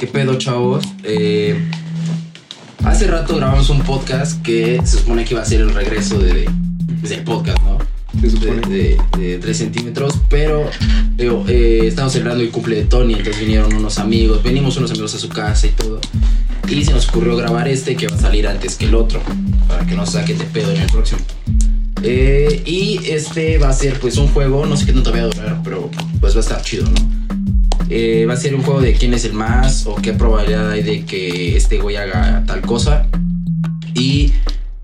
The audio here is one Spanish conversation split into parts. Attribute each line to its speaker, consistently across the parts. Speaker 1: ¿Qué pedo, chavos? Eh, hace rato grabamos un podcast que se supone que iba a ser el regreso de, de- pues, del podcast, ¿no?
Speaker 2: Se
Speaker 1: De,
Speaker 2: supone.
Speaker 1: de- de 3 centímetros, pero digo, eh, estamos celebrando el cumple de Tony, entonces vinieron unos amigos, venimos unos amigos a su casa y todo. Y se nos ocurrió grabar este que va a salir antes que el otro, para que no saquen de pedo en el próximo. Eh, y este va a ser pues un juego, no sé qué tanto va a durar, pero pues va a estar chido, ¿no? Eh, va a ser un juego de quién es el más o qué probabilidad hay de que este güey haga tal cosa. Y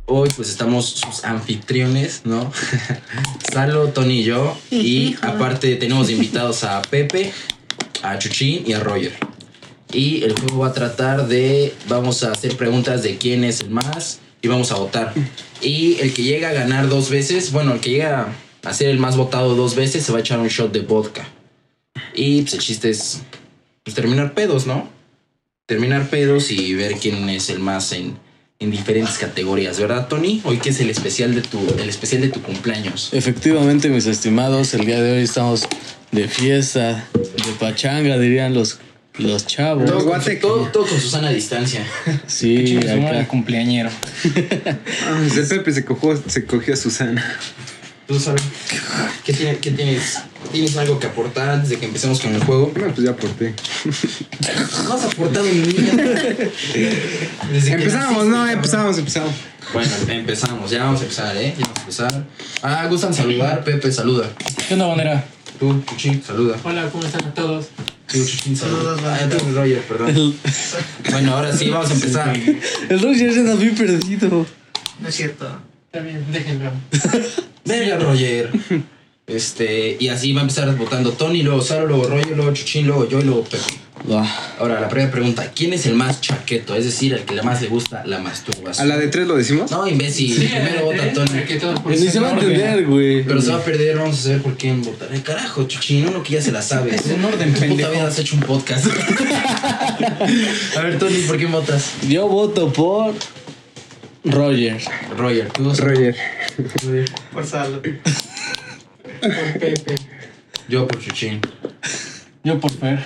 Speaker 1: hoy pues estamos sus anfitriones, ¿no? Salo, Tony y yo. Y aparte tenemos invitados a Pepe, a Chuchín y a Roger. Y el juego va a tratar de, vamos a hacer preguntas de quién es el más y vamos a votar. Y el que llega a ganar dos veces, bueno, el que llega a ser el más votado dos veces se va a echar un shot de vodka. Y pues el chiste es pues, terminar pedos, ¿no? Terminar pedos y ver quién es el más en, en diferentes categorías, ¿verdad, Tony? Hoy que es el especial de tu, el especial de tu cumpleaños.
Speaker 3: Efectivamente, mis estimados, el día de hoy estamos de fiesta, de pachanga, dirían los, los chavos.
Speaker 1: Todo, con,
Speaker 2: Guate-
Speaker 1: todo, todo con Susana a distancia.
Speaker 3: Sí,
Speaker 4: Chingue su madre,
Speaker 3: acá.
Speaker 4: cumpleañero.
Speaker 2: Ah, ese Pepe se cogió, se cogió a Susana.
Speaker 1: Tú sabes. ¿Qué, tiene- qué tienes? ¿Tienes algo que aportar antes de que empecemos con el juego?
Speaker 2: Bueno, pues ya aporté.
Speaker 1: No has aportado ni mierda. Desde que
Speaker 2: Empezamos,
Speaker 1: naciste,
Speaker 2: no,
Speaker 1: cabrón.
Speaker 2: empezamos, empezamos.
Speaker 1: Bueno, empezamos, ya vamos a empezar, ¿eh? Ya vamos a empezar. Ah, gustan saludar, Pepe, saluda.
Speaker 4: ¿Qué onda, bandera?
Speaker 1: Tú, Chuchín, saluda.
Speaker 5: Hola, ¿cómo están todos?
Speaker 1: Tú, Chuchín, saluda. Ah, ya tengo Roger, perdón.
Speaker 3: El,
Speaker 1: Bueno, ahora sí, vamos a empezar.
Speaker 3: el Roger se nos vio perdido.
Speaker 5: No es cierto. También, déjenlo.
Speaker 1: Venga, Roger. Este, y así va a empezar votando Tony, luego Saro, luego Roger, luego Chuchín, luego yo y luego Pepe.
Speaker 4: Ah.
Speaker 3: Va.
Speaker 1: Ahora, la primera pregunta, ¿quién es el más chaqueto? Es decir, el que más le gusta la
Speaker 2: A
Speaker 1: masturbación.
Speaker 2: la de tres lo decimos.
Speaker 1: No, imbécil, primero vota Tony.
Speaker 5: eh, Que todos por
Speaker 3: Ni se va a
Speaker 5: ser-
Speaker 3: entender, güey.
Speaker 1: Pero se va a perder, vamos a saber por quién votar. Eh, Carajo, Chuchín, uno que ya se la sabe. Es un orden, pendejo. Puta vida has hecho un podcast. a ver, Tony, ¿por quién votas?
Speaker 3: Yo voto por Roger.
Speaker 1: Roger, tú.
Speaker 2: Roger.
Speaker 5: Por Salo. Por Pepe.
Speaker 1: Yo por Chuchín.
Speaker 4: Yo por Fer.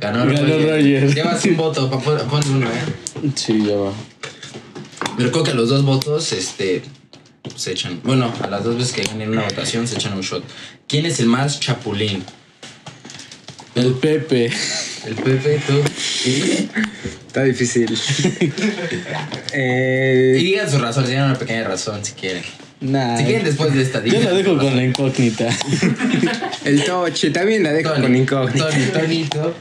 Speaker 1: Ganó,
Speaker 3: Ganó
Speaker 1: Roger.
Speaker 3: Roger.
Speaker 1: Llevas un voto, papá, pon uno, eh.
Speaker 3: Sí, ya va.
Speaker 1: Pero creo que a los dos votos, este, se echan. Bueno, a las dos veces que ganen una votación se echan un shot. ¿Quién es el más chapulín?
Speaker 3: El Pepe.
Speaker 1: El Pepe, tú.
Speaker 2: Está difícil.
Speaker 1: Y
Speaker 2: eh,
Speaker 1: digan sus razones, digan una pequeña razón si quieren.
Speaker 3: Nah.
Speaker 1: Si quieren después de esta,
Speaker 3: Yo
Speaker 1: digan
Speaker 3: lo dejo
Speaker 1: su
Speaker 3: con
Speaker 1: razón.
Speaker 3: la incógnita.
Speaker 2: el Toche también la dejo con
Speaker 1: Tony,
Speaker 2: incógnito.
Speaker 1: Tony, Tony, tú.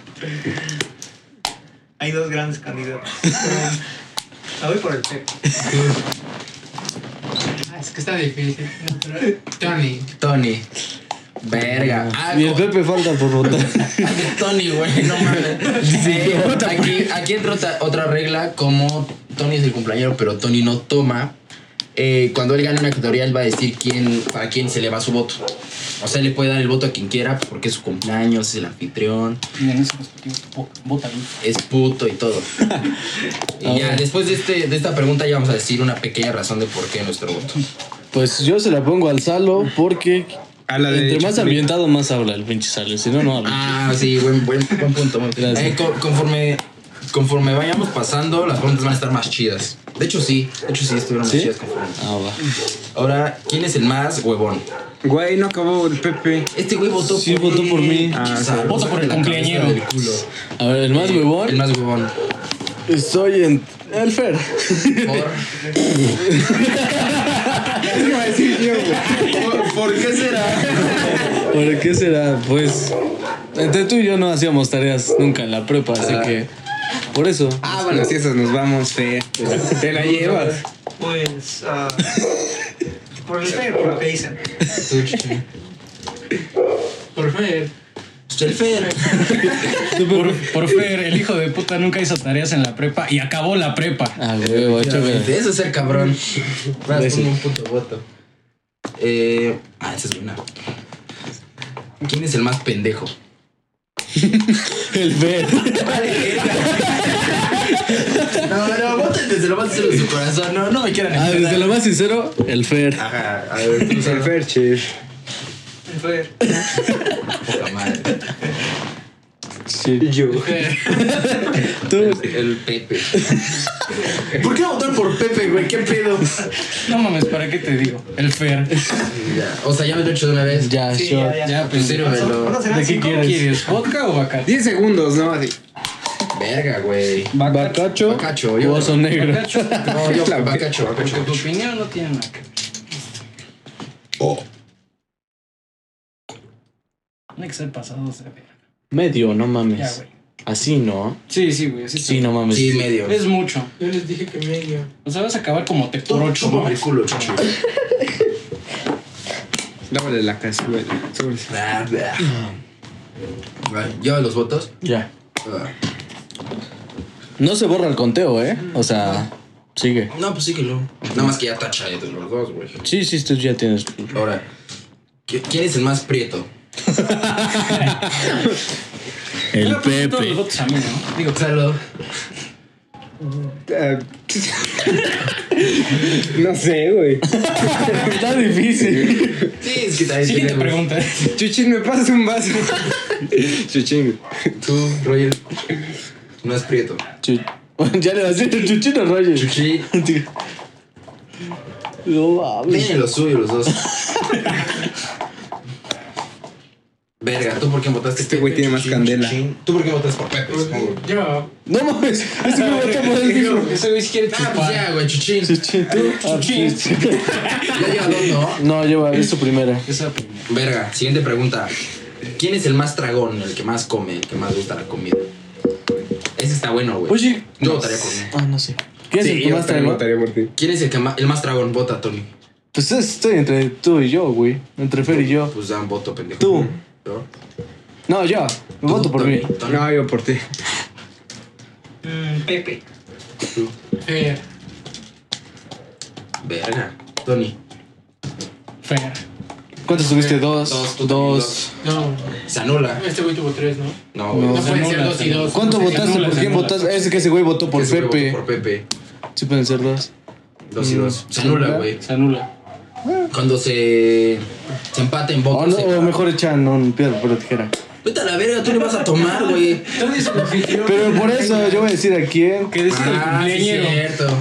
Speaker 5: Hay dos grandes candidatos. La voy por el Pepe. Ah, es que está difícil. No, pero- Tony.
Speaker 1: Tony. Verga. Ah,
Speaker 3: Y el
Speaker 1: co-
Speaker 3: Pepe falta por votar.
Speaker 1: Tony, güey, no mames. Eh, aquí, aquí entra otra, otra regla, como Tony es el cumpleañero, pero Tony no toma. eh, cuando él gane una categoría, él va a decir quién, para quién se le va su voto. O sea, le puede dar el voto a quien quiera porque es su cumpleaños, es el anfitrión,
Speaker 4: Y en ese respectivo, vo- pues, vota bien.
Speaker 1: es puto y todo. y ya, después de, este, de esta pregunta ya vamos a decir una pequeña razón de por qué nuestro voto.
Speaker 3: Pues yo se la pongo al Salo porque
Speaker 2: A la de
Speaker 3: entre más
Speaker 2: Chapulín.
Speaker 3: ambientado más habla el pinche Salo. Si no, no habla.
Speaker 1: Ah, sí, buen, buen, buen punto. buen-
Speaker 3: Gracias.
Speaker 1: Eh, co- conforme, conforme vayamos pasando, las preguntas van a estar más chidas. De hecho, sí. De hecho, sí, estuvieron
Speaker 3: ¿Sí?
Speaker 1: más chidas conforme.
Speaker 3: Ah, va.
Speaker 1: Ahora, ¿quién es el más huevón?
Speaker 2: Güey, no acabó el Pepe.
Speaker 1: Este güey votó
Speaker 3: Sí, votó por mí.
Speaker 2: Ah,
Speaker 1: O sea,
Speaker 2: sí.
Speaker 4: Vota por el
Speaker 1: la cabeza
Speaker 4: cumpleañero.
Speaker 1: del culo.
Speaker 3: A ver, el más
Speaker 1: El
Speaker 3: huevón.
Speaker 1: más huevón.
Speaker 3: Estoy en. El Fer.
Speaker 1: Por...
Speaker 2: ¿Qué iba a decir yo, güey?
Speaker 1: ¿Por qué será?
Speaker 3: ¿Por qué será? Pues. Entre tú y yo no hacíamos tareas nunca en la prepa, así
Speaker 4: Ah.
Speaker 3: que. Por eso.
Speaker 2: Ah, bueno, si esas nos vamos, fea. Te la- Te la llevas.
Speaker 5: Pues. ah, por el Fer, por lo que dicen. Por Fer.
Speaker 1: El Fer.
Speaker 4: Por, por Fer, el hijo de puta nunca hizo tareas en la prepa y acabó la prepa.
Speaker 3: Ah, huevo, échame.
Speaker 1: Eso es ser cabrón. Vas
Speaker 3: Imbécil.
Speaker 1: ponme un puto voto. Eh, ah, esa es buena. ¿Quién es el más pendejo?
Speaker 3: El Fer.
Speaker 1: No, no, voten desde lo más sincero de su corazón. No, no me quieran
Speaker 3: Ah, desde lo más sincero, el Fer.
Speaker 4: Ah,
Speaker 1: Ajá, a ver, tú
Speaker 2: El
Speaker 1: sabes.
Speaker 2: Ferche.
Speaker 5: El Fer.
Speaker 1: Poca madre.
Speaker 3: sí.
Speaker 1: Yo.
Speaker 3: Tú,
Speaker 1: El Pepe. ¿Por qué votar por Pepe, güey? ¿Qué pedo?
Speaker 4: No mames, ¿para qué te digo? El Fer.
Speaker 1: Ya, O sea, ya me lo he hecho de una vez.
Speaker 3: ya,
Speaker 5: Sí,
Speaker 3: shot.
Speaker 5: ya,
Speaker 4: Ya, pues,
Speaker 1: Sírvemelo.
Speaker 5: ¿Cuántos serán?
Speaker 4: ¿De qué
Speaker 5: ¿Cinco?
Speaker 4: quieres? ¿Quieres vodka o bacacho?
Speaker 2: 10 segundos, ¿no? Así.
Speaker 1: Verga, güey.
Speaker 3: Bacacho,
Speaker 1: Bacacho, yo-
Speaker 3: o oso negro.
Speaker 4: Bacacho.
Speaker 1: No, yo,
Speaker 2: Claro que-
Speaker 1: bacacho,
Speaker 4: Porque
Speaker 1: bacacho.
Speaker 4: tu opinión no tiene nada que ver.
Speaker 1: Oh.
Speaker 4: Tiene que ser pasados de verga.
Speaker 3: Medio, no mames.
Speaker 4: Ya, güey.
Speaker 3: Así, ¿no?
Speaker 4: Sí, sí, güey. así
Speaker 3: Sí,
Speaker 4: está.
Speaker 3: no mames.
Speaker 1: Sí, medio.
Speaker 4: Es mucho.
Speaker 5: Yo les dije que medio.
Speaker 4: O sea, vas a acabar como te por
Speaker 1: Toma-
Speaker 4: ocho.
Speaker 1: toma el
Speaker 4: mames.
Speaker 1: culo, chucho.
Speaker 2: Lávale la cazuela. Sobres.
Speaker 1: Ah, bah. Vale, Yo los votos.
Speaker 3: Ya.
Speaker 1: Ah.
Speaker 3: No se borra el conteo, ¿eh? O sea, sigue.
Speaker 1: No, pues sí que lo. Nada más que ya tacha de los dos, güey.
Speaker 3: Sí, sí, tú ya tienes.
Speaker 1: Ahora, ¿qui- ¿quién es el más prieto?
Speaker 3: El
Speaker 4: Pero, pues, todos los
Speaker 3: Pepe.
Speaker 4: votos a mí, ¿no?
Speaker 1: Digo, claro.
Speaker 2: Eh, no sé, güey.
Speaker 3: Está difícil.
Speaker 1: Sí, es que también
Speaker 4: Siguiente
Speaker 1: tenemos.
Speaker 4: pregunta.
Speaker 2: Chuchín, ¿me pasas un vaso? Chuchín.
Speaker 1: Tú, Roger, no es prieto.
Speaker 3: Chu- Ya le vas a decir el chuchito, Roger.
Speaker 1: Chuchi,
Speaker 3: No mames.
Speaker 1: tienen lo suyo los dos. Verga, ¿tú por qué votaste?
Speaker 2: Este güey
Speaker 1: Pepe,
Speaker 2: tiene más
Speaker 1: Chuchín,
Speaker 2: candela.
Speaker 1: Chuchín? ¿Tú por qué votas por Pepe? supongo?
Speaker 4: Yo.
Speaker 3: No mames. Ese me vota por el mismo.
Speaker 4: Ese güey si quiere
Speaker 1: Ah, pues
Speaker 4: chupar.
Speaker 1: ya, güey, Chuchín.
Speaker 3: Chuchito. Ah,
Speaker 4: Chuchín.
Speaker 3: sí.
Speaker 1: Ya lleva dos, ¿no?
Speaker 3: No, lleva, es su primera.
Speaker 4: Esa primera.
Speaker 1: Verga, siguiente pregunta. ¿Quién es el más tragón, el que más come, el que más gusta la comida? Ese está bueno, güey.
Speaker 3: Oye.
Speaker 1: Yo votaría por mí.
Speaker 3: Ah, no sé. ¿Qué es el
Speaker 2: Sí,
Speaker 3: que
Speaker 2: yo
Speaker 3: más
Speaker 2: también votaría
Speaker 3: traigo?
Speaker 2: por ti.
Speaker 1: ¿Quién es el, que ma- el más tragón? Vota, Tony.
Speaker 3: Pues estoy entre tú y yo, güey. Entre Fer y yo.
Speaker 1: Pues dan voto, pendejo.
Speaker 3: Tú.
Speaker 1: ¿Yo?
Speaker 3: No, yo. Voto por mí.
Speaker 1: Tony.
Speaker 2: No, yo por ti.
Speaker 5: Mm, Pepe.
Speaker 4: Fer.
Speaker 1: Verga. Tony.
Speaker 4: Fer.
Speaker 3: ¿Cuántos tuviste? Dos.
Speaker 1: Dos, tú
Speaker 3: Dos.
Speaker 6: No,
Speaker 1: Se anula.
Speaker 6: este güey tuvo tres, ¿no?
Speaker 1: No,
Speaker 3: No.
Speaker 1: güey.
Speaker 6: No pueden
Speaker 4: anula,
Speaker 6: ser dos
Speaker 4: se
Speaker 6: y
Speaker 4: anula.
Speaker 6: dos.
Speaker 3: ¿Cuánto
Speaker 6: No sé,
Speaker 3: votaste?
Speaker 4: anula,
Speaker 3: ¿Por
Speaker 4: se
Speaker 3: quién
Speaker 4: anula.
Speaker 3: votaste? Es que ese güey votó por
Speaker 1: Ese güey
Speaker 3: Pepe.
Speaker 1: votó Por Pepe.
Speaker 3: Sí pueden ser dos.
Speaker 1: Dos y dos.
Speaker 3: Mm,
Speaker 1: Se anula, güey.
Speaker 4: Se anula.
Speaker 1: Cuando se. Se empate en
Speaker 3: O,
Speaker 1: votos.
Speaker 3: Ah, no,
Speaker 1: se-
Speaker 3: o mejor echan un piedra por tijera.
Speaker 1: Vete a la verga, tú le vas a tomar, güey.
Speaker 3: Pero por eso yo voy a decir a quién.
Speaker 4: Que decir el
Speaker 1: Ah, sí,
Speaker 4: cumpleañero.
Speaker 6: eh.
Speaker 1: cierto.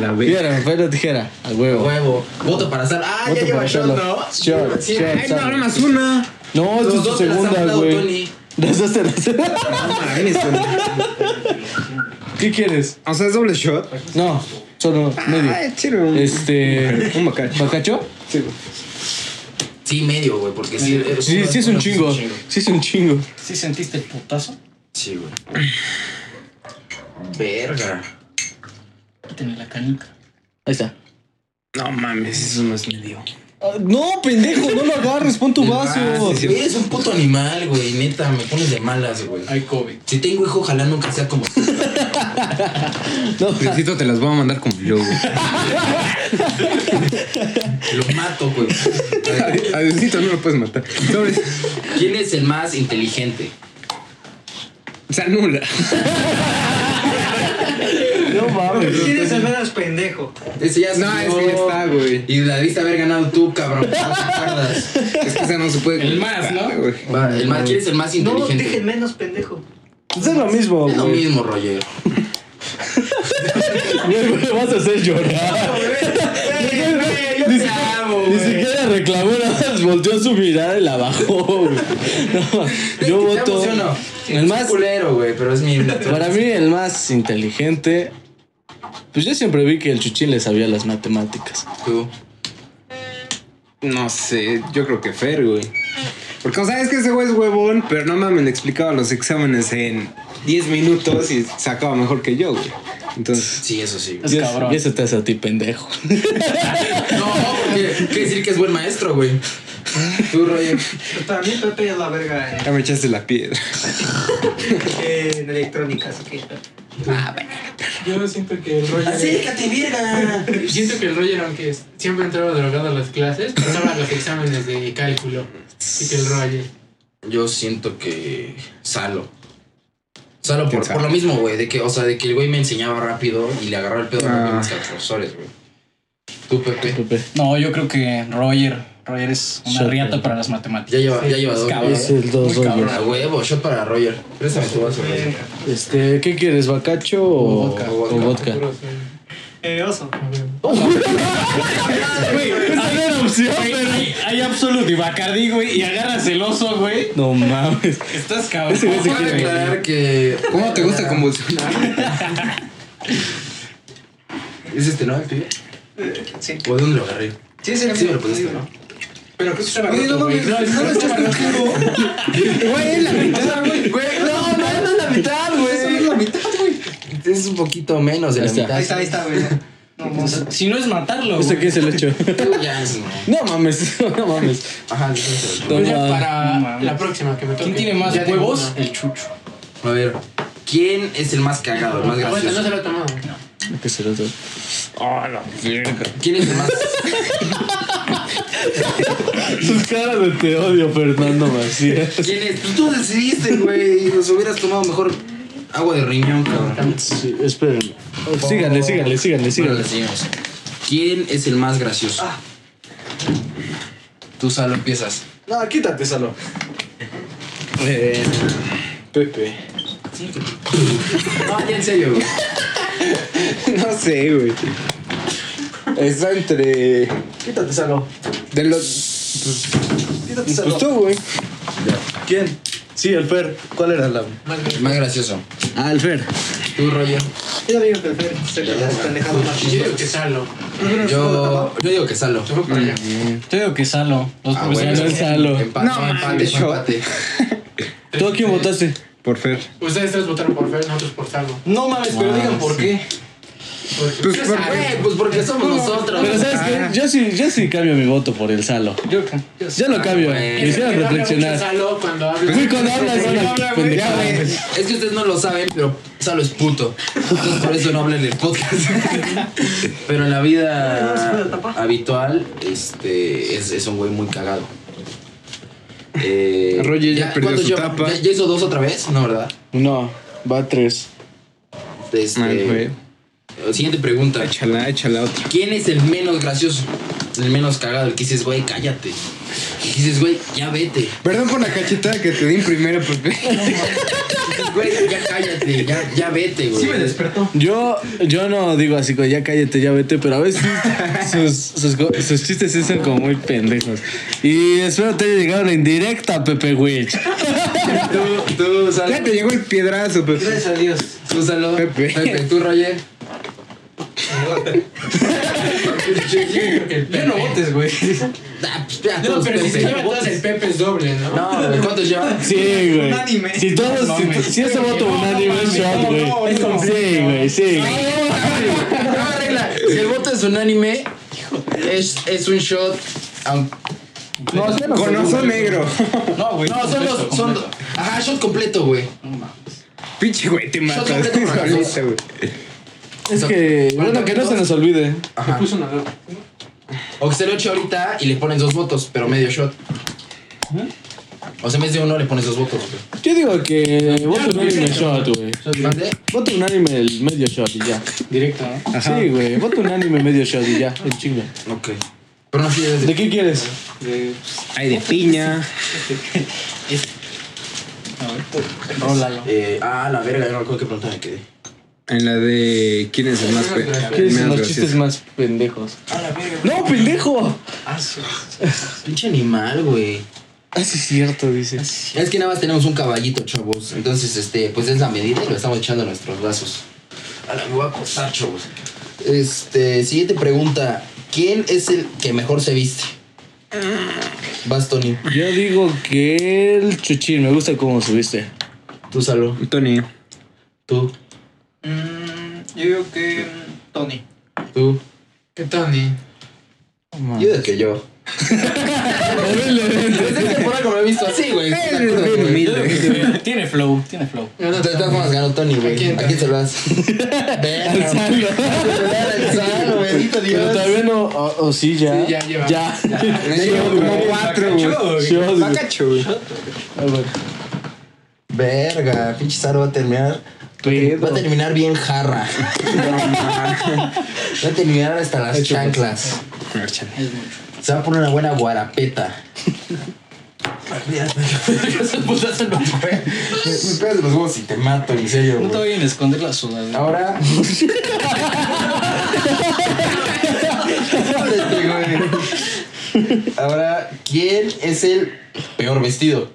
Speaker 2: La verga.
Speaker 3: Piedra, papel o tijera. A huevo.
Speaker 1: Huevo. Voto para Sal. Ah,
Speaker 3: Voto
Speaker 1: ya lleva
Speaker 3: para
Speaker 1: shot,
Speaker 3: Sal.
Speaker 1: ¿no?
Speaker 3: Shot,
Speaker 1: Sí,
Speaker 3: shot,
Speaker 1: ay,
Speaker 3: Sal.
Speaker 1: no, no, no.
Speaker 2: más una.
Speaker 3: No,
Speaker 1: Los
Speaker 3: esta es tu
Speaker 1: dos te las han
Speaker 3: segunda,
Speaker 1: dado,
Speaker 3: güey.
Speaker 1: Tony.
Speaker 3: Las dos te las-
Speaker 2: Ah,
Speaker 3: ¿Qué quieres?
Speaker 2: O sea, es doble shot.
Speaker 3: No, solo medio.
Speaker 2: Ah, chido.
Speaker 3: Este.
Speaker 2: Un macacho.
Speaker 3: ¿Bacacho?
Speaker 2: Sí, güey.
Speaker 1: Sí, medio, güey, porque sí.
Speaker 3: Sí, sí es un chingo. Sí es un chingo.
Speaker 4: ¿Sí sentiste el putazo?
Speaker 1: Sí, güey. Verga.
Speaker 4: Quítenle la canica.
Speaker 3: Ahí está.
Speaker 2: No mames, eso no es medio.
Speaker 3: Ah, No, pendejo, no lo agarres, pon tu vaso.
Speaker 1: Ah, sí, sí. Eres un puto animal, güey. Neta, me pones de malas, güey.
Speaker 4: Hay COVID.
Speaker 1: Si tengo hijo, ojalá nunca sea como tú.
Speaker 2: Necesito, te las voy a mandar como yo, güey.
Speaker 1: Lo mato, güey.
Speaker 2: A a Diosito no lo puedes matar. Sobres.
Speaker 1: ¿Quién es el más inteligente?
Speaker 2: Se anula.
Speaker 3: No mames.
Speaker 5: ¿Quién es el menos pendejo?
Speaker 1: Ese ya se
Speaker 2: No, es que ya está, güey.
Speaker 1: Y la debiste haber ganado tú, cabrón. No te acuerdas.
Speaker 2: Es que esa no se puede.
Speaker 4: El más, ¿no?
Speaker 2: Ah, güey.
Speaker 1: Va, el más, ¿Quién es el más
Speaker 5: No,
Speaker 1: inteligente?
Speaker 5: dije el menos pendejo.
Speaker 3: Es lo mismo,
Speaker 1: Es lo
Speaker 3: güey.
Speaker 1: mismo, Roger.
Speaker 3: Güey, Me vas a hacer llorar. Ni
Speaker 1: te
Speaker 3: siquiera-
Speaker 1: amo,
Speaker 3: Ni
Speaker 1: güey.
Speaker 3: siquiera reclamó, nada más volteó su mirada y la bajó. güey. No, yo
Speaker 1: ¿Te
Speaker 3: voto.
Speaker 1: emociono?
Speaker 3: El
Speaker 1: Es
Speaker 3: más,
Speaker 1: culero, güey, pero es mi.
Speaker 3: para mí, el más inteligente. Pues yo siempre vi que el chuchín le sabía las matemáticas.
Speaker 1: Tú.
Speaker 2: No sé, yo creo que Fer, güey. Porque, o sea, es que ese güey es huevón, pero no mames, le explicaba los exámenes en 10 minutos y sacaba mejor que yo, güey. Entonces,
Speaker 1: Sí, eso sí. güey.
Speaker 4: Es
Speaker 3: Y es-
Speaker 4: cabrón.
Speaker 3: Y eso te hace a ti, pendejo.
Speaker 1: No, porque quiere decir que es buen maestro, güey. Tú, Roger.
Speaker 5: Pues para mí Pepe es la verga en,
Speaker 2: ya me echaste la piedra.
Speaker 5: en electrónica, así que...
Speaker 6: Yo siento que el
Speaker 7: ¿Ah,
Speaker 6: Roger.
Speaker 1: Acércate, verga.
Speaker 6: Siento que el Roger, aunque es- siempre entraba drogado a las clases, pasaba los exámenes de cálculo. Así que el Roger.
Speaker 1: Yo siento que. Salo. Salo
Speaker 2: ¿Quién
Speaker 1: por,
Speaker 2: sabe?
Speaker 1: por lo mismo, güey. De que, o sea, de que el güey me enseñaba rápido y le agarraba el pedo
Speaker 2: Ah.
Speaker 1: rápido más que a los profesores, güey. Tú, Pepe.
Speaker 3: Pepe.
Speaker 4: No, yo creo que Roger. Roger es una
Speaker 3: Shot,
Speaker 4: riata
Speaker 3: güey.
Speaker 4: para las
Speaker 1: Ya
Speaker 4: matemáticas.
Speaker 1: lleva, ya lleva
Speaker 4: Es
Speaker 1: dos.
Speaker 4: cabrón.
Speaker 1: güey.
Speaker 3: Es el dos,
Speaker 4: Muy cabrón.
Speaker 3: Roger.
Speaker 1: A huevo, shot para Roger. Préstame tu vaso, Roger.
Speaker 5: Eh,
Speaker 3: Este, ¿qué quieres? ¿Bacacho o,
Speaker 4: vodka.
Speaker 3: o vodka?
Speaker 6: Puro sueño.
Speaker 5: eh, oso.
Speaker 4: Hay una opción, pero hay, hay Absolut y Bacardi, güey, y agarras el oso, güey.
Speaker 3: No mames.
Speaker 4: Estás cabrón.
Speaker 1: Vamos a declarar que.
Speaker 2: ¿Cómo te
Speaker 4: Ah.
Speaker 2: gusta convulsionar?
Speaker 1: ¿Es este, no? ¿El pibe?
Speaker 5: Sí.
Speaker 1: ¿O de dónde lo agarré?
Speaker 5: Sí, sí,
Speaker 1: Sí, pues, me lo pusiste, ¿no?
Speaker 5: Pero que eso suena
Speaker 2: Oye, no
Speaker 5: roto, güey.
Speaker 2: mames, no lo estás contigo. Güey, es la mitad, güey.
Speaker 1: Güey, no, no, no es la mitad,
Speaker 2: Es la mitad, güey.
Speaker 1: Es un poquito menos de la
Speaker 3: Ahí está.
Speaker 1: mitad.
Speaker 5: Ahí está, ahí está, güey. No, no, no.
Speaker 4: Si no es matarlo,
Speaker 3: ¿Este
Speaker 4: güey.
Speaker 3: qué es el hecho?
Speaker 1: Tú ya, no.
Speaker 3: No mames, no mames.
Speaker 1: Ajá, entonces,
Speaker 6: Pues ya
Speaker 3: Toma.
Speaker 4: No
Speaker 6: para
Speaker 4: mames.
Speaker 6: la próxima que me toque.
Speaker 4: ¿Quién tiene más
Speaker 6: Ya tengo
Speaker 4: huevos?
Speaker 6: una.
Speaker 4: El chucho.
Speaker 1: A ver, ¿quién es el más cagado, el más
Speaker 6: Aguanta, no se
Speaker 1: gracioso?
Speaker 6: lo he tomado.
Speaker 3: ¿Qué será todo?
Speaker 1: ¿Quién es el más.?
Speaker 3: Sus caras de te odio, Fernando Macías.
Speaker 1: ¿Quién es? Pues tú decidiste, güey. Nos hubieras tomado mejor agua de riñón, cabrón.
Speaker 3: Sí, espérenme. Síganle, síganle, síganle,
Speaker 1: Bueno, le
Speaker 3: síganle.
Speaker 1: seguimos. ¿Quién es el más gracioso?
Speaker 2: Ah.
Speaker 1: Tú solo empiezas.
Speaker 5: No, quítate, Salo.
Speaker 3: Pepe.
Speaker 1: No, ya en serio, güey.
Speaker 2: No sé, güey. Está entre.
Speaker 5: Quítate, Salo.
Speaker 2: De los.
Speaker 5: Quítate, Salo.
Speaker 2: Pues tú, güey.
Speaker 5: ¿Quién? Sí, el Fer. ¿Cuál era la?
Speaker 1: El más gracioso.
Speaker 2: Alfer.
Speaker 1: Tú, Roger.
Speaker 5: Yo digo que el Fer se le ha pendejado más
Speaker 6: Yo digo que salo.
Speaker 1: Yo, yo digo que Salo. Mm,
Speaker 6: Yo voy para allá.
Speaker 4: Te digo que Salo. Los
Speaker 1: Ah,
Speaker 4: profesionales.
Speaker 1: bueno,
Speaker 3: es Salo.
Speaker 1: Empate,
Speaker 2: No,
Speaker 1: empate,
Speaker 2: mames,
Speaker 1: fue empate.
Speaker 3: ¿Tú a quién votaste?
Speaker 2: Por Fer.
Speaker 6: Ustedes tres votaron por Fer, nosotros por Salo.
Speaker 4: No mames, pero digan por qué.
Speaker 6: Porque
Speaker 2: Pues por
Speaker 1: Güey, pues porque somos nosotros.
Speaker 3: Pero ¿sabes qué? Yo sí, yo sí cambio mi voto por el Salo.
Speaker 4: Yo,
Speaker 3: Yo lo cambio.
Speaker 1: güey.
Speaker 3: Me hicieron
Speaker 6: Porque habla mucho
Speaker 3: reflexionar.
Speaker 6: Salo cuando habla.
Speaker 4: Pues
Speaker 3: Güey, cuando hablas
Speaker 6: Cuando habla,
Speaker 3: una
Speaker 6: güey.
Speaker 3: pendejada.
Speaker 1: Es que ustedes no lo saben, pero Salo es puto. Entonces por eso no hablan en el podcast. Pero en la vida habitual, este es, es un güey muy cagado. Eh,
Speaker 2: Roger ya perdió
Speaker 1: ¿cuánto
Speaker 2: su
Speaker 1: lleva?
Speaker 2: tapa.
Speaker 1: ¿Ya, ya hizo dos otra vez? No, ¿verdad?
Speaker 3: No, va tres.
Speaker 1: Este,
Speaker 2: Mal, güey.
Speaker 1: Siguiente pregunta.
Speaker 2: Échala, échala otra.
Speaker 1: ¿Quién es el menos gracioso? El menos cagado, el que dices, güey, cállate. El que dices, güey, ya vete.
Speaker 2: Perdón por la cachetada que te di en primero, pues, Pepe.
Speaker 1: Güey, ya cállate, ya, ya vete, güey.
Speaker 5: Sí me despertó.
Speaker 3: Yo, yo no digo así, como, ya cállate, ya vete, pero a veces sus, sus, go- sus chistes sí son como muy pendejos. Y espero te haya llegado la indirecta, Pepe Witch.
Speaker 1: Tú, tú, Salo.
Speaker 2: Ya te llegó el piedrazo, pues. Pepe.
Speaker 5: Gracias a Dios.
Speaker 1: Tú, Salo.
Speaker 2: Pepe.
Speaker 1: Pepe, tú, Roger.
Speaker 4: yo no votes, güey.
Speaker 1: Ah, pues, ya,
Speaker 6: No,
Speaker 1: todos
Speaker 6: pero si se
Speaker 1: Pepe.
Speaker 6: llevan todos el Pepe es doble, ¿no?
Speaker 1: No, güey, ¿cuántos llevan?
Speaker 3: Sí, güey.
Speaker 5: Unánime.
Speaker 3: Si todos,
Speaker 4: No
Speaker 3: si-
Speaker 4: mames.
Speaker 3: si, ese voto
Speaker 4: No,
Speaker 3: unánime
Speaker 4: no
Speaker 3: es
Speaker 4: mames,
Speaker 3: shot,
Speaker 4: no,
Speaker 3: güey.
Speaker 4: no, es como-
Speaker 3: sí, güey, sí. güey.
Speaker 1: Nueva regla. Si el voto es unánime, es, es un shot. aun- No, es menos
Speaker 2: Con oso negro.
Speaker 4: No, güey.
Speaker 1: No, son los. Son, ajá, shot completo, güey.
Speaker 2: Pinche güey, te matas.
Speaker 1: completo con las dos.
Speaker 2: Solita, güey.
Speaker 3: Es que, bueno, que no se nos olvide.
Speaker 1: Ajá.
Speaker 6: Puso una dos.
Speaker 1: O que se lo eche ahorita y le pones dos votos, pero medio shot. O sea, en vez de uno le pones dos votos, güey.
Speaker 3: Yo digo que voto unánime shot, güey.
Speaker 1: ¿Mande?
Speaker 3: Voto unánime el medio shot y ya.
Speaker 4: Directo, ¿no?
Speaker 2: Ajá.
Speaker 3: Sí, güey, voto unánime medio shot y ya, el chingo.
Speaker 1: Ok. Pero no sé,
Speaker 3: ¿De qué quieres?
Speaker 5: De...
Speaker 2: Ay, de piña.
Speaker 4: Rólalo.
Speaker 1: eh, Ah, la verga, yo no recuerdo qué pregunta me quedé.
Speaker 2: En la de. ¿Quién es el más pe-
Speaker 3: ¿Qué
Speaker 2: menos
Speaker 3: dicen los
Speaker 2: gracioso?
Speaker 3: chistes más pendejos?
Speaker 5: A la verga.
Speaker 3: ¡No, pendejo!
Speaker 5: Ah, sí.
Speaker 1: Pinche animal, güey.
Speaker 3: Ah, sí, es cierto, dice.
Speaker 1: Es que nada más tenemos un caballito, chavos. Entonces, este, pues es la medida y lo estamos echando a nuestros brazos. A la me voy a acostar, chavos. Este, siguiente pregunta. ¿Quién es el que mejor se viste? Vas, Tony.
Speaker 3: Yo digo que el chuchín, me gusta cómo subiste.
Speaker 1: Tú, Salo.
Speaker 2: Tony.
Speaker 1: Tú.
Speaker 5: Mm, yo digo que. mm, Tony.
Speaker 1: Tú.
Speaker 6: Que Tony.
Speaker 1: Yo de que yo. Desde que por algo me he visto así, güey.
Speaker 2: Eres bien humilde.
Speaker 4: Tiene flow, tiene flow.
Speaker 6: No, no,
Speaker 1: De todas formas ganó Tony, güey.
Speaker 6: ¿A quién,
Speaker 1: ¿A quién se lo das? Verga, güey. Al Salo, bendito
Speaker 3: Pero
Speaker 1: Dios.
Speaker 3: todavía no, o, o sí, ya.
Speaker 6: Sí, ya lleva.
Speaker 3: Ya.
Speaker 2: Me llevo como cuatro, güey.
Speaker 3: Shot, güey.
Speaker 2: Bacacho, güey.
Speaker 3: Ah, güey.
Speaker 1: Verga, pinche Saro va a terminar. Va a terminar bien jarra. Va a terminar hasta las chanclas.
Speaker 2: Marcha.
Speaker 1: Se va a poner una buena guarapeta. Ese
Speaker 6: pues,
Speaker 1: putazo no fue. Me me pegas de los huevos y te mato, en serio.
Speaker 4: No te
Speaker 1: güey.
Speaker 4: vayan a esconder la sudadera.
Speaker 1: Ahora. Este, güey. Ahora, ¿quién es el peor vestido?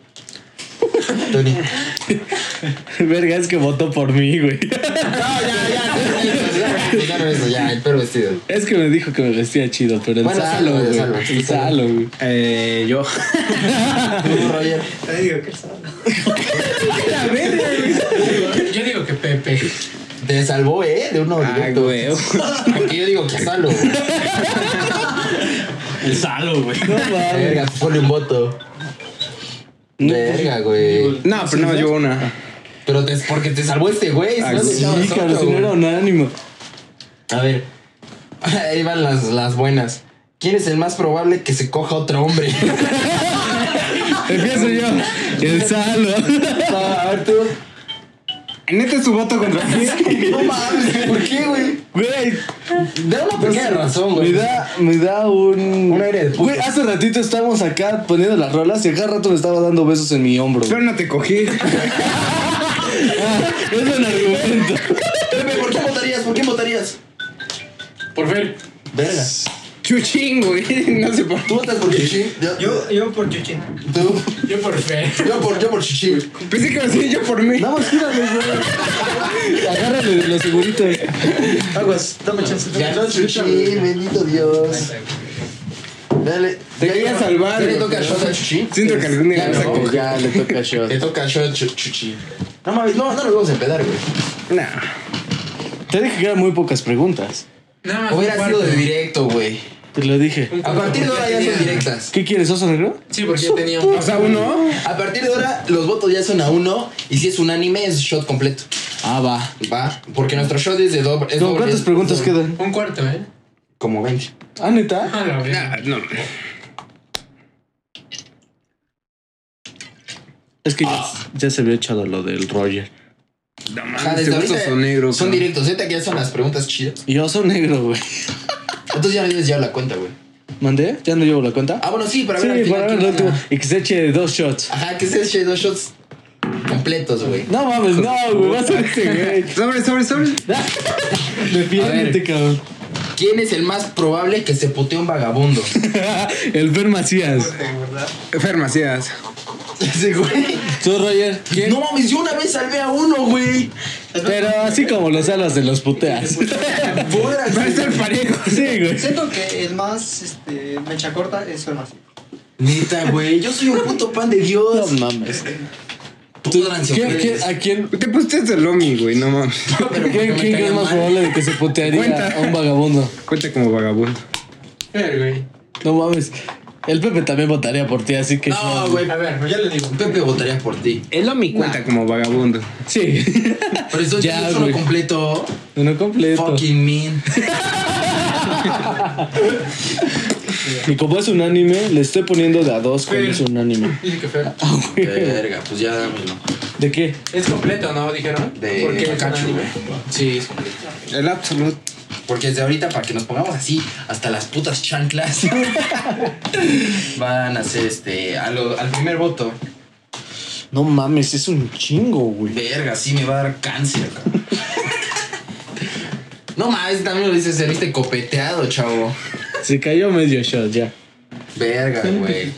Speaker 1: Tony.
Speaker 3: Verga, es que votó por mí, güey.
Speaker 1: No, ya, ya. Ya, ya, ya, el peor vestido.
Speaker 3: Es que me dijo que me vestía chido, pero el
Speaker 1: Bueno, Salo,
Speaker 3: salo, güey.
Speaker 1: Salo.
Speaker 3: El salo, güey.
Speaker 2: Eh, yo.
Speaker 1: Tú, Roger.
Speaker 5: Te digo que sabe.
Speaker 6: Yo digo que Pepe.
Speaker 1: Te salvó, ¿eh? De uno
Speaker 2: Ah,
Speaker 1: directo.
Speaker 2: güey.
Speaker 1: Porque yo digo que a Salo. güey.
Speaker 4: El salo, güey.
Speaker 3: No mames.
Speaker 1: Verga, ponle un voto. Verga, güey.
Speaker 2: No, pero no, yo una.
Speaker 1: Pero te, porque te salvó este güey. si
Speaker 2: Ah,
Speaker 1: no, te
Speaker 3: Sí,
Speaker 1: echabas
Speaker 3: cabrón,
Speaker 1: otro,
Speaker 3: si no
Speaker 1: güey.
Speaker 3: era unánimo.
Speaker 1: A ver, ahí van las, las buenas. ¿Quién es el más probable que se coja otro hombre?
Speaker 3: Empiezo yo. El salo.
Speaker 1: No,
Speaker 2: Ah,
Speaker 1: a ver, tú.
Speaker 2: Neta es tu voto contra mí.
Speaker 1: No mames, ¿por qué, güey?
Speaker 3: Güey,
Speaker 1: Da una pequeña razón,
Speaker 3: me
Speaker 1: güey.
Speaker 3: da, me da un.
Speaker 1: Un aire de puto.
Speaker 3: Güey, hace ratito estábamos acá poniendo las rolas y acá rato me estaba dando besos en mi hombro.
Speaker 2: Pero
Speaker 3: güey.
Speaker 2: no te cogí.
Speaker 3: Ah, es un argumento.
Speaker 1: Pepe, ¿por qué votarías? ¿Por qué votarías?
Speaker 4: Por Fer.
Speaker 1: Verga.
Speaker 2: Chuchín, güey. No sé por
Speaker 1: ¿Tú votas por Chichi?
Speaker 5: Yo, yo por Chuchín.
Speaker 1: ¿Tú?
Speaker 6: Yo por Fe.
Speaker 1: Yo por, yo por Chichi.
Speaker 2: Pensé que lo hacía yo por mí.
Speaker 3: Vamos, gírale, güey. Agárrale de los seguritos.
Speaker 5: Aguas, dame chance. dame
Speaker 1: Ganó
Speaker 5: chance.
Speaker 1: Chichi, bendito Dios. Dale.
Speaker 2: Te quería salvar,
Speaker 1: ¿Qué le
Speaker 2: güey.
Speaker 1: toca shot a Chichi?
Speaker 2: Siento que algún día
Speaker 1: Ya
Speaker 2: vas a
Speaker 1: no.
Speaker 2: coger.
Speaker 3: Ya, le toca shot.
Speaker 1: Le toca shot Ch- Chichi. No mames, no, no nos vamos a empedar, güey.
Speaker 2: Nah.
Speaker 3: Te dije que eran muy pocas preguntas.
Speaker 6: Nada más. un
Speaker 1: Hubiera
Speaker 6: cuarto.
Speaker 1: sido de directo, güey.
Speaker 3: Te lo dije.
Speaker 1: A partir de ahora ya son directas.
Speaker 3: ¿Qué quieres, oso negro?
Speaker 6: Sí, porque ya tenía
Speaker 2: O sea, uno.
Speaker 1: A partir de ahora, los votos ya son a uno. Y si es unánime, es shot completo.
Speaker 3: Ah, va.
Speaker 1: Va. Porque nuestro shot es de doble. es
Speaker 3: ¿Con
Speaker 1: doble-
Speaker 3: cuántas
Speaker 1: es
Speaker 3: preguntas
Speaker 1: doble.
Speaker 3: quedan?
Speaker 6: un cuarto, ¿eh?
Speaker 1: Como 20.
Speaker 3: Ah, neta.
Speaker 6: A la verga.
Speaker 2: Nah, no.
Speaker 3: Es que ya, ya se había echado lo del Roger.
Speaker 2: No
Speaker 1: Ajá,
Speaker 2: mames,
Speaker 1: desde
Speaker 2: tus votos
Speaker 1: ahorita
Speaker 2: Ah, ¿este son negros.
Speaker 1: son
Speaker 2: cabrón.
Speaker 1: directos. Neta que ya son las preguntas chidas.
Speaker 3: Y oso negro, güey.
Speaker 1: Entonces ya me debes llevar la cuenta, güey.
Speaker 3: ¿Mandé? ¿Ya no llevo la cuenta?
Speaker 1: Ah, bueno, sí, para
Speaker 3: Sí,
Speaker 1: ver al final
Speaker 3: para ver
Speaker 1: quién
Speaker 3: el
Speaker 1: gana.
Speaker 3: último. Y que se eche dos shots.
Speaker 1: Ajá, que se eche dos shots completos, güey.
Speaker 3: No mames, no, güey. Vas a este, güey.
Speaker 2: Sobre, sobre, sobre.
Speaker 3: Defiéndete, cabrón.
Speaker 1: ¿Quién es el más probable que se putee un vagabundo?
Speaker 3: El Fer Macías.
Speaker 2: Farmacias.
Speaker 1: Ese güey.
Speaker 3: Tú, Roger. ¿Quién?
Speaker 1: No mames, yo una vez salvé a uno, güey.
Speaker 3: Pero así como los salas de los puteas.
Speaker 1: Fuera,
Speaker 2: Va a ser parejo.
Speaker 3: Sí, güey.
Speaker 5: Siento que el más este, mecha corta es el más.
Speaker 1: Neta, güey, yo soy un puto pan de
Speaker 3: No
Speaker 1: Dios.
Speaker 3: mames.
Speaker 1: Puto
Speaker 3: ¿Quién, quién, ¿A quién,
Speaker 2: Te pusiste el Lomi, güey. No mames.
Speaker 1: pues,
Speaker 3: quién, quién es más probable de que se putearía
Speaker 2: Cuenta.
Speaker 3: a un vagabundo?
Speaker 2: Cuenta como vagabundo.
Speaker 6: Fer, güey.
Speaker 3: No mames. El Pepe también votaría por ti, así que.
Speaker 1: No, güey.
Speaker 6: A ver, ya le digo.
Speaker 1: Pepe votaría por ti.
Speaker 3: Eh,
Speaker 2: El Lomi cuenta como vagabundo.
Speaker 3: Sí.
Speaker 1: Pero entonces
Speaker 3: Ya,
Speaker 1: es uno
Speaker 3: güey.
Speaker 1: completo.
Speaker 3: Uno completo.
Speaker 1: Fucking mean.
Speaker 3: Y como es un anime, le estoy poniendo de a dos cuando
Speaker 6: Sí.
Speaker 3: es un anime.
Speaker 6: Dice que Fer.
Speaker 3: Ah, güey.
Speaker 1: Verga, pues ya dámelo.
Speaker 3: ¿De qué?
Speaker 6: Es completo, ¿no? Dijeron.
Speaker 1: De
Speaker 6: ¿Por qué
Speaker 1: Pikachu,
Speaker 6: anime?
Speaker 1: güey.
Speaker 6: Sí, es completo.
Speaker 2: El absoluto.
Speaker 1: Porque desde ahorita, para que nos pongamos así, hasta las putas chanclas, van a hacer este. a lo- al primer voto.
Speaker 3: No mames, es un chingo, güey.
Speaker 1: Verga, sí me va a dar cáncer, cabrón. No mames, también lo dices, viste copeteado, chavo.
Speaker 3: Se cayó medio shot ya.
Speaker 1: Verga, güey.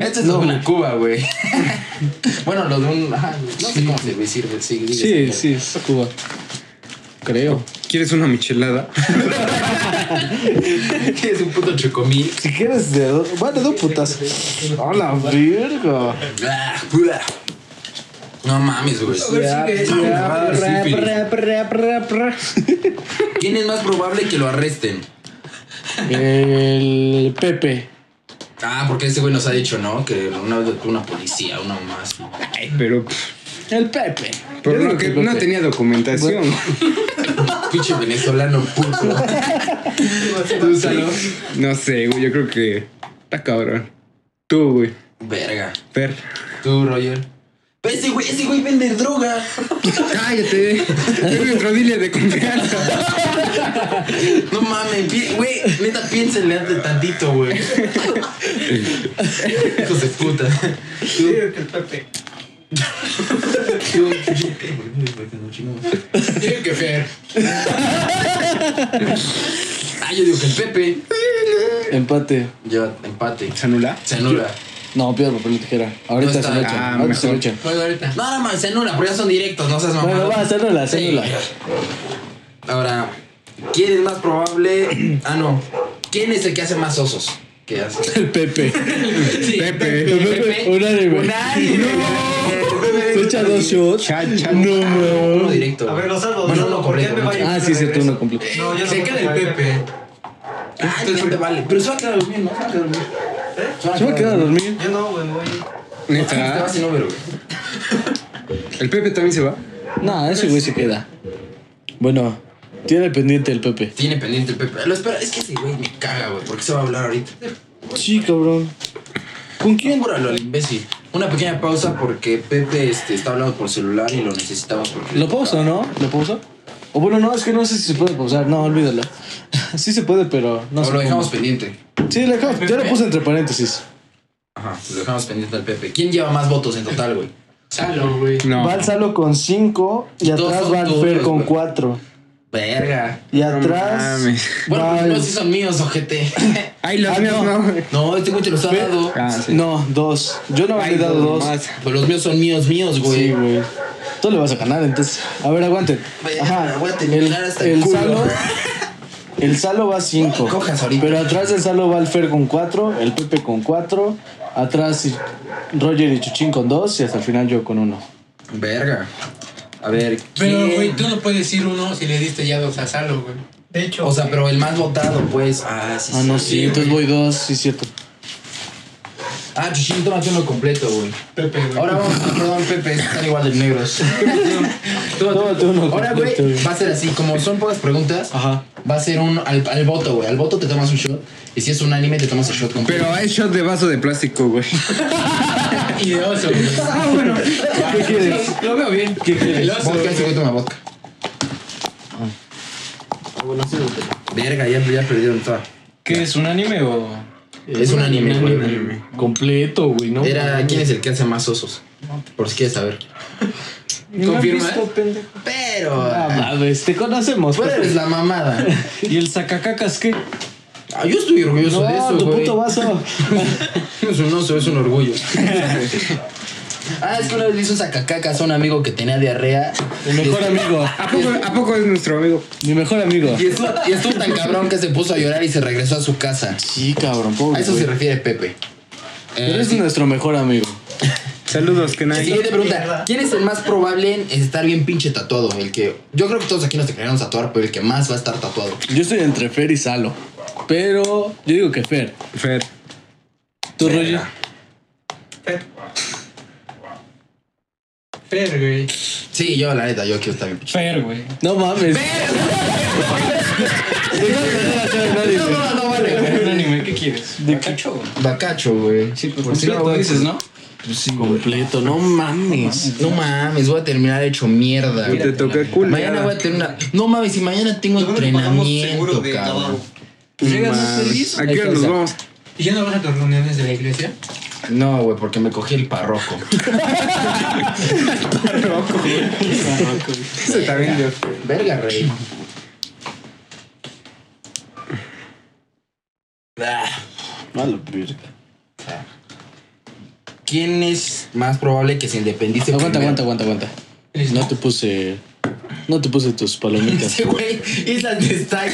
Speaker 1: Esta es
Speaker 3: No,
Speaker 1: una
Speaker 3: güey.
Speaker 1: Cuba, güey. bueno, lo de un. Ajá, no sé cómo se sirve. Sí, diga esa
Speaker 3: Sí,
Speaker 1: mierda.
Speaker 3: sí, es Cuba. Creo.
Speaker 2: ¿Quieres una michelada?
Speaker 1: Es un puto chocomil.
Speaker 3: Si quieres de dos. Bueno, dos putas. A la verga.
Speaker 1: Blah, blah. Ah, No mames, güey.
Speaker 5: A ver, sigue.
Speaker 1: Ah, sí, Piri. ¿Quién es más probable que lo arresten?
Speaker 3: El Pepe.
Speaker 1: Ah, porque ese güey nos ha dicho, ¿no? Que una vez detuvo una policía, una más.
Speaker 2: Ay, pero. pff,
Speaker 3: El Pepe.
Speaker 2: Pero
Speaker 3: Yo
Speaker 2: no,
Speaker 3: digo
Speaker 2: que
Speaker 3: Pepe.
Speaker 2: no tenía documentación.
Speaker 1: Pinche venezolano puto.
Speaker 2: No sé, güey. Yo creo que. Está cabrón. Tú, güey.
Speaker 1: Verga.
Speaker 2: Per.
Speaker 1: Tú, Roger. Ese güey, ese güey vende droga.
Speaker 2: Cállate. Es nuestro dealer de confianza.
Speaker 1: No mames, pi- güey, neta, piénsenle antes tantito, güey. Hijos de puta.
Speaker 5: Sí, que el Pepe.
Speaker 1: Yo- yo-
Speaker 6: Tiene que Fer.
Speaker 1: Ah, yo digo que el Pepe.
Speaker 3: Empate.
Speaker 1: Ya, empate.
Speaker 2: ¿Se anula?
Speaker 1: Se anula.
Speaker 3: No, piedra, papel, tijera.
Speaker 1: No
Speaker 3: Ahorita se
Speaker 1: está.
Speaker 3: lo echan.
Speaker 2: Ah,
Speaker 3: Ahorita se lo
Speaker 2: mejor.
Speaker 3: echan.
Speaker 6: Juega ahorita.
Speaker 1: Nada más, se anula, porque ya son directos, no seas mamá.
Speaker 3: Bueno, va, célula, célula.
Speaker 1: Ahora, ¿quién es más probable? Ah, no. ¿Quién es el que hace más osos? ¿Qué hace?
Speaker 3: El Pepe.
Speaker 1: Sí,
Speaker 2: Pepe.
Speaker 3: El Pepe, un anime.
Speaker 1: Unánime.
Speaker 3: Se echa dos shots.
Speaker 2: Cha, cha.
Speaker 3: No,
Speaker 1: Uno
Speaker 3: no.
Speaker 1: Ah, directo.
Speaker 5: A ver, los dados.
Speaker 1: Bueno,
Speaker 5: los dados,
Speaker 1: no,
Speaker 5: ¿por qué
Speaker 1: completo,
Speaker 5: me va a
Speaker 1: no.
Speaker 5: llevar
Speaker 3: Ah,
Speaker 5: de
Speaker 3: sí, es cierto,
Speaker 5: regreso?
Speaker 3: uno completo.
Speaker 5: No, yo no
Speaker 6: Se
Speaker 5: voy
Speaker 6: queda
Speaker 5: con
Speaker 6: el Pepe.
Speaker 1: Ah, no te vale. Pero se va a quedar dormido, ¿no? Se va a quedar
Speaker 5: ¿Eh?
Speaker 1: dormido.
Speaker 3: Se me queda a dormir.
Speaker 5: Yo no, güey, voy.
Speaker 1: Te
Speaker 2: Neta.
Speaker 1: vas Este sin over, güey.
Speaker 2: El Pepe también se va.
Speaker 3: No, ese güey se queda. Bueno, tiene pendiente el Pepe.
Speaker 1: Tiene pendiente el Pepe. Lo espera, es que ese güey me caga, güey. ¿Por qué se va a hablar ahorita?
Speaker 3: Sí, cabrón. ¿Con quién?
Speaker 1: Cúralo al imbécil. Una pequeña pausa porque Pepe este, está hablando por celular y lo necesitamos porque.
Speaker 3: ¿Lo pauso, no? ¿Lo pauso? O bueno, no, es que no sé si se puede pausar. No, olvídalo. Sí se puede, pero no
Speaker 1: O
Speaker 3: sé
Speaker 1: lo dejamos
Speaker 3: cómo.
Speaker 1: pendiente.
Speaker 3: Sí, lo dejamos. Yo lo puse entre paréntesis.
Speaker 1: Ajá, lo dejamos pendiente al Pepe. ¿Quién lleva más votos en total, güey?
Speaker 6: Salo, güey.
Speaker 2: No.
Speaker 3: Va el Salo con 5 y
Speaker 1: Dos
Speaker 3: atrás
Speaker 1: son
Speaker 3: va el
Speaker 1: tuyos,
Speaker 3: Fer con
Speaker 1: güey.
Speaker 3: 4.
Speaker 1: Verga.
Speaker 3: Y
Speaker 2: No
Speaker 3: atrás.
Speaker 2: mames.
Speaker 1: Bueno,
Speaker 3: va
Speaker 1: pues
Speaker 3: el-
Speaker 1: no, si son míos, ojete.
Speaker 2: Ay, los
Speaker 3: Ah,
Speaker 2: míos
Speaker 3: no.
Speaker 2: no. güey.
Speaker 1: No, este güey te los ha
Speaker 3: Ve-
Speaker 1: dado.
Speaker 2: Ah, sí.
Speaker 3: No, dos. Yo no
Speaker 2: Ay,
Speaker 3: había dado
Speaker 2: no,
Speaker 3: dos.
Speaker 2: más.
Speaker 1: Pero los míos son míos, míos, güey.
Speaker 3: Sí, güey. Tú le vas a ganar, entonces. A ver, aguanten.
Speaker 1: Ve,
Speaker 3: Ajá.
Speaker 1: voy a
Speaker 3: El,
Speaker 1: terminar hasta el
Speaker 3: el
Speaker 1: culo.
Speaker 3: Salo. El Salo va 5.
Speaker 1: Cojas ahorita.
Speaker 3: Pero atrás del Salo va el Fer con 4, el Pepe con 4, atrás y- Roger y Chuchín con 2 y hasta el final yo con 1.
Speaker 1: Verga. A ver,
Speaker 6: Pero,
Speaker 1: ¿quién?
Speaker 6: güey, tú no puedes decir uno si le diste ya dos a Salo, güey.
Speaker 5: De hecho.
Speaker 1: O sea, pero el más votado, pues. Ah, sí,
Speaker 3: Ah, no, sí,
Speaker 1: sí.
Speaker 3: entonces voy 2, sí, cierto.
Speaker 1: Ah, Chuchín, tómate uno completo, güey.
Speaker 6: Pepe, güey.
Speaker 1: Ahora vamos, perdón, Pepe, están igual de negros.
Speaker 3: Tómate uno
Speaker 1: Ahora, güey,
Speaker 3: completo, güey.
Speaker 1: va a ser así, como son pocas preguntas,
Speaker 3: Ajá.
Speaker 1: va a ser un al, al voto, güey. Al voto te tomas un shot y si es un anime te tomas el shot completo.
Speaker 2: Pero hay shot de vaso de plástico, güey.
Speaker 6: Y de oso, güey.
Speaker 1: ah,
Speaker 3: ¿Qué quieres?
Speaker 6: Lo veo bien.
Speaker 3: ¿Qué quieres?
Speaker 6: El oso,
Speaker 1: Vodka, ese
Speaker 6: güey.
Speaker 1: güey toma vodka. Verga, ya, ya perdieron toda.
Speaker 4: ¿Qué es un anime o.?
Speaker 1: Es un anime, güey.
Speaker 3: Completo, güey, ¿no?
Speaker 1: Era quién es el que hace más osos. Por si quieres saber.
Speaker 6: ¿Confirma?
Speaker 1: Pero.
Speaker 3: Ah, mames, te conocemos.
Speaker 1: Tú eres la mamada.
Speaker 4: ¿Y el sacacacas qué?
Speaker 1: Ah, yo estoy orgulloso de
Speaker 3: No,
Speaker 1: eso,
Speaker 3: tu
Speaker 1: güey.
Speaker 3: puto vaso.
Speaker 1: Es un oso, es un orgullo. ah, es que una vez le hizo sacacacas a un amigo que tenía diarrea.
Speaker 3: Mi mejor amigo.
Speaker 2: ¿A poco, ¿A poco es nuestro amigo?
Speaker 3: Mi mejor amigo.
Speaker 1: Y estuvo, y estuvo tan cabrón que se puso a llorar y se regresó a su casa.
Speaker 3: Sí, cabrón, pobre.
Speaker 1: A eso
Speaker 3: güey.
Speaker 1: se refiere Pepe. Eh,
Speaker 3: Eres
Speaker 1: sí.
Speaker 3: nuestro mejor amigo.
Speaker 2: Saludos, que
Speaker 1: La
Speaker 2: nadie.
Speaker 1: siguiente pregunta. ¿Quién es el más probable en estar bien pinche tatuado? El que. Yo creo que todos aquí nos te queremos tatuar, pero el que más va a estar tatuado.
Speaker 3: Yo estoy entre Fer y Salo. Pero yo digo que Fer.
Speaker 2: Fer.
Speaker 3: ¿Tú, Roger?
Speaker 5: Fer,
Speaker 6: Fer, güey.
Speaker 1: Sí, yo, la neta, yo quiero estar bien pinche.
Speaker 4: Fer, güey.
Speaker 3: No mames.
Speaker 1: No, no, no vale.
Speaker 4: Un anime, ¿qué quieres? ¿De cacho?
Speaker 1: Bacacho, güey.
Speaker 4: Sí, pues
Speaker 1: Por si
Speaker 4: completo
Speaker 1: no, güey. Pues
Speaker 4: dices, ¿no?
Speaker 3: Completo, no mames.
Speaker 1: No mames, voy a terminar hecho mierda.
Speaker 2: Te
Speaker 1: güey.
Speaker 2: toqué culo.
Speaker 1: Mañana voy a tener una. No mames, si mañana tengo
Speaker 5: luego le pagamos seguro
Speaker 1: entrenamiento,
Speaker 5: de
Speaker 1: cabrón.
Speaker 5: trabajo.
Speaker 6: Llegas a feliz.
Speaker 2: ¿A qué hora nos vamos?
Speaker 6: ¿Y ya no vas a tus reuniones de la iglesia?
Speaker 1: No, güey, porque me cogí el parroco.
Speaker 2: Ese también yo.
Speaker 1: Verga, rey. Ah,
Speaker 3: Malo, verga.
Speaker 1: ¿Quién es más probable que se independice?
Speaker 3: Aguanta,
Speaker 1: primero?
Speaker 3: aguanta, aguanta, aguanta. No te puse. No te puse tus palomitas.
Speaker 1: Ese güey es anti-stack.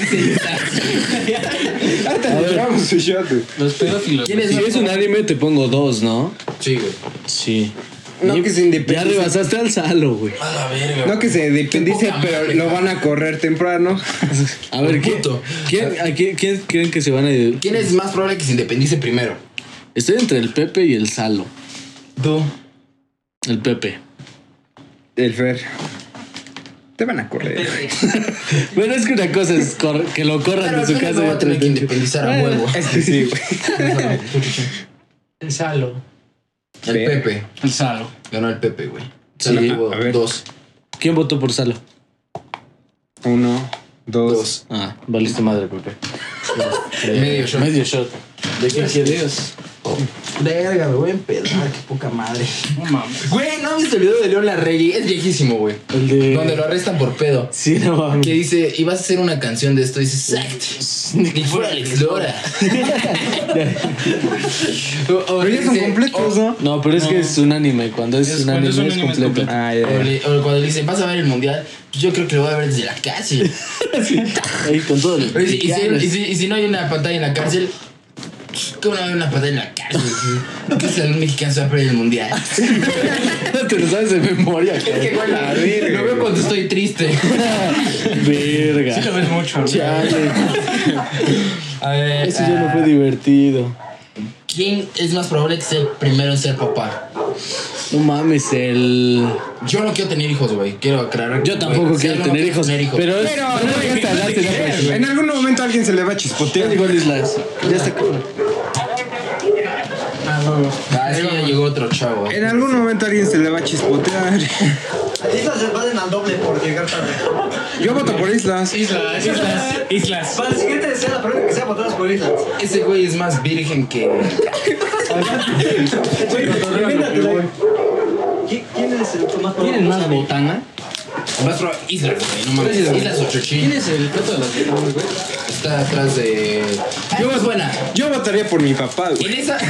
Speaker 2: Ahorita le llevamos su shot, güey.
Speaker 4: Los pedófilos.
Speaker 1: ¿Quién
Speaker 3: Si es un anime, te pongo dos, ¿no?
Speaker 1: Sí, güey.
Speaker 3: Sí.
Speaker 2: No,
Speaker 3: Y-
Speaker 2: que se independice.
Speaker 3: Ya rebasaste al Salo, güey.
Speaker 1: A la verga.
Speaker 2: No que se
Speaker 1: Qué
Speaker 2: dependice,
Speaker 1: poca
Speaker 2: pero
Speaker 1: madre,
Speaker 2: lo van a correr temprano.
Speaker 3: A ver, ¿quién,
Speaker 1: Puto.
Speaker 3: ¿quién, a quién, quién creen que se van a ir?
Speaker 1: ¿Quién es más probable que se independice primero?
Speaker 3: Estoy entre el Pepe y el Salo.
Speaker 1: Tú.
Speaker 3: El Pepe.
Speaker 2: El Fer. Te van a correr.
Speaker 5: Pepe.
Speaker 3: Bueno, es que una cosa es cor- que lo corran
Speaker 1: Pero
Speaker 3: de su
Speaker 1: apenas
Speaker 3: casa.
Speaker 1: me
Speaker 3: y
Speaker 1: voy a tener
Speaker 3: otra
Speaker 1: que
Speaker 2: Eh.
Speaker 3: es-
Speaker 1: independizar a huevo.
Speaker 2: Es que sí, güey.
Speaker 6: El Salo.
Speaker 1: El
Speaker 2: Ver.
Speaker 1: Pepe.
Speaker 4: El Salo.
Speaker 1: Ganó el Pepe, güey. Sala
Speaker 3: Sí,
Speaker 1: tuvo
Speaker 2: a ver.
Speaker 1: dos.
Speaker 3: ¿Quién votó por Salo?
Speaker 2: Uno, dos.
Speaker 1: Dos.
Speaker 3: Ah, valiste madre, Pepe.
Speaker 1: Medio shot.
Speaker 3: Este, Medio shot. ¿De qué quieres?
Speaker 1: Verga, me voy a empedar, qué poca madre.
Speaker 4: No mames.
Speaker 1: Güey, ¿no has visto el video de León Larregui? Es viejísimo, güey.
Speaker 3: El de.
Speaker 1: Donde lo arrestan por pedo.
Speaker 3: Sí, no
Speaker 1: Que
Speaker 3: mames.
Speaker 1: dice, y vas a hacer una canción de esto. Y dice, exacto. Ni que fuera Alex Lora. O- o
Speaker 2: Pero ya son
Speaker 1: dice-
Speaker 2: completos, ¿no?
Speaker 3: No, pero es que es un anime. Cuando es,
Speaker 4: Es-
Speaker 3: un anime
Speaker 4: cuando
Speaker 3: es, completo.
Speaker 4: completo.
Speaker 2: Ah,
Speaker 1: O,
Speaker 2: ya, ya.
Speaker 1: le- o cuando le dicen, vas a ver el mundial, pues yo creo que lo voy a ver desde la cárcel.
Speaker 3: Ah, Ahí con todo. el-
Speaker 1: O dice, y, si, y si- y si no hay una pantalla en la cárcel, ¿cómo no hay una pantalla en la cárcel? ¿Qué es el mexicano se va a perder el mundial?
Speaker 3: Te lo sabes de memoria, cabrón.
Speaker 1: Es que, güey, lo veo cuando estoy triste.
Speaker 3: Verga.
Speaker 4: Sí lo ves mucho. güey.
Speaker 3: Chale.
Speaker 1: A ver,
Speaker 3: Eso ya no fue
Speaker 1: ah,
Speaker 3: divertido.
Speaker 1: ¿quién es más probable que sea el primero en ser papá?
Speaker 3: No mames, el.
Speaker 1: Yo no quiero tener hijos, güey. Quiero aclarar.
Speaker 3: Yo tampoco
Speaker 1: güey, o sea,
Speaker 3: quiero
Speaker 1: yo no
Speaker 3: tener, hijos, Pero, es-
Speaker 2: Pero,
Speaker 3: pero
Speaker 2: güey,
Speaker 3: ya te hablaste, ya puedes-
Speaker 2: En algún momento a alguien se le va a
Speaker 3: Ya
Speaker 2: chispotear.
Speaker 3: llegó el Islas. Ya está cabrón.
Speaker 1: Ah, es que ya llegó otro chavo.
Speaker 2: En algún momento a alguien se le va a chispotear.
Speaker 5: Estas se pasen al doble por llegar tarde.
Speaker 2: Yo voto por Islas.
Speaker 4: Islas, islas, islas.
Speaker 5: Para el siguiente sea la pregunta que sea votadas por Islas.
Speaker 1: Ese güey es más virgen que.
Speaker 5: ¿Qui- ¿Quién es el más probable?
Speaker 4: ¿Tienen más botana?
Speaker 1: Más pro... Isla, güey. No mames. Isla Xochitl.
Speaker 4: es el plato de las botanas, güey?
Speaker 1: Está atrás de. Yo más buena.
Speaker 2: Yo votaría por mi papá, güey.
Speaker 1: En esa. en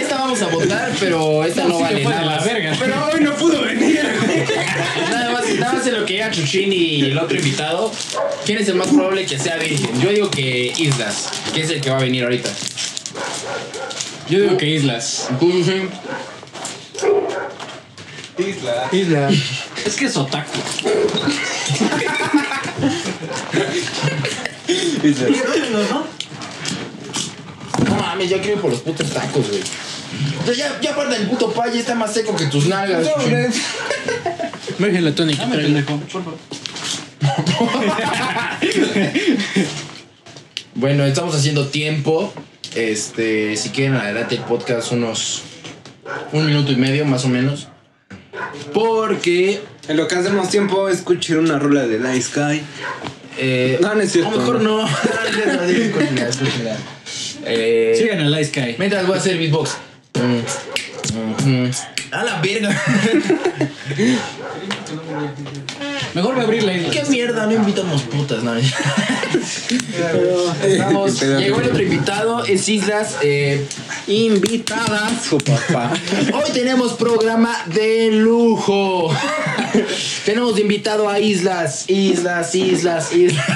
Speaker 1: esta vamos a votar, pero esta no, vale
Speaker 4: fue de
Speaker 1: nada
Speaker 4: la
Speaker 1: más.
Speaker 4: verga.
Speaker 2: Pero hoy no pudo venir.
Speaker 1: Nada más, nada más se lo quería Chuchín y el otro invitado. ¿Quién es el más probable que sea virgen? Yo digo que Islas, que es el que va a venir ahorita.
Speaker 4: Yo digo que islas.
Speaker 3: Isla.
Speaker 4: Es que es otaku.
Speaker 5: Oye, ródenos, ¿no?
Speaker 1: No mames, ya quiero ir por los putos tacos, güey. Entonces ya, ya aparte el puto pay está más seco que tus nalgas. Chuchín.
Speaker 3: Merge la tónica.
Speaker 4: Dame,
Speaker 3: tráela.
Speaker 4: pendejo. Por favor.
Speaker 1: Bueno, estamos haciendo tiempo. Este, si quieren adelante el podcast unos un minuto y medio más o menos. Porque
Speaker 2: En lo que hacemos tiempo, escuchen una rola de Night Sky.
Speaker 1: eh,
Speaker 2: Ah, No, no es
Speaker 1: A
Speaker 2: cierto.
Speaker 1: lo mejor no. Escúchenla, escúchenla. Eh,
Speaker 4: Sigan al Ice Sky. Mm.
Speaker 1: Mientras voy a hacer beatbox. A la verga.
Speaker 4: Mejor va a abrir la isla.
Speaker 1: ¿Qué mierda? No invitamos putas, no.
Speaker 4: eh,
Speaker 1: Estamos- llegó el otro invitado, es Islas. eh,
Speaker 2: Invitadas, su papá.
Speaker 1: hoy tenemos programa de lujo. tenemos de invitado a Islas, Islas, Islas, Islas.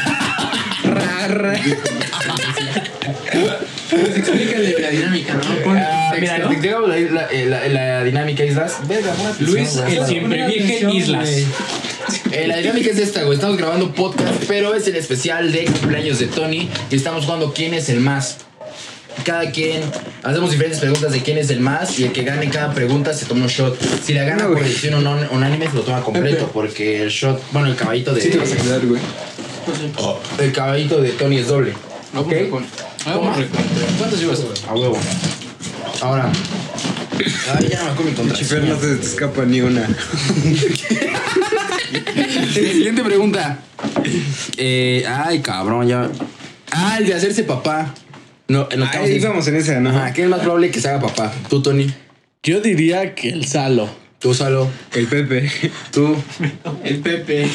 Speaker 6: Pues Explícale la dinámica, ¿no? Pon
Speaker 1: Ah, mira,
Speaker 6: texto.
Speaker 1: digamos la, la- eh, la- la dinámica Islas. Verga, pon atención,
Speaker 4: Luis,
Speaker 1: güey.
Speaker 4: el siempre virgen, islas.
Speaker 1: Eh, la dinámica es esta, güey. Estamos grabando podcast, pero es el especial de cumpleaños de Tony. Y estamos jugando quién es el más. Cada quien hacemos diferentes preguntas de quién es el más y el que gane cada pregunta se toma un shot. Si la gana
Speaker 2: No,
Speaker 1: por
Speaker 2: güey.
Speaker 1: decisión unan- unánime se lo toma completo porque el shot, bueno, el caballito de Oh,
Speaker 2: Sí te vas a quedar, güey.
Speaker 1: el caballito de Tony es doble. ¿Ok? Toma.
Speaker 4: ¿Cuántos llevas?
Speaker 1: A huevo. Ahora. Ay, ya no me acuerdo mi
Speaker 2: Chifer,
Speaker 1: contraseña.
Speaker 2: no se te escapa ni una.
Speaker 1: Eh, Siguiente pregunta. Eh, ay, cabrón, ya. Ah, el de hacerse papá. No, eh, nos quedamos
Speaker 2: Ahí
Speaker 1: en-
Speaker 2: vamos en esa, ¿no?
Speaker 1: Ajá, Ah, ¿Quién es más probable que se haga papá? Tú, Tony.
Speaker 3: Yo diría que el Salo.
Speaker 1: Tú, Salo.
Speaker 2: El Pepe.
Speaker 1: Tú.
Speaker 4: El Pepe.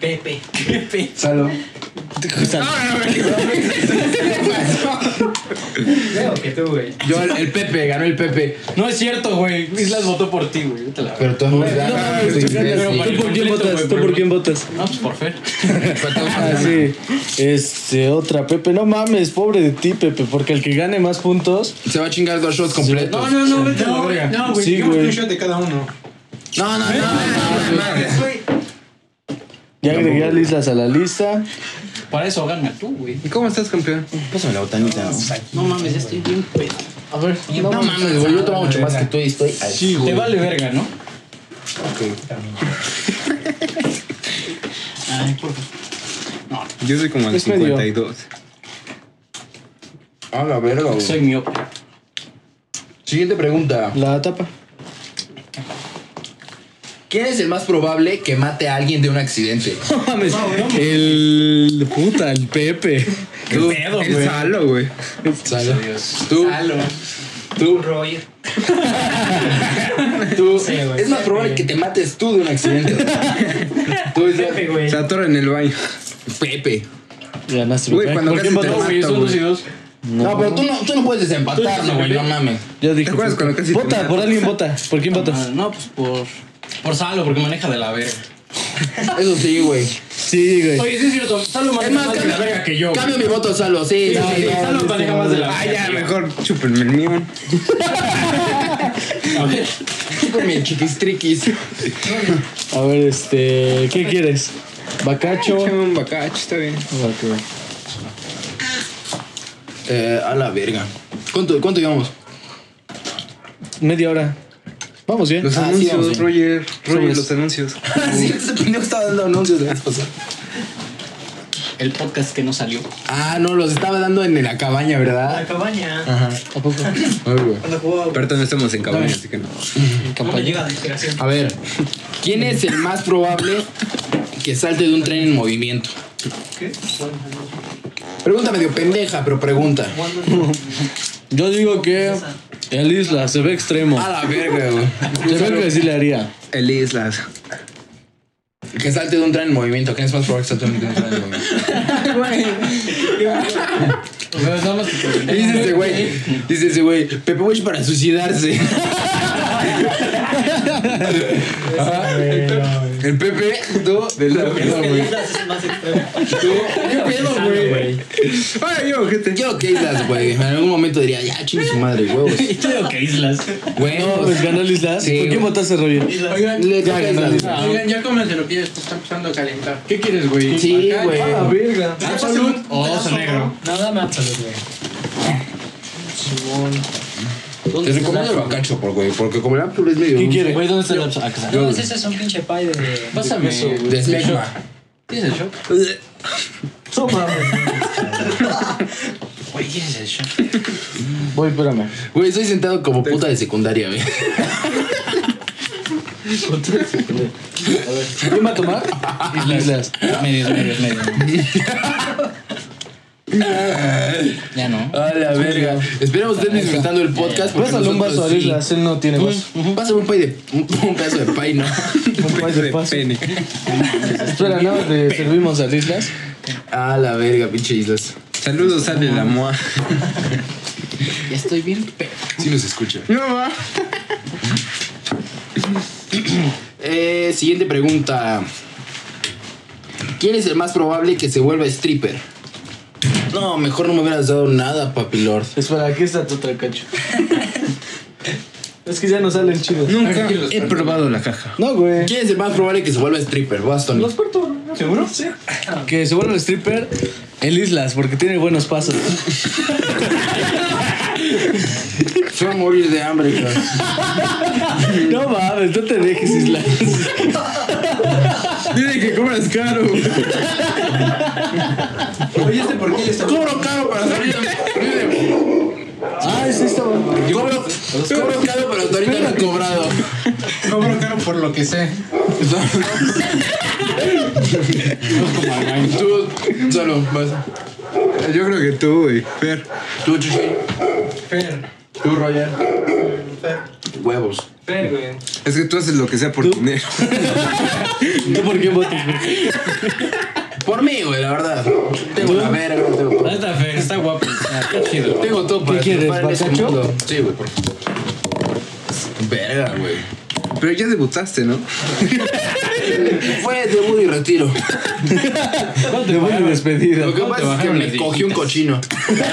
Speaker 5: Pepe.
Speaker 1: Salo.
Speaker 5: Creo que tú, güey.
Speaker 1: Yo, el, el Pepe, ganó el Pepe.
Speaker 4: No es cierto, güey. Islas votó por ti, güey. Yo te la
Speaker 1: Pero tú no ganas.
Speaker 3: ¿Tú
Speaker 1: Sí, sí, sí.
Speaker 3: por quién votas? ¿Tú por quién votas?
Speaker 4: No, pues por Fer.
Speaker 3: Ah, sí. Este, otra, Pepe. No mames, pobre de ti, Pepe, porque el que gane más puntos.
Speaker 1: Se va a chingar dos shots completos.
Speaker 2: no, no, vete
Speaker 4: No, güey, no,
Speaker 2: Pues
Speaker 3: güey, Sí, yo me güey. estoy
Speaker 2: de cada uno.
Speaker 1: No, no, no.
Speaker 3: Ya agregué a Islas a la lista.
Speaker 4: Para eso gana tú, güey.
Speaker 2: ¿Y cómo estás, campeón?
Speaker 1: Pásame la botanita.
Speaker 4: No mames, ya estoy bien pedo.
Speaker 3: A ver,
Speaker 1: No mames, güey. Yo tomo mucho más que tú y estoy.
Speaker 3: Sí,
Speaker 4: Te
Speaker 3: güey.
Speaker 4: vale verga, ¿no? Ay, por favor.
Speaker 2: Yo soy como el
Speaker 3: Es medio.
Speaker 2: 52.
Speaker 1: A la verga, güey.
Speaker 4: Soy miope.
Speaker 1: Siguiente pregunta.
Speaker 3: La tapa.
Speaker 1: ¿Quién es el más probable que mate a alguien de un accidente?
Speaker 3: No mames. El. Puta, el Pepe.
Speaker 2: ¿Qué
Speaker 1: Tú,
Speaker 2: pedo, güey? El salo, güey.
Speaker 1: Salo. Tú, tú,
Speaker 5: Roger.
Speaker 1: tú.
Speaker 4: Sí, güey.
Speaker 1: es más probable que te mates tú de un accidente. tú, Isla.
Speaker 5: Pepe, güey.
Speaker 2: Se atora en el baño.
Speaker 1: Pepe.
Speaker 3: Ganaste,
Speaker 2: Güey,
Speaker 3: Pepe.
Speaker 2: cuando
Speaker 3: ¿Por qué
Speaker 2: casi te
Speaker 3: empató?
Speaker 2: mata,
Speaker 4: güey, son dos y dos.
Speaker 1: No, pero tú no, tú no puedes desempatarlo, güey. No mames.
Speaker 3: Ya dije.
Speaker 2: ¿Te acuerdas
Speaker 3: Pepe.
Speaker 2: cuando casi te
Speaker 3: Vota,
Speaker 2: mata?
Speaker 3: por alguien vota. ¿Por quién votas?
Speaker 4: Ah, No, pues por. Por Salo, porque maneja de la verga.
Speaker 1: Eso sí, güey.
Speaker 3: Sí, güey.
Speaker 4: Oye, sí es cierto, Salo maneja más, de la verga que yo. güey.
Speaker 1: Cambio mi voto, Salo. Sí, sí,
Speaker 4: Sí,
Speaker 1: sí.
Speaker 4: sí, Salo maneja más de la verga.
Speaker 2: Ah, ya, mejor chúpenme el mío.
Speaker 4: A ver,
Speaker 1: Con mi chiquistriquis.
Speaker 3: A ver, este. ¿Qué quieres? ¿Bacacho?
Speaker 2: Échame un bacacho, está bien.
Speaker 3: Ok.
Speaker 1: Eh, a la verga. ¿Cuánto, cuánto llevamos?
Speaker 3: Media hora. Vamos bien.
Speaker 2: Los
Speaker 1: Ah, sí, vamos
Speaker 2: anuncios,
Speaker 1: bien.
Speaker 2: Roger. Roger,
Speaker 3: Sobres.
Speaker 2: los anuncios.
Speaker 1: Ah, sí, ese pendejo estaba dando anuncios la vez pasada.
Speaker 4: el podcast que no salió.
Speaker 1: Ah, no, los estaba dando en la cabaña,
Speaker 5: La
Speaker 1: ¿verdad?
Speaker 5: cabaña.
Speaker 1: Ajá.
Speaker 3: ¿A poco?
Speaker 1: A ver, güey.
Speaker 5: Cuando jugaba.
Speaker 2: Pero no estamos en cabaña, así que no.
Speaker 5: No me llega la inspiración.
Speaker 1: A ver, ¿quién es el más probable que salte de un tren en movimiento?
Speaker 5: ¿Qué?
Speaker 1: Pregunta medio pendeja, pero pregunta.
Speaker 3: Yo digo que el Isla se ve extremo.
Speaker 1: A la verga, güey.
Speaker 3: Yo creo que sí le haría.
Speaker 2: El Islas.
Speaker 1: Que salte de un tren en movimiento. ¿Quién es más probable que salte de un tren en movimiento?
Speaker 4: O sea, nada más que por el-
Speaker 1: Dice ese güey, dice ese güey, Pepe Wish para suicidarse. El Pepe, tú, del
Speaker 5: Es que Islas es más extremo.
Speaker 1: Tú, ¿Qué pedo, güey?
Speaker 2: Ay, yo, gente.
Speaker 1: Yo qué islas, güey. En algún momento diría, ya, chingue su madre, huevos.
Speaker 4: Y te digo que Islas.
Speaker 3: No, pues
Speaker 1: Huevos.
Speaker 3: ganó el Isla.
Speaker 1: Sí,
Speaker 3: ¿Por quién
Speaker 1: güey.
Speaker 3: votaste, Roger?
Speaker 1: Oigan, le toca a Islas.
Speaker 6: Oigan, ya cómense lo que ya
Speaker 5: pues,
Speaker 6: está empezando a calentar.
Speaker 4: ¿Qué quieres, güey?
Speaker 1: Sí, güey.
Speaker 2: verga.
Speaker 4: ¿Absolut o oso negro?
Speaker 5: No, dame absoluto, güey.
Speaker 1: Te recomiendo el bacacho, por güey, porque como el Apple es medio.
Speaker 3: ¿Quién quiere?
Speaker 4: Güey, ¿dónde está el Apps? Acá está.
Speaker 5: No, ese es un pinche pie de.
Speaker 4: Pásame eso, güey.
Speaker 1: De Smegma.
Speaker 4: ¿Tienes el shock? Güey, ¿tienes el shock?
Speaker 3: Voy, espérame.
Speaker 1: Güey, estoy sentado como puta de secundaria, güey.
Speaker 3: ¿Quién va a tomar? Islas.
Speaker 4: Medios, medios, medios. ya no.
Speaker 1: A la verga. Esperamos estén disfrutando el podcast. porque
Speaker 3: Pásale un vaso
Speaker 1: nosotros
Speaker 3: al
Speaker 1: sí.
Speaker 3: Islas, él no tiene vaso.
Speaker 1: Ujú. Pásame un pay de. Un, un pedazo de pay, ¿no?
Speaker 3: Un país de paso.
Speaker 2: Pene.
Speaker 3: Espera, nada, más le servimos al Islas.
Speaker 1: A la verga, pinche islas.
Speaker 2: Saludos, sale la moa.
Speaker 4: Ya estoy bien. pe-
Speaker 1: Sí nos escucha.
Speaker 2: No, va.
Speaker 1: Eh, siguiente pregunta. ¿Quién es el más probable que se vuelva stripper? No, mejor no me hubieras dado nada, papi lord.
Speaker 3: Espera, aquí está tu tracacho. Es que ya no salen chidos.
Speaker 2: Nunca he probado la caja.
Speaker 3: No, güey.
Speaker 1: ¿Quién es el más probable que se vuelva stripper? Vas, Tony.
Speaker 3: parto. ¿Seguro? Sí. Que se vuelve stripper el Islas, porque tiene buenos pasos.
Speaker 1: Se va a morir de hambre, cabrón.
Speaker 3: No mames, no te dejes, Islas.
Speaker 2: Dile que cobras caro.
Speaker 6: Oye, ¿este por qué ya está?
Speaker 1: Cobro caro para salir.
Speaker 3: Ah, sí, está bueno.
Speaker 1: Cobro, cobro caro, pero hasta ahorita no he cobrado.
Speaker 6: Cobro caro por lo que sé.
Speaker 1: Tú, solo, vas.
Speaker 2: Yo creo que tú, güey. Fer.
Speaker 1: Tú, Chuchi.
Speaker 5: Fer.
Speaker 1: Tú, Roger.
Speaker 5: Fer.
Speaker 1: Huevos.
Speaker 5: Fer, güey.
Speaker 2: Es que tú haces lo que sea por dinero.
Speaker 3: ¿Tú por qué votas?
Speaker 1: Por mí, güey, la verdad. Tengo la verga, tengo todo.
Speaker 4: Ah, Está Fer, está guapo. Está está chido.
Speaker 1: Tengo todo para
Speaker 3: quieres,
Speaker 1: triunfar en este
Speaker 3: bacacho?
Speaker 1: mundo. Sí, güey, por favor. Verga, güey.
Speaker 2: Pero ya debutaste, ¿no?
Speaker 1: Fue debut y retiro.
Speaker 3: De buena despedida.
Speaker 1: Lo que pasa es que
Speaker 4: bajaron las
Speaker 1: me cogí un cochino. Este,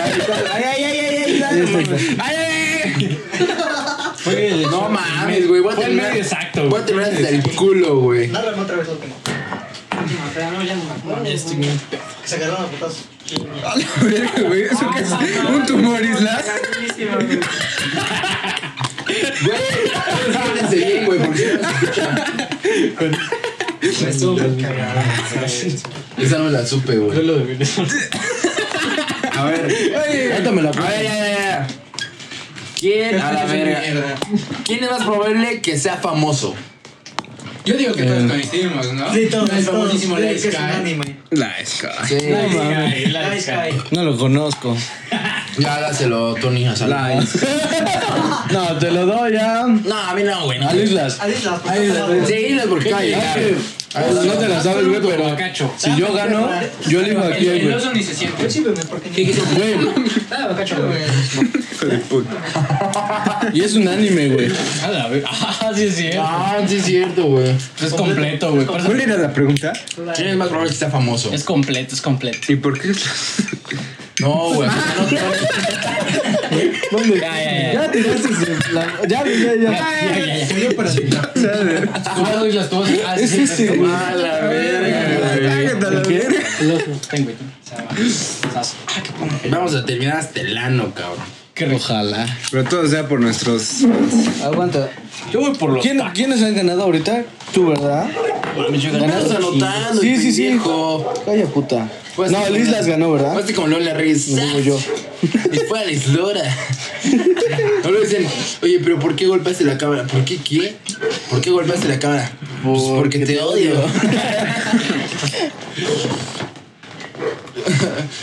Speaker 1: Ay, ay, ay, ay, ay, ay.
Speaker 4: Fue-
Speaker 1: No mames, güey. Voy a
Speaker 4: Fue el
Speaker 1: terminar.
Speaker 4: medio exacto,
Speaker 1: Voy
Speaker 4: güey.
Speaker 1: a terminar hasta el culo, güey.
Speaker 5: Narrame otra vez lo que no. No, ya no me acuerdo.
Speaker 7: Este,
Speaker 5: Que se agarraron a putazos.
Speaker 2: Verga, güey. ¿Eso qué es? ¿Un tumor, Islas?
Speaker 1: Güey, háblense bien, güey, porque si no se escuchan. Pues,
Speaker 5: Estuvo muy cagado.
Speaker 1: Esa no la supe, güey. A ver.
Speaker 3: Cuéntame la
Speaker 1: A ver, ya, ya, ya. ¿Quién? A la
Speaker 5: Yo soy
Speaker 1: verga.
Speaker 5: mierda.
Speaker 1: ¿Quién es más probable que sea famoso?
Speaker 5: Yo digo que
Speaker 1: Eh.
Speaker 5: todos coincidimos, ¿no?
Speaker 7: Sí, todo
Speaker 5: Es famosísimo
Speaker 7: todo,
Speaker 5: la
Speaker 7: es que es
Speaker 5: Sky.
Speaker 7: un anime.
Speaker 2: La esca.
Speaker 1: Sí.
Speaker 7: La Sky,
Speaker 4: mames.
Speaker 7: la Sky.
Speaker 3: No lo conozco.
Speaker 1: Ya dáselo, Tony, a Salah.
Speaker 3: No, te lo doy ya.
Speaker 1: No, a mí no, güey. No,
Speaker 3: Al Islas.
Speaker 7: Ahí Ah, es la puta
Speaker 3: Ahí es la-
Speaker 7: madre.
Speaker 1: Sí, Islas porque cae.
Speaker 3: No te la sabes, güey, pero
Speaker 4: Bacacho.
Speaker 3: si yo gano, yo elijo a
Speaker 5: El,
Speaker 3: quién,
Speaker 5: el
Speaker 3: güey.
Speaker 5: oso ni se siente.
Speaker 7: Yo sí, güey, porque ni-
Speaker 3: Güey,
Speaker 5: Ah, bacacho, güey.
Speaker 2: Hijo de puta.
Speaker 3: y es un anime, güey.
Speaker 4: A la ver- Ah, sí es cierto.
Speaker 1: Ah, sí es cierto, güey.
Speaker 4: Es completo, güey. por eso-
Speaker 2: ¿Cuál era la pregunta?
Speaker 1: ¿Quién es más probable que sea famoso?
Speaker 4: Es completo, es completo.
Speaker 2: ¿Y por qué?
Speaker 1: No, güey. pues, no, no.
Speaker 3: ¿Dónde?
Speaker 4: Ya, ya, ya.
Speaker 3: Ya tiraste su- la- Ya, ya, ya.
Speaker 4: Ya, ya, ya.
Speaker 5: Yo para ti. Tú vas, Douglas, tú vas. Ah,
Speaker 3: Es
Speaker 5: sí,
Speaker 3: ese,
Speaker 5: tú
Speaker 3: güey.
Speaker 5: vas.
Speaker 1: A la verga,
Speaker 2: Trágatela, verga.
Speaker 4: Ten, güey. Sazo.
Speaker 1: güey. Vamos a terminar hasta el ano, cabrón.
Speaker 4: Qué rico.
Speaker 3: Ojalá.
Speaker 2: Pero todo sea por nuestros.
Speaker 3: Aguanta. Yo voy por los. ¿Quiénes han ganado ahorita? Tú, ¿verdad?
Speaker 1: Estás anotando,
Speaker 3: Sí, sí, sí.
Speaker 1: pendejo.
Speaker 3: Calla puta.
Speaker 1: Pues,
Speaker 3: no, el
Speaker 1: sí, Pues
Speaker 3: Islas
Speaker 1: sí.
Speaker 3: ganó, ¿verdad?
Speaker 1: Fuiste como Lola Reyes.
Speaker 3: Lo digo yo.
Speaker 1: Y fue a la eslora. No lo dicen, oye, pero ¿por qué golpeaste la cámara? ¿Por qué qué? ¿Por qué golpeaste la cámara? Pues porque te odio.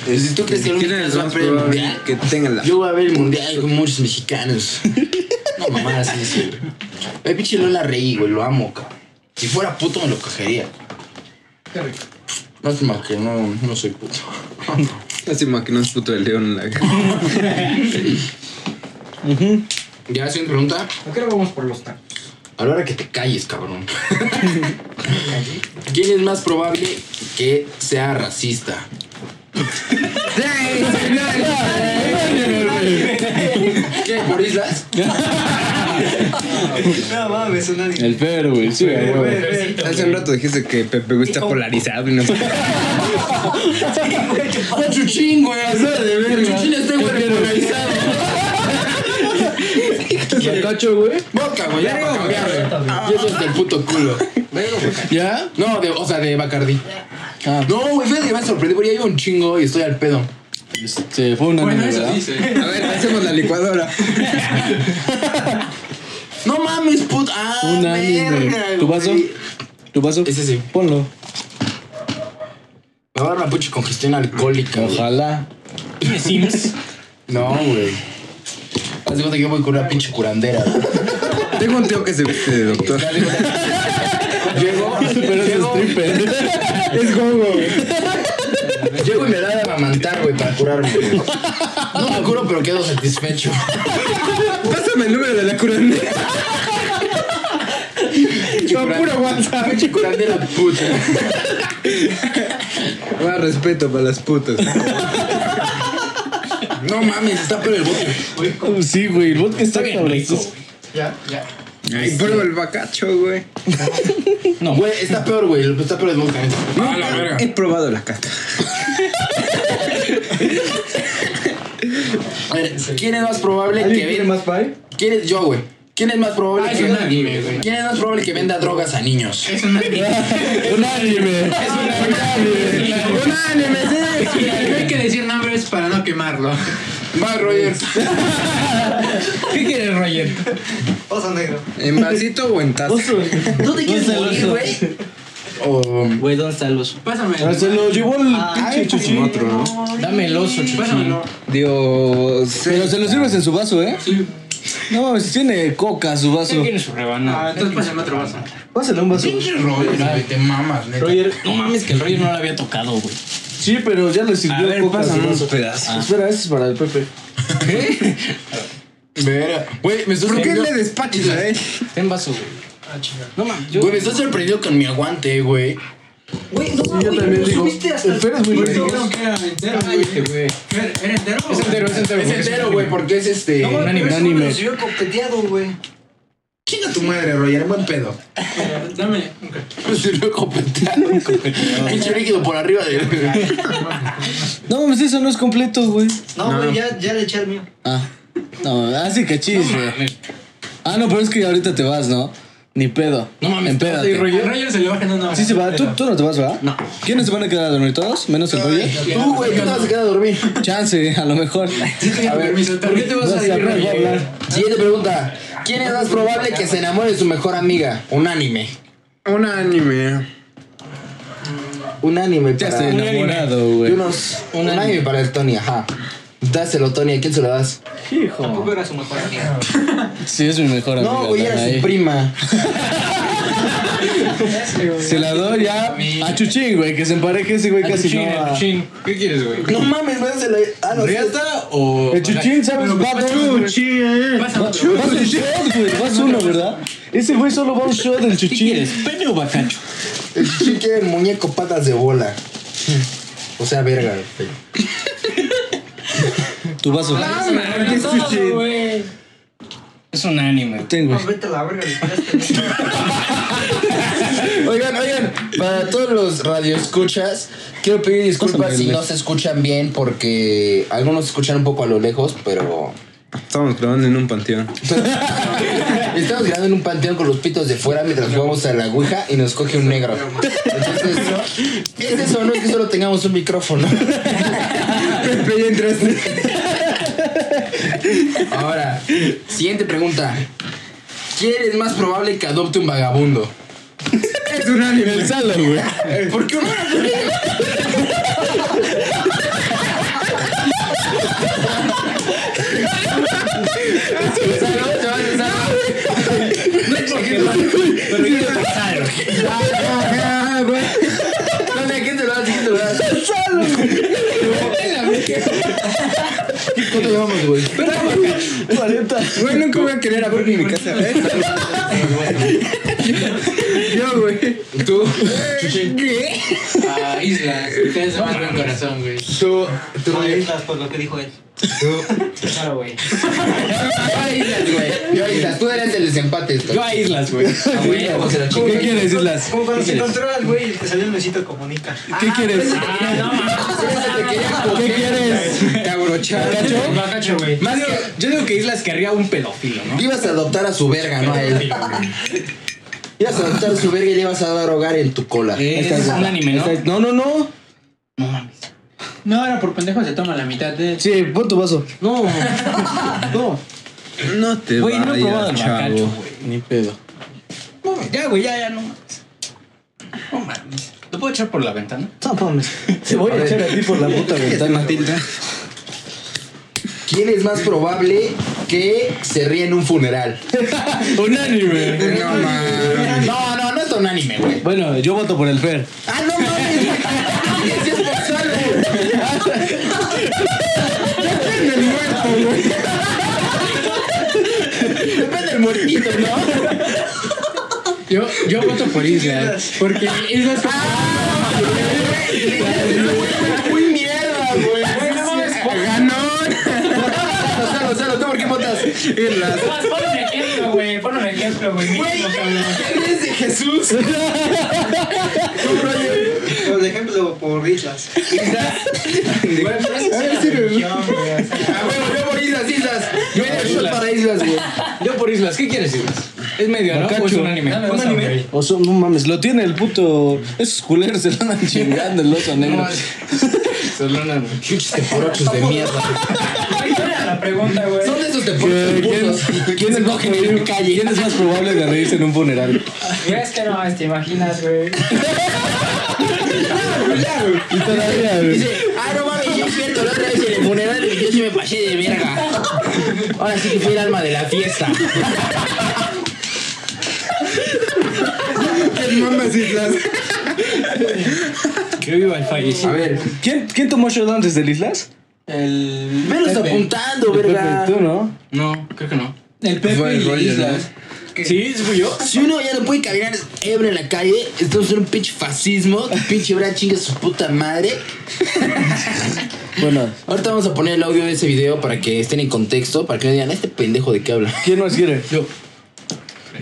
Speaker 1: si tú crees que el
Speaker 2: ¿Quién
Speaker 1: único
Speaker 2: es
Speaker 1: que va a
Speaker 2: más
Speaker 1: ver el
Speaker 2: probable
Speaker 1: mundial,
Speaker 2: que tengan la.
Speaker 1: yo voy a ver el mundial con muchos mexicanos. No, mamá, así es. güey. Ay, pinche Lola Rey, güey, lo amo, cabrón. Si fuera puto me lo cogería. Lástima que no, no soy puto.
Speaker 2: Lástima que no es puto de león la.
Speaker 1: Ya, sin pregunta.
Speaker 5: ¿A qué hora vamos por los tacos?
Speaker 1: A la hora que te calles, cabrón. ¿Quién es más probable que sea racista? ¿Qué? ¿Por islas?
Speaker 7: No mames, un anime.
Speaker 3: El Fer, güey. Sí, güey.
Speaker 7: Güey, güey.
Speaker 2: Hace un rato dijiste que Pepe Gu está polarizado y no.
Speaker 1: Ah, Chuchín, güey. Chuchín está igual regularizado.
Speaker 3: Bacacho, güey.
Speaker 1: Boca, güey. Ya va a cambiar, güey. Y eso es del puto culo.
Speaker 3: ¿Ya?
Speaker 1: No, de, o sea, de Bacardí.
Speaker 3: Ah,
Speaker 1: No, güey, fíjate que me sorprendí porque ya llevo un chingo y estoy al pedo.
Speaker 3: este, fue un anime,
Speaker 5: Bueno, eso
Speaker 3: ¿verdad?
Speaker 5: dice.
Speaker 2: A ver, hacemos la licuadora.
Speaker 1: No mames, puto. Ah,
Speaker 3: Un anime.
Speaker 1: verga,
Speaker 3: ¿Tu vaso?
Speaker 1: güey.
Speaker 3: ¿Tu vaso?
Speaker 1: Ese sí.
Speaker 3: Ponlo.
Speaker 1: Me va a dar una pucha congestión alcohólica, güey.
Speaker 3: Ojalá.
Speaker 4: ¿Qué Sims?
Speaker 1: No, güey. Haz de cuenta que yo voy con una pinche curandera, güey.
Speaker 2: Tengo un tío que se viste de doctor.
Speaker 1: Llego,
Speaker 3: Pero es
Speaker 1: llego,
Speaker 3: stripper.
Speaker 2: Es juego,
Speaker 1: llego y me da de amamantar, güey, para curarme. güey. No me curo, pero quedo satisfecho.
Speaker 2: Pásame el número de la curandera. Yo puro WhatsApp.
Speaker 1: Pinche curandera puta.
Speaker 2: Más respeto para las putas.
Speaker 1: No mames, está pero el bote.
Speaker 3: Oh, Sí, güey. El vodka está
Speaker 4: bien
Speaker 3: cabrón.
Speaker 4: rico,
Speaker 5: Ya, ya.
Speaker 2: Ay, prueba el bacacho, güey.
Speaker 1: Güey, está peor, güey. Lo que Está peor el bote. A la verga.
Speaker 2: He probado la cata.
Speaker 1: A ver, ¿quién es más probable que
Speaker 7: ¿Quiere
Speaker 1: venda?
Speaker 7: más pie?
Speaker 1: ¿Quién es yo, güey? ¿Quién es más probable
Speaker 5: Ah, es
Speaker 1: que
Speaker 5: un anime, güey.
Speaker 1: ¿Quién es más probable que venda drogas a niños?
Speaker 5: Es una
Speaker 3: Un anime.
Speaker 5: Un anime, sí. No hay que decir nombres para no quemarlo.
Speaker 1: Va, Roger.
Speaker 4: ¿Qué quieres, Roger?
Speaker 7: Oso negro.
Speaker 2: ¿En vasito o en taza?
Speaker 1: ¿Tú te quieres morir, güey? O... um,
Speaker 8: Güey, ¿dónde está el oso?
Speaker 5: Pásame.
Speaker 3: Ah, Se lo llevó el pinche chuchín.
Speaker 2: Otro, ¿no?
Speaker 4: Dame el oso, chuchín.
Speaker 5: Pásamelo.
Speaker 2: Dios.
Speaker 3: Pero se lo sirves en su vaso, ¿eh?
Speaker 5: Sí.
Speaker 3: No mames, tiene coca su vaso.
Speaker 4: Tiene su rebanada.
Speaker 5: Ah, entonces pásame otro vaso.
Speaker 3: Pásale un vaso.
Speaker 1: Pinche Roger, güey. Te mamas, neta.
Speaker 4: No mames, que el Roger no lo había tocado, güey.
Speaker 3: Sí, pero ya le sirvió
Speaker 4: A ver,
Speaker 3: coca su
Speaker 2: Pásame
Speaker 3: vaso.
Speaker 2: un pedazo.
Speaker 3: Espera, este es para el Pepe.
Speaker 1: Verga. Güey, me estoy
Speaker 2: ¿Por qué
Speaker 1: sorprendido-
Speaker 2: le despachas a él?
Speaker 4: Ten vaso, güey. No mames, yo.
Speaker 1: Güey, me estoy sorprendido con mi aguante, güey.
Speaker 7: Güey, no,
Speaker 3: yo
Speaker 7: güey,
Speaker 3: también
Speaker 7: lo
Speaker 3: digo,
Speaker 7: subiste hasta
Speaker 3: el Fer es muy
Speaker 7: Güey,
Speaker 3: rico.
Speaker 7: no,
Speaker 5: que era entero, güey. ¿Era entero? Es entero, es entero.
Speaker 1: Es entero, güey, porque es este.
Speaker 7: güey,
Speaker 4: anime,
Speaker 7: pero
Speaker 4: un
Speaker 7: eso me
Speaker 4: anime.
Speaker 7: lo subió copeteado, güey.
Speaker 1: Chinga tu madre, Roger, buen pedo.
Speaker 5: Eh, Dame. ok.
Speaker 1: Me sirvió copeteado. Pinche líquido por arriba de.
Speaker 3: No mames, eso no es completo, güey.
Speaker 7: No, güey, ya, ya le eché el mío.
Speaker 3: Ah, no mames, así cachis, güey. Ah, no, pero es que ahorita te vas, ¿no? Ni pedo.
Speaker 1: No mames,
Speaker 3: Empédate.
Speaker 1: ¿te vas a ir,
Speaker 6: A Roger se le bajan una.
Speaker 3: Sí se va. ¿Tú, tú no te vas, ¿verdad?
Speaker 6: No.
Speaker 3: ¿Quiénes se van a quedar a dormir todos? Menos el Roger.
Speaker 1: Tú, güey, tú te vas a quedar a dormir.
Speaker 3: Chance, a lo mejor.
Speaker 1: A ver, ¿por qué te vas a
Speaker 3: Vas a
Speaker 1: dividir?
Speaker 3: hablar, voy a
Speaker 1: Roger?
Speaker 3: hablar.
Speaker 1: Siguiente pregunta. ¿Quién es más probable que se enamore de su mejor amiga? Un anime.
Speaker 2: Un anime.
Speaker 1: Un anime
Speaker 3: Ya estoy
Speaker 1: para...
Speaker 3: enamorado,
Speaker 1: Y
Speaker 3: güey.
Speaker 1: unos, un anime para el Tony, ajá. Dáselo, Tony, ¿a quién se lo das?
Speaker 7: Tampoco era su mejor amiga.
Speaker 3: Sí, es mi mejor amigo.
Speaker 1: No, güey, era
Speaker 3: Danae.
Speaker 1: su prima.
Speaker 3: Se la doy ya a Chuchín, güey, que se empareje ese güey casi no. a-
Speaker 4: Chin.
Speaker 2: ¿Qué quieres, güey?
Speaker 1: No mames, no se la. Ah, no, sí.
Speaker 2: ¿Riata o.?
Speaker 3: El Chuchín, ¿sabes? Va a eh.
Speaker 6: Pasa otro.
Speaker 3: Vas un shot, güey. Vas uno, ¿verdad? Ese güey solo va un shot del Chuchín.
Speaker 4: ¿Pene o bacacho?
Speaker 1: El chichi quiere el muñeco patas de bola. O sea, verga, güey.
Speaker 3: Tu vaso.
Speaker 4: Es un anime.
Speaker 3: Tengo.
Speaker 7: No, vete a la verga, le tiraste.
Speaker 1: Oigan, oigan, para todos los radioescuchas, quiero pedir disculpas
Speaker 3: Pásame
Speaker 1: si
Speaker 3: el-
Speaker 1: no se escuchan bien porque algunos se escuchan un poco a lo lejos, pero
Speaker 2: Estamos grabando en un panteón.
Speaker 1: estamos grabando en un panteón con los pitos de fuera mientras jugamos a la Ouija y nos coge un negro. Entonces, es eso, no es que solo tengamos un micrófono.
Speaker 2: Pepe, ya entraste.
Speaker 1: Ahora, siguiente pregunta. ¿Quién es más probable que adopte un vagabundo?
Speaker 2: Es un anime.
Speaker 3: El salo, güey.
Speaker 1: ¿Por qué un No sé, ¿quién te lo da? ¿Quién te lo da? ¿Qué cuánto llevamos, güey?
Speaker 3: 40.
Speaker 2: Güey, nunca voy a querer abrir ni mi casa. ¿eh? Yo, güey.
Speaker 1: ¿Tú?
Speaker 6: A Isla. Tienes más buen corazón, güey.
Speaker 2: Tú, tú,
Speaker 7: No,
Speaker 2: güey.
Speaker 7: estás por pues, lo que dijo él. Claro, güey.
Speaker 1: Yo Islas, güey. Yo Islas. Tú eres el desempate. esto.
Speaker 4: Yo a islas, güey.
Speaker 1: Ah, güey, ¿cómo se la chingó?
Speaker 3: ¿Qué quieres, Islas?
Speaker 7: Como cuando se encontró al güey el que salió en Luisito Comunica.
Speaker 3: ¿Qué quieres?
Speaker 4: Ah,
Speaker 3: ¿Qué quieres?
Speaker 1: Cabrochazo.
Speaker 6: Bacacho, güey.
Speaker 4: Más que, yo digo que Islas querría un pedófilo, ¿no?
Speaker 1: Ibas a adoptar a su verga, ¿no? A él. Ibas a adoptar a su verga y le ibas a dar hogar en tu cola.
Speaker 4: Es un anime, ¿no?
Speaker 3: No, no, no.
Speaker 5: No, ahora por pendejo se toma la mitad de.
Speaker 3: Sí, pon tu vaso.
Speaker 4: No,
Speaker 2: No te
Speaker 4: güey, no he probado
Speaker 2: vayas,
Speaker 4: el bacacho,
Speaker 2: chavo.
Speaker 4: güey.
Speaker 3: Ni pedo.
Speaker 4: No, Ya, güey, ya, ya, no mames. No mames. ¿Lo puedo echar por la ventana?
Speaker 3: No mames. Te voy a echar a ti por la puta ventana.
Speaker 2: Matilda.
Speaker 1: ¿Quién es más probable que se ríe en un funeral?
Speaker 3: Un anime.
Speaker 2: No, man.
Speaker 1: No, no, no es un anime, güey.
Speaker 3: Bueno, yo voto por el Fer.
Speaker 1: Ah, no mames. Ese es por solo. Depende del muertito, ¿no?
Speaker 6: Yo, yo voto por Isla. Porque Isla es como.
Speaker 1: Muy mierda, güey. Ganó. Gonzalo, Gonzalo, ¿tú por qué votas?
Speaker 6: Pon un ejemplo, güey. Pon un ejemplo, güey.
Speaker 1: ¿Eres de Jesús?
Speaker 7: Por ejemplo, por Islas.
Speaker 1: Ah, bueno, yo por Islas, Islas. Yo era shot para Islas, güey.
Speaker 4: Yo por Islas, ¿qué quieres, Islas? ¿Es medio, no? ¿O es un anime?
Speaker 6: Dame
Speaker 4: Un
Speaker 6: un
Speaker 4: anime.
Speaker 6: anime.
Speaker 3: O son, no mames, lo tiene el puto. Esos culeros se lo andan chingando el oso negro.
Speaker 1: Pinches teporochos de mierda.
Speaker 6: Ahí era la pregunta, güey.
Speaker 1: Son de esos teporochos
Speaker 3: ¿Quién,
Speaker 1: putos.
Speaker 3: quién, es más probable- ¿Quién es más probable de reírse en un funeral?
Speaker 6: Es que no, te imaginas, güey.
Speaker 3: Y todavía, güey.
Speaker 1: Dice, ah, no mames, yo pierdo la otra vez en el funeral y yo sí me pasé de verga. Ahora sí que fui el alma de la fiesta.
Speaker 2: Mamas Islas.
Speaker 4: Que viva el fallecido.
Speaker 2: A ver,
Speaker 3: ¿Quién, ¿Quién tomó shot antes del Islas?
Speaker 4: El.
Speaker 1: Me lo está apuntando, verga.
Speaker 3: Pepe, tú, ¿no?
Speaker 4: No, creo que no.
Speaker 6: El Pepe
Speaker 2: Fue el
Speaker 6: y
Speaker 2: Roger,
Speaker 6: Islas.
Speaker 4: ¿Sí? ¿Fui yo?
Speaker 1: Si uno ya no puede caminar ebrio en la calle, estamos en un pinche fascismo. que Pinche bra chinga su puta madre.
Speaker 3: Bueno,
Speaker 1: Ahorita vamos a poner el audio de ese video para que estén en contexto, para que no digan, este pendejo de qué habla.
Speaker 3: ¿quién más quiere?
Speaker 4: Yo.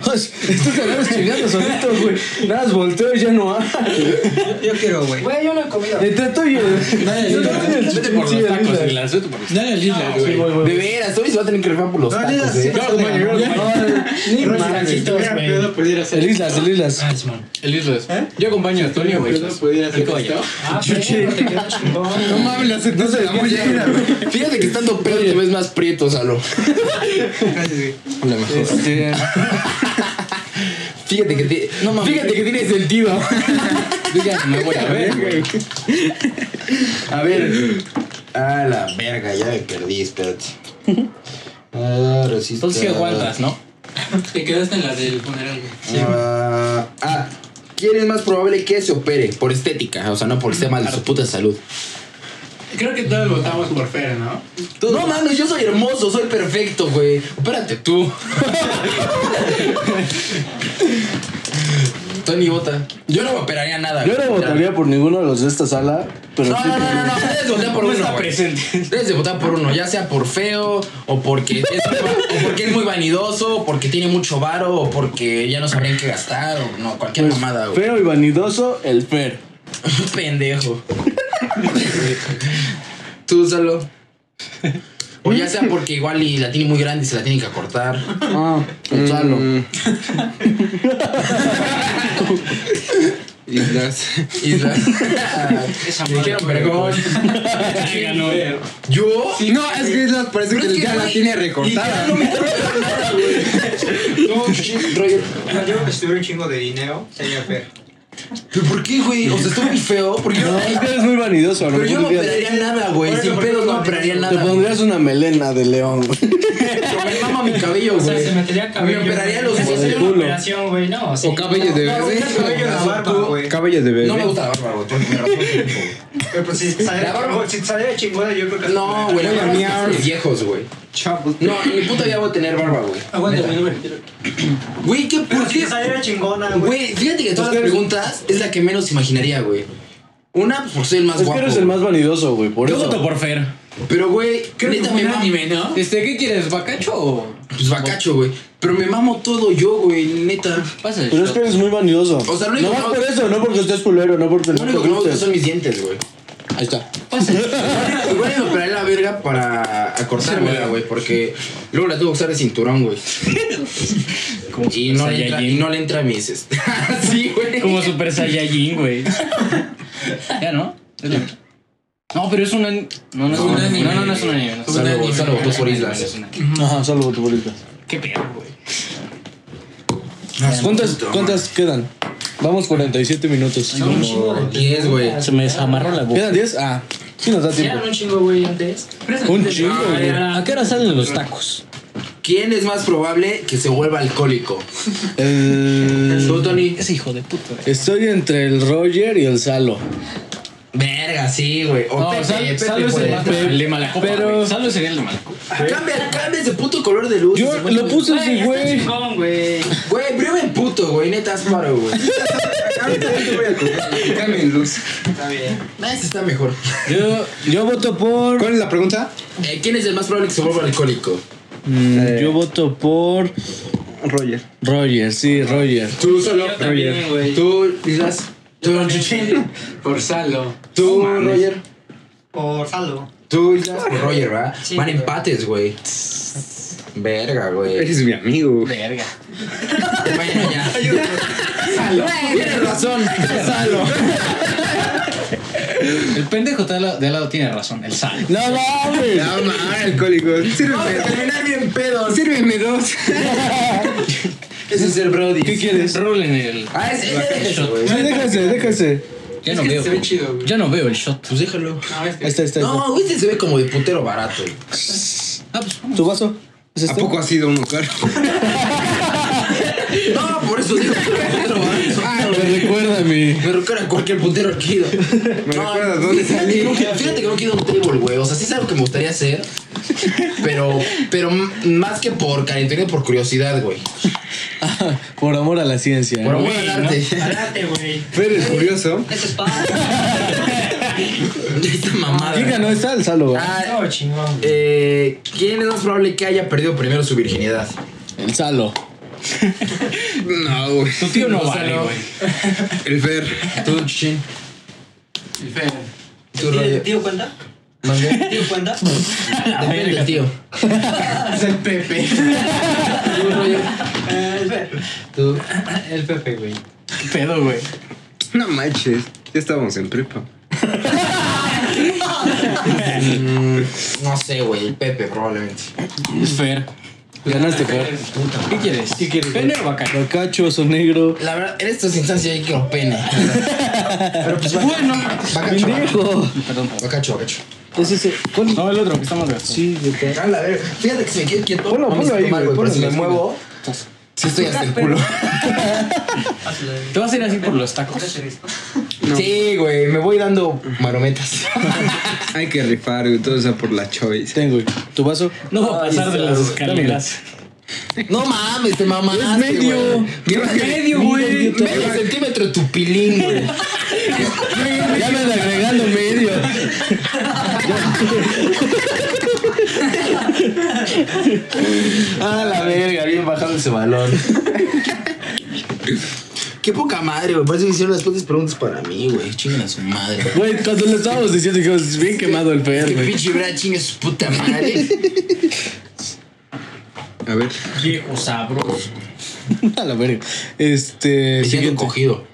Speaker 3: Estos cabrones chingando solitos, güey. Nada, más volteo y ya no hay.
Speaker 2: Yo quiero, güey.
Speaker 7: Güey, yo no he comido.
Speaker 3: Entre tú y el.
Speaker 4: Dale,
Speaker 3: Yo creo que el
Speaker 4: vete por
Speaker 3: sí,
Speaker 4: los tacos,
Speaker 3: el-
Speaker 4: Silas, vete por los
Speaker 5: Dale al Islas,
Speaker 3: Sí,
Speaker 5: güey.
Speaker 3: voy, voy,
Speaker 1: De
Speaker 3: voy.
Speaker 1: veras, hoy se va a tener que rifar por los
Speaker 7: No,
Speaker 1: tacos,
Speaker 7: Lidas
Speaker 1: eh.
Speaker 7: siempre está de mamón.
Speaker 3: No, ni madre.
Speaker 6: Rancitos,
Speaker 5: Hubiera
Speaker 6: güey.
Speaker 5: pedo pudiera hacer
Speaker 3: El Islas, el Islas.
Speaker 4: Ah, Simón.
Speaker 5: El Islas.
Speaker 7: ¿Eh?
Speaker 4: Yo acompaño a Antonio, güey.
Speaker 5: Pedo pudiera hacer
Speaker 4: El caballo.
Speaker 5: esto.
Speaker 7: Ah, pero te quedó chingón.
Speaker 3: No mames, la sentencia de la mujer.
Speaker 1: Fíjate que estando pedo te ves más prieto, Salo.
Speaker 3: Este,
Speaker 1: Fíjate que, te- fíjate que tiene sentido.
Speaker 3: diga, me voy a ver, güey.
Speaker 1: A ver. A la verga, ya me perdí, espérate. Ah, resiste.
Speaker 4: Entonces sí aguantas, ¿no?
Speaker 6: Te quedaste en la del funeral, güey.
Speaker 1: Ah, ah, ¿quién es más probable que se opere? Por estética, o sea, no por temas de su puta salud.
Speaker 6: Creo que todos votamos por Fer, ¿no?
Speaker 1: No mames, yo soy hermoso, soy perfecto, güey. Espérate tú. Tony vota. Yo no me operaría nada.
Speaker 3: Yo
Speaker 1: güey.
Speaker 3: no votaría por ninguno de los de esta sala, pero
Speaker 1: No,
Speaker 3: sí.
Speaker 1: no, no, no, no, debes de votar por uno. güey. Debes de votar por uno, ya sea por feo, o porque es, o porque es muy vanidoso, o porque tiene mucho varo, o porque ya no sabrían qué gastar, o no, cualquier
Speaker 3: Pues,
Speaker 1: mamada, güey.
Speaker 3: feo y vanidoso, el Fer.
Speaker 1: Pendejo. Tú solo. O ya sea porque igual y la tiene muy grande y se la tienen que acortar.
Speaker 3: Ah, el Salo.
Speaker 2: Mm. Islas.
Speaker 1: Isla. Dijeron vergón.
Speaker 4: Ay, ganó.
Speaker 1: Yo.
Speaker 2: No, es que Islas parece
Speaker 1: Pero es
Speaker 2: que
Speaker 1: que,
Speaker 2: ya la
Speaker 1: güey,
Speaker 2: tiene recortada.
Speaker 1: literal, no me No, Roger.
Speaker 7: Cuando yo estuviera un chingo de dinero, sería Fer.
Speaker 1: ¿Pero por qué, güey? O sea, estoy muy feo. Porque
Speaker 3: No,
Speaker 1: yo,
Speaker 3: es que eres muy vanidoso, a lo
Speaker 1: pero yo no
Speaker 3: mejor dirías,
Speaker 1: operaría nada, güey. Sin pedos no operaría
Speaker 3: Te
Speaker 1: nada. güey.
Speaker 3: pondrías una melena de león, güey.
Speaker 1: Pero me mama mi cabello,
Speaker 8: O sea,
Speaker 1: güey.
Speaker 8: se metería cabello.
Speaker 1: Me operaría los
Speaker 8: Esa
Speaker 1: huevos
Speaker 8: sería
Speaker 1: del
Speaker 8: una
Speaker 3: culo.
Speaker 8: operación, güey, no. sí.
Speaker 2: O cabellos de bebé.
Speaker 7: Cabello en la barba, güey.
Speaker 2: Cabellos de bebé.
Speaker 1: Ah, No me gusta la barba, güey. tienes razón, güey.
Speaker 7: Pero pues si te
Speaker 1: La barba-
Speaker 7: saliera, si te saliera chingona, yo creo que...
Speaker 1: No, güey, la
Speaker 2: Voy a
Speaker 1: barba
Speaker 2: miar.
Speaker 1: es de viejos, güey.
Speaker 2: Chavos.
Speaker 1: No, en mi puta vida voy a tener barba, güey.
Speaker 6: Aguanta,
Speaker 1: Neta.
Speaker 6: güey, no me retiro.
Speaker 1: Güey, ¿qué por
Speaker 7: Pero si
Speaker 1: qué?
Speaker 7: te saliera chingona, güey.
Speaker 1: Güey, fíjate que todas las preguntas es la que menos imaginaría, güey. Una, pues soy el más
Speaker 3: Es que
Speaker 1: guapo.
Speaker 3: eres el más vanidoso, güey, por
Speaker 4: Yo
Speaker 3: eso.
Speaker 4: voto por Fer.
Speaker 1: Pero, güey, neta me
Speaker 6: un
Speaker 1: mamo.
Speaker 6: anime, ¿no?
Speaker 5: Este, ¿qué quieres? ¿Bacacho o.?
Speaker 1: Pues bacacho, güey. Pero me mamo todo yo, güey, neta.
Speaker 5: Pasa el
Speaker 3: Pero es
Speaker 5: shot.
Speaker 3: que eres muy vanidoso.
Speaker 1: O sea, lo único
Speaker 3: no
Speaker 1: que
Speaker 3: más
Speaker 1: no-
Speaker 3: por eso, no porque estés culero, no porque
Speaker 1: Lo
Speaker 3: no te
Speaker 1: único que no me gusta son
Speaker 3: gustes.
Speaker 1: mis dientes, güey.
Speaker 3: Ahí está.
Speaker 1: Igual me operaré la verga para acortármela, güey, porque luego la tengo que usar de cinturón, güey. Y no, le entra, y no le entra a mis... este, sí, güey.
Speaker 4: Como Super Saiyajin, güey. ya, ¿no? Es la misma. No, pero es un an- No, no es
Speaker 1: No,
Speaker 4: un
Speaker 1: no es
Speaker 4: anime.
Speaker 1: anime.
Speaker 4: No, no, no es un anime. no es un
Speaker 1: Salvo-
Speaker 4: anime.
Speaker 1: salvo tú por islas.
Speaker 4: No es un anime.
Speaker 3: Ajá, salvo voto por Islas.
Speaker 4: Qué pedo, güey.
Speaker 3: ¿Cuántas, cuántas quedan? Vamos 47 minutos.
Speaker 8: Son un chingo de
Speaker 1: 10, güey.
Speaker 8: Se me desamarró la
Speaker 3: ¿Quedan 10? Ah, sí nos da tiempo.
Speaker 8: un chingo, güey, antes.
Speaker 3: Un chingo, güey.
Speaker 8: ¿A qué hora salen los tacos?
Speaker 1: ¿Quién es más probable que se vuelva alcohólico? ¿Tú,
Speaker 3: El-
Speaker 1: Tony?
Speaker 8: Ese hijo de puta, güey.
Speaker 3: Estoy entre el Roger y el Salo.
Speaker 1: Verga, sí, güey. O
Speaker 4: No,
Speaker 1: Pepe,
Speaker 4: Sal-
Speaker 1: Pepe,
Speaker 4: Salo es el
Speaker 1: güey. Ah,
Speaker 4: más- el de Malacopa.
Speaker 3: pero-
Speaker 4: Pero... Salo sería el de Malacopa.
Speaker 1: Cambia, cambia ese puto color de luz.
Speaker 3: Yo
Speaker 1: ese
Speaker 3: lo
Speaker 1: güey.
Speaker 3: puse así,
Speaker 8: Güey,
Speaker 3: güey.
Speaker 8: chingón, güey.
Speaker 1: Güey, breve en puto, güey. Neta, es paro, güey.
Speaker 2: Ahorita te voy a comer. Dame luz.
Speaker 7: Está bien.
Speaker 1: Nah, ese está mejor.
Speaker 3: Yo, yo voto por.
Speaker 2: ¿Cuál es la pregunta?
Speaker 1: Eh, ¿Quién es el más probable que se vuelva alcohólico?
Speaker 3: Mm, Yo voto por.
Speaker 2: Roger.
Speaker 3: Roger, sí, Roger.
Speaker 1: Tú solo.
Speaker 8: Yo también, güey.
Speaker 1: Tú, Islas. Tú, Roger.
Speaker 6: Por Salo.
Speaker 1: Tú, Roger.
Speaker 7: Por saldo.
Speaker 1: Tú, Islas. Por Roger, ¿verdad?
Speaker 8: Sí,
Speaker 1: Van
Speaker 8: güey.
Speaker 1: empates, güey. Verga, güey.
Speaker 2: Eres mi amigo.
Speaker 8: Verga.
Speaker 1: Bueno, ya. Salo. Tienes razón. Salo.
Speaker 4: El pendejo de al lado, de al lado tiene razón, el Salo.
Speaker 3: No mames.
Speaker 2: No, mames, alcohólico. Sírveme,
Speaker 1: Terminar bien pedos.
Speaker 2: sírveme dos.
Speaker 1: Ese es el Brody.
Speaker 3: ¿Qué quieres?
Speaker 4: Rolen el.
Speaker 1: Ah, ese, ese, ese, güey.
Speaker 3: No, déjase, déjase.
Speaker 4: Ya
Speaker 6: Es
Speaker 4: no
Speaker 6: que
Speaker 4: veo.
Speaker 6: se ve chido, güey.
Speaker 4: Ya no veo el shot.
Speaker 1: Pues déjalo.
Speaker 6: No, es que-
Speaker 3: Ahí está, ahí está. ahí está.
Speaker 1: No, güey, este se ve como de putero barato.
Speaker 4: Ah, pues
Speaker 3: ¿Tu vaso? ¿Es
Speaker 2: ¿A
Speaker 3: este?
Speaker 2: poco ha sido uno caro?
Speaker 1: No, por eso digo que era putero barato.
Speaker 3: Ah, me recuerda a mí.
Speaker 1: Me recuerda a cualquier putero que he ido.
Speaker 2: Me recuerda dónde
Speaker 1: fíjate
Speaker 2: salí.
Speaker 1: que no quiero- Fíjate que no quiero un table, güey. O sea, sí es algo que me gustaría hacer. Pero, pero m- más que por calentura, por curiosidad, güey.
Speaker 3: Por amor a la ciencia.
Speaker 1: Por
Speaker 3: ¿eh?
Speaker 1: amor al arte.
Speaker 8: Parate, güey.
Speaker 2: Fer es curioso.
Speaker 8: Eso es padre.
Speaker 1: Esta mamada.
Speaker 3: ¿Quién ganó? Está el Salo, ¿va?
Speaker 1: Ah,
Speaker 8: No, chingón.
Speaker 1: eh, ¿Quién es más probable que haya perdido primero su virginidad?
Speaker 3: El Salo.
Speaker 2: No, güey.
Speaker 4: Tu tío no vale,
Speaker 6: Gonzalo.
Speaker 4: güey.
Speaker 2: El Fer.
Speaker 1: Tú, Chin.
Speaker 6: El Fer.
Speaker 1: Tú, Roger.
Speaker 8: ¿Tío cuenta?
Speaker 1: Mande.
Speaker 8: ¿Tío cuenta?
Speaker 1: Depende, Ah, tío.
Speaker 6: Es el Pepe.
Speaker 1: Tú, Roger.
Speaker 8: Tú. El Pepe, güey.
Speaker 4: ¿Qué pedo, güey?
Speaker 2: No manches. Ya estábamos en prepa.
Speaker 1: Mm, no sé, güey. El Pepe, probablemente.
Speaker 4: Es Fer.
Speaker 3: Ganaste, Fer.
Speaker 4: ¿Qué quieres? ¿Qué quieres? Pene o bacán.
Speaker 3: Bacacho, son negro.
Speaker 1: La verdad, en estas instancias yo quiero pene. Pero pues va-
Speaker 4: Bueno.
Speaker 1: Bacacho,
Speaker 3: ¡Pendejo!
Speaker 1: bacacho, bacacho.
Speaker 4: Pues
Speaker 3: Es ese. ¿Cuál?
Speaker 4: No, el otro, que estamos gastando.
Speaker 3: Sí, güey.
Speaker 1: A la verga. Fíjate que se me quede quieto. no
Speaker 3: Ponlo,
Speaker 1: me
Speaker 3: ponlo
Speaker 1: siento
Speaker 3: ahí,
Speaker 1: mal,
Speaker 3: güey,
Speaker 1: Pero si
Speaker 3: ponlo
Speaker 1: me
Speaker 3: en la
Speaker 1: muevo, sí estoy hasta el culo.
Speaker 4: ¿Te vas a ir así por los tacos?
Speaker 1: Sí, güey, me voy dando marometas.
Speaker 2: Hay que rifar, güey. Todo eso por la choice.
Speaker 3: Tengo, güey. ¿Tu vaso?
Speaker 4: No va a pasar de las escaleras.
Speaker 1: No mames, te mamaste, Es
Speaker 3: medio.
Speaker 4: Medio, güey.
Speaker 1: Medio centímetro de tu pilín, güey.
Speaker 3: Ya me ando agregando medio.
Speaker 1: A Ah, la verga, bien bajado ese balón. Qué poca madre, güey. Parece que hicieron las pocas preguntas para mí, güey. Chingan a su madre.
Speaker 3: Güey, cuando le estábamos diciendo, dijimos, bien quemado el Fer,
Speaker 1: Que
Speaker 3: güey.
Speaker 1: pinche Brad chingue su puta madre.
Speaker 2: A ver.
Speaker 4: Viejo sabroso.
Speaker 3: A la verga. Este.
Speaker 1: Me siento
Speaker 3: Siguiente.
Speaker 1: cogido.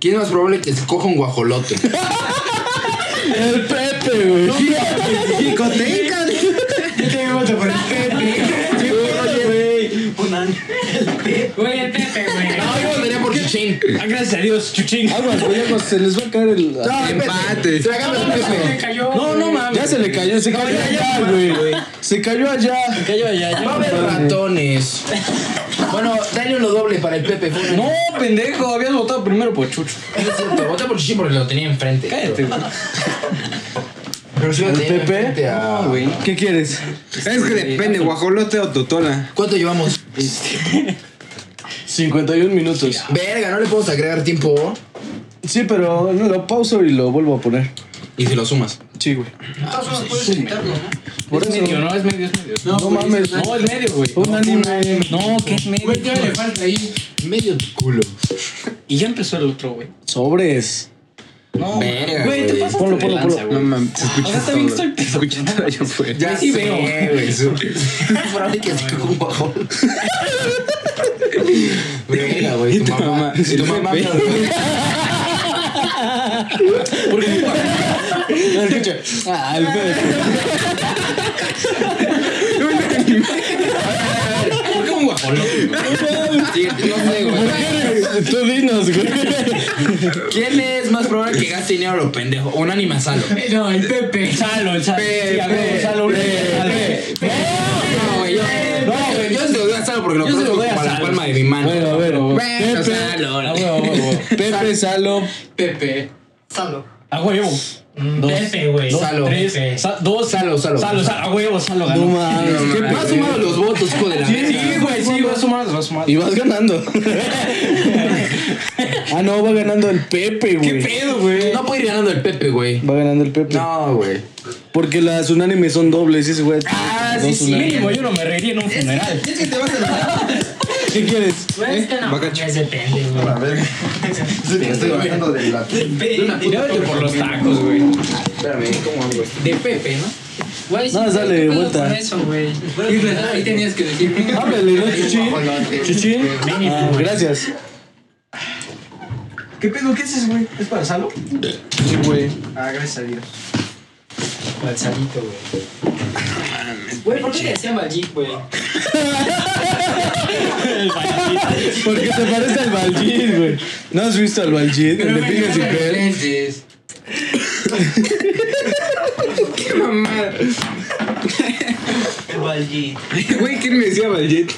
Speaker 1: ¿Quién es más probable que se coja un guajolote?
Speaker 3: El Pepe, güey.
Speaker 2: ¡Jicoteca!
Speaker 6: Yo también voto por el Pepe.
Speaker 4: Güey, el Pepe, güey.
Speaker 1: No, yo votaría por Chichín.
Speaker 4: Ah, gracias a Dios, chuchín.
Speaker 3: Aguas, güey, aguas, se les va a caer el.
Speaker 2: Empate.
Speaker 1: Trágame el Pepe.
Speaker 4: No, no mames.
Speaker 3: Ya se le cayó, se cayó allá, güey. Se cayó allá.
Speaker 4: cayó allá.
Speaker 1: Va a haber ratones. Bueno, dale uno doble para el Pepe. fue una-
Speaker 4: No, pendejo, habías votado primero por Chucho.
Speaker 1: No es cierto. Vota por Chichín porque lo tenía enfrente.
Speaker 4: Cállate, Este, güey.
Speaker 1: Pero si lo tenía
Speaker 3: Pepe?
Speaker 1: enfrente a-
Speaker 4: No, güey.
Speaker 3: ¿Qué quieres?
Speaker 2: Es que depende, guajolote o totola.
Speaker 1: ¿Cuánto llevamos?
Speaker 3: 51 minutos.
Speaker 1: Verga, no le podemos agregar tiempo.
Speaker 3: Sí, pero lo pauso y lo vuelvo a poner.
Speaker 1: Y si lo sumas.
Speaker 3: Sí, güey.
Speaker 4: es medio, ¿no? Es medio, es medio.
Speaker 3: No, mames.
Speaker 4: No, es medio, güey.
Speaker 3: Un anime.
Speaker 4: No, que es medio.
Speaker 6: Güey, todavía le falta ahí.
Speaker 1: Medio culo.
Speaker 4: Y ya empezó el otro, güey.
Speaker 3: Sobres.
Speaker 4: No,
Speaker 1: Verga,
Speaker 4: güey. te
Speaker 1: güey.
Speaker 4: pasaste
Speaker 3: Ponlo,
Speaker 4: de
Speaker 3: ponlo,
Speaker 4: lanza,
Speaker 2: No
Speaker 3: ponlo.
Speaker 4: güey.
Speaker 2: mames, se
Speaker 4: O sea,
Speaker 2: escucha
Speaker 4: está bien,
Speaker 2: todo.
Speaker 4: estoy
Speaker 2: Se escucha todo allá afuera.
Speaker 1: Ya
Speaker 4: sí veo.
Speaker 1: güey. su- Es probable que se coja un guajolote. Verga, güey. Tu mamá.
Speaker 2: mamá-
Speaker 1: Tu mamá.
Speaker 2: Pepe.
Speaker 3: Escucha. Ah, el Pepe.
Speaker 1: Sí, no sé, güey.
Speaker 3: Tú dinos, güey.
Speaker 1: ¿Quién es más probable que gaste dinero a lo pendejo? Un anima salo.
Speaker 4: No, el Pepe. Salo, el Salo. Sí, a ver, Salo, Pepe.
Speaker 1: No, güey, yo, no, yo se lo doy a salo porque lo conozco
Speaker 4: doy a
Speaker 1: como la
Speaker 4: Salo.
Speaker 1: palma de mi mano.
Speaker 3: Bueno, a ver. Ah,
Speaker 1: Bueno, Salo, la-
Speaker 3: Pepe Salo.
Speaker 6: Pepe.
Speaker 7: Salo.
Speaker 4: A huevo. Dos.
Speaker 8: Mm, Pepe, güey.
Speaker 4: Dos,
Speaker 1: Salo.
Speaker 4: tres, sa- dos,
Speaker 1: Salo, Salo.
Speaker 4: Salo, Salo, a huevo, Salo ganó.
Speaker 3: No mames. qué
Speaker 1: Va
Speaker 3: pe-
Speaker 1: sumado los votos, hijo de la
Speaker 4: Sí,
Speaker 1: verga.
Speaker 4: sí, güey, sí, va a sumar, va a sumar.
Speaker 3: Y vas ganando. ah, no, va ganando el Pepe, güey.
Speaker 4: pedo, güey?
Speaker 1: No puede ir ganando el Pepe, güey.
Speaker 3: Va ganando el Pepe.
Speaker 1: No, güey.
Speaker 3: Porque las unánimes son dobles, y ese güey.
Speaker 1: Ah,
Speaker 3: dos
Speaker 1: sí, sí.
Speaker 3: unánimes.
Speaker 4: Mínimo, yo no me reiría en un funeral.
Speaker 3: ¿Qué quieres?
Speaker 4: ¿Eh?
Speaker 8: Es que no. Es depende, güey.
Speaker 1: Estoy hablando de la.
Speaker 4: Y llévate por los tacos, güey.
Speaker 1: Espérame, ¿cómo hago esto?
Speaker 6: De Pepe, ¿no?
Speaker 8: Güey,
Speaker 3: No, dale
Speaker 8: ¿qué pedo
Speaker 3: vuelta.
Speaker 8: con eso, güey?
Speaker 6: Ahí tenías que decir.
Speaker 3: Háblale, ¿no, Chichín? Chichín. Ah, gracias.
Speaker 4: ¿Qué pedo? ¿Qué haces, güey? ¿Es para Salo?
Speaker 3: Sí, güey.
Speaker 8: Ah, gracias a Dios. Balsadito, güey. Güey, ¿por qué te decían Baljic, güey?
Speaker 3: Porque te parece al Baljit, güey. ¿No has visto al Baljit? El de Pigas y Pel.
Speaker 6: Lentes.
Speaker 8: El Baljic.
Speaker 2: Güey, ¿quién me decía Valjet?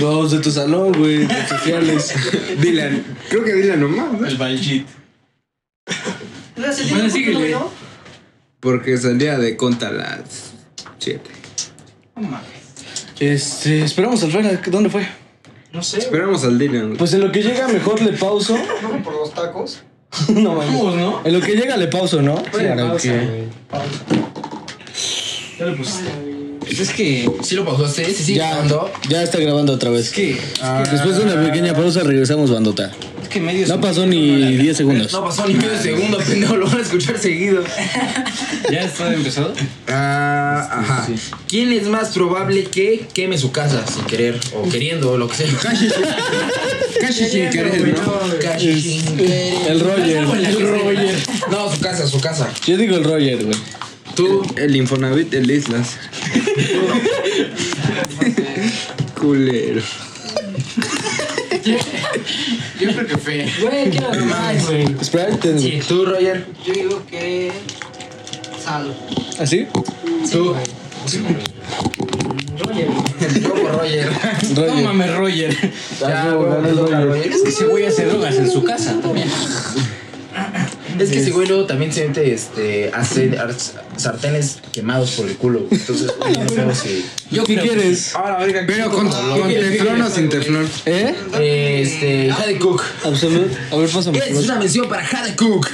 Speaker 3: Los de tu salón, güey. Los sociales.
Speaker 2: Dylan. Creo que Dylan nomás, ¿no?
Speaker 4: El Baljit.
Speaker 6: Bueno, síguele.
Speaker 2: Porque salía de conta a las 7.
Speaker 3: Este, esperamos al Fera. ¿Dónde fue?
Speaker 8: No sé, güey.
Speaker 2: Esperamos al Dylan. güey.
Speaker 3: Pues en lo que llega, mejor le pauso.
Speaker 7: ¿No por los tacos?
Speaker 3: No, mames. En lo que llega, le pauso, ¿no?
Speaker 8: Ponle
Speaker 3: Claro
Speaker 8: pausa,
Speaker 3: que-
Speaker 8: güey. Pausa.
Speaker 4: Ya le pusiste. Pues es que.
Speaker 1: ¿Sí lo pausaste? ¿Sí sigue grabando?
Speaker 3: ya está grabando otra vez.
Speaker 4: Es que.
Speaker 3: Después de una pequeña pausa regresamos, bandota.
Speaker 4: Es que medio.
Speaker 3: No pasó ni 10 segundos.
Speaker 1: No pasó ni medio segundo, pendejo. Lo van a escuchar seguido.
Speaker 4: ¿Ya está empezado?
Speaker 1: Ah, ajá. ¿Quién es más probable que queme su casa sin querer o queriendo o lo que sea?
Speaker 2: Casi sin querer, ¿no?
Speaker 1: Casi sin querer.
Speaker 3: El Roger.
Speaker 1: El Roger. No, su casa, su casa.
Speaker 3: Yo digo el Roger, güey.
Speaker 1: Tú,
Speaker 2: El Infonavit, el Islas. Culero.
Speaker 5: Yo creo que fe.
Speaker 8: Güey, ¿qué era más, güey?
Speaker 3: Espera, ten-
Speaker 1: tú, Roger.
Speaker 7: Yo digo que. Salo.
Speaker 3: ¿Así?
Speaker 1: Tú,
Speaker 8: Roger, güey.
Speaker 1: yo por Roger.
Speaker 4: No
Speaker 3: Roger.
Speaker 4: mames, Roger.
Speaker 1: Ya,
Speaker 3: huevo,
Speaker 1: güey,
Speaker 3: ganó
Speaker 1: le
Speaker 3: el
Speaker 1: toca a
Speaker 3: Roger.
Speaker 1: Roger.
Speaker 4: Es que ese güey hace drogas en su casa también.
Speaker 1: Es que ese güey luego también siente este, hace ar- sartenes quemados por el culo. güey. Entonces, güey, no sé si-
Speaker 4: Yo
Speaker 3: ¿Qué
Speaker 4: creo que-
Speaker 3: quieres?
Speaker 1: Ahora, verga,
Speaker 2: Pero con, con teflón o sin teflón.
Speaker 3: ¿Eh?
Speaker 1: Este, Jade Cook.
Speaker 3: Absoluto. A ver, pásame.
Speaker 1: Es una mención para Jade Cook.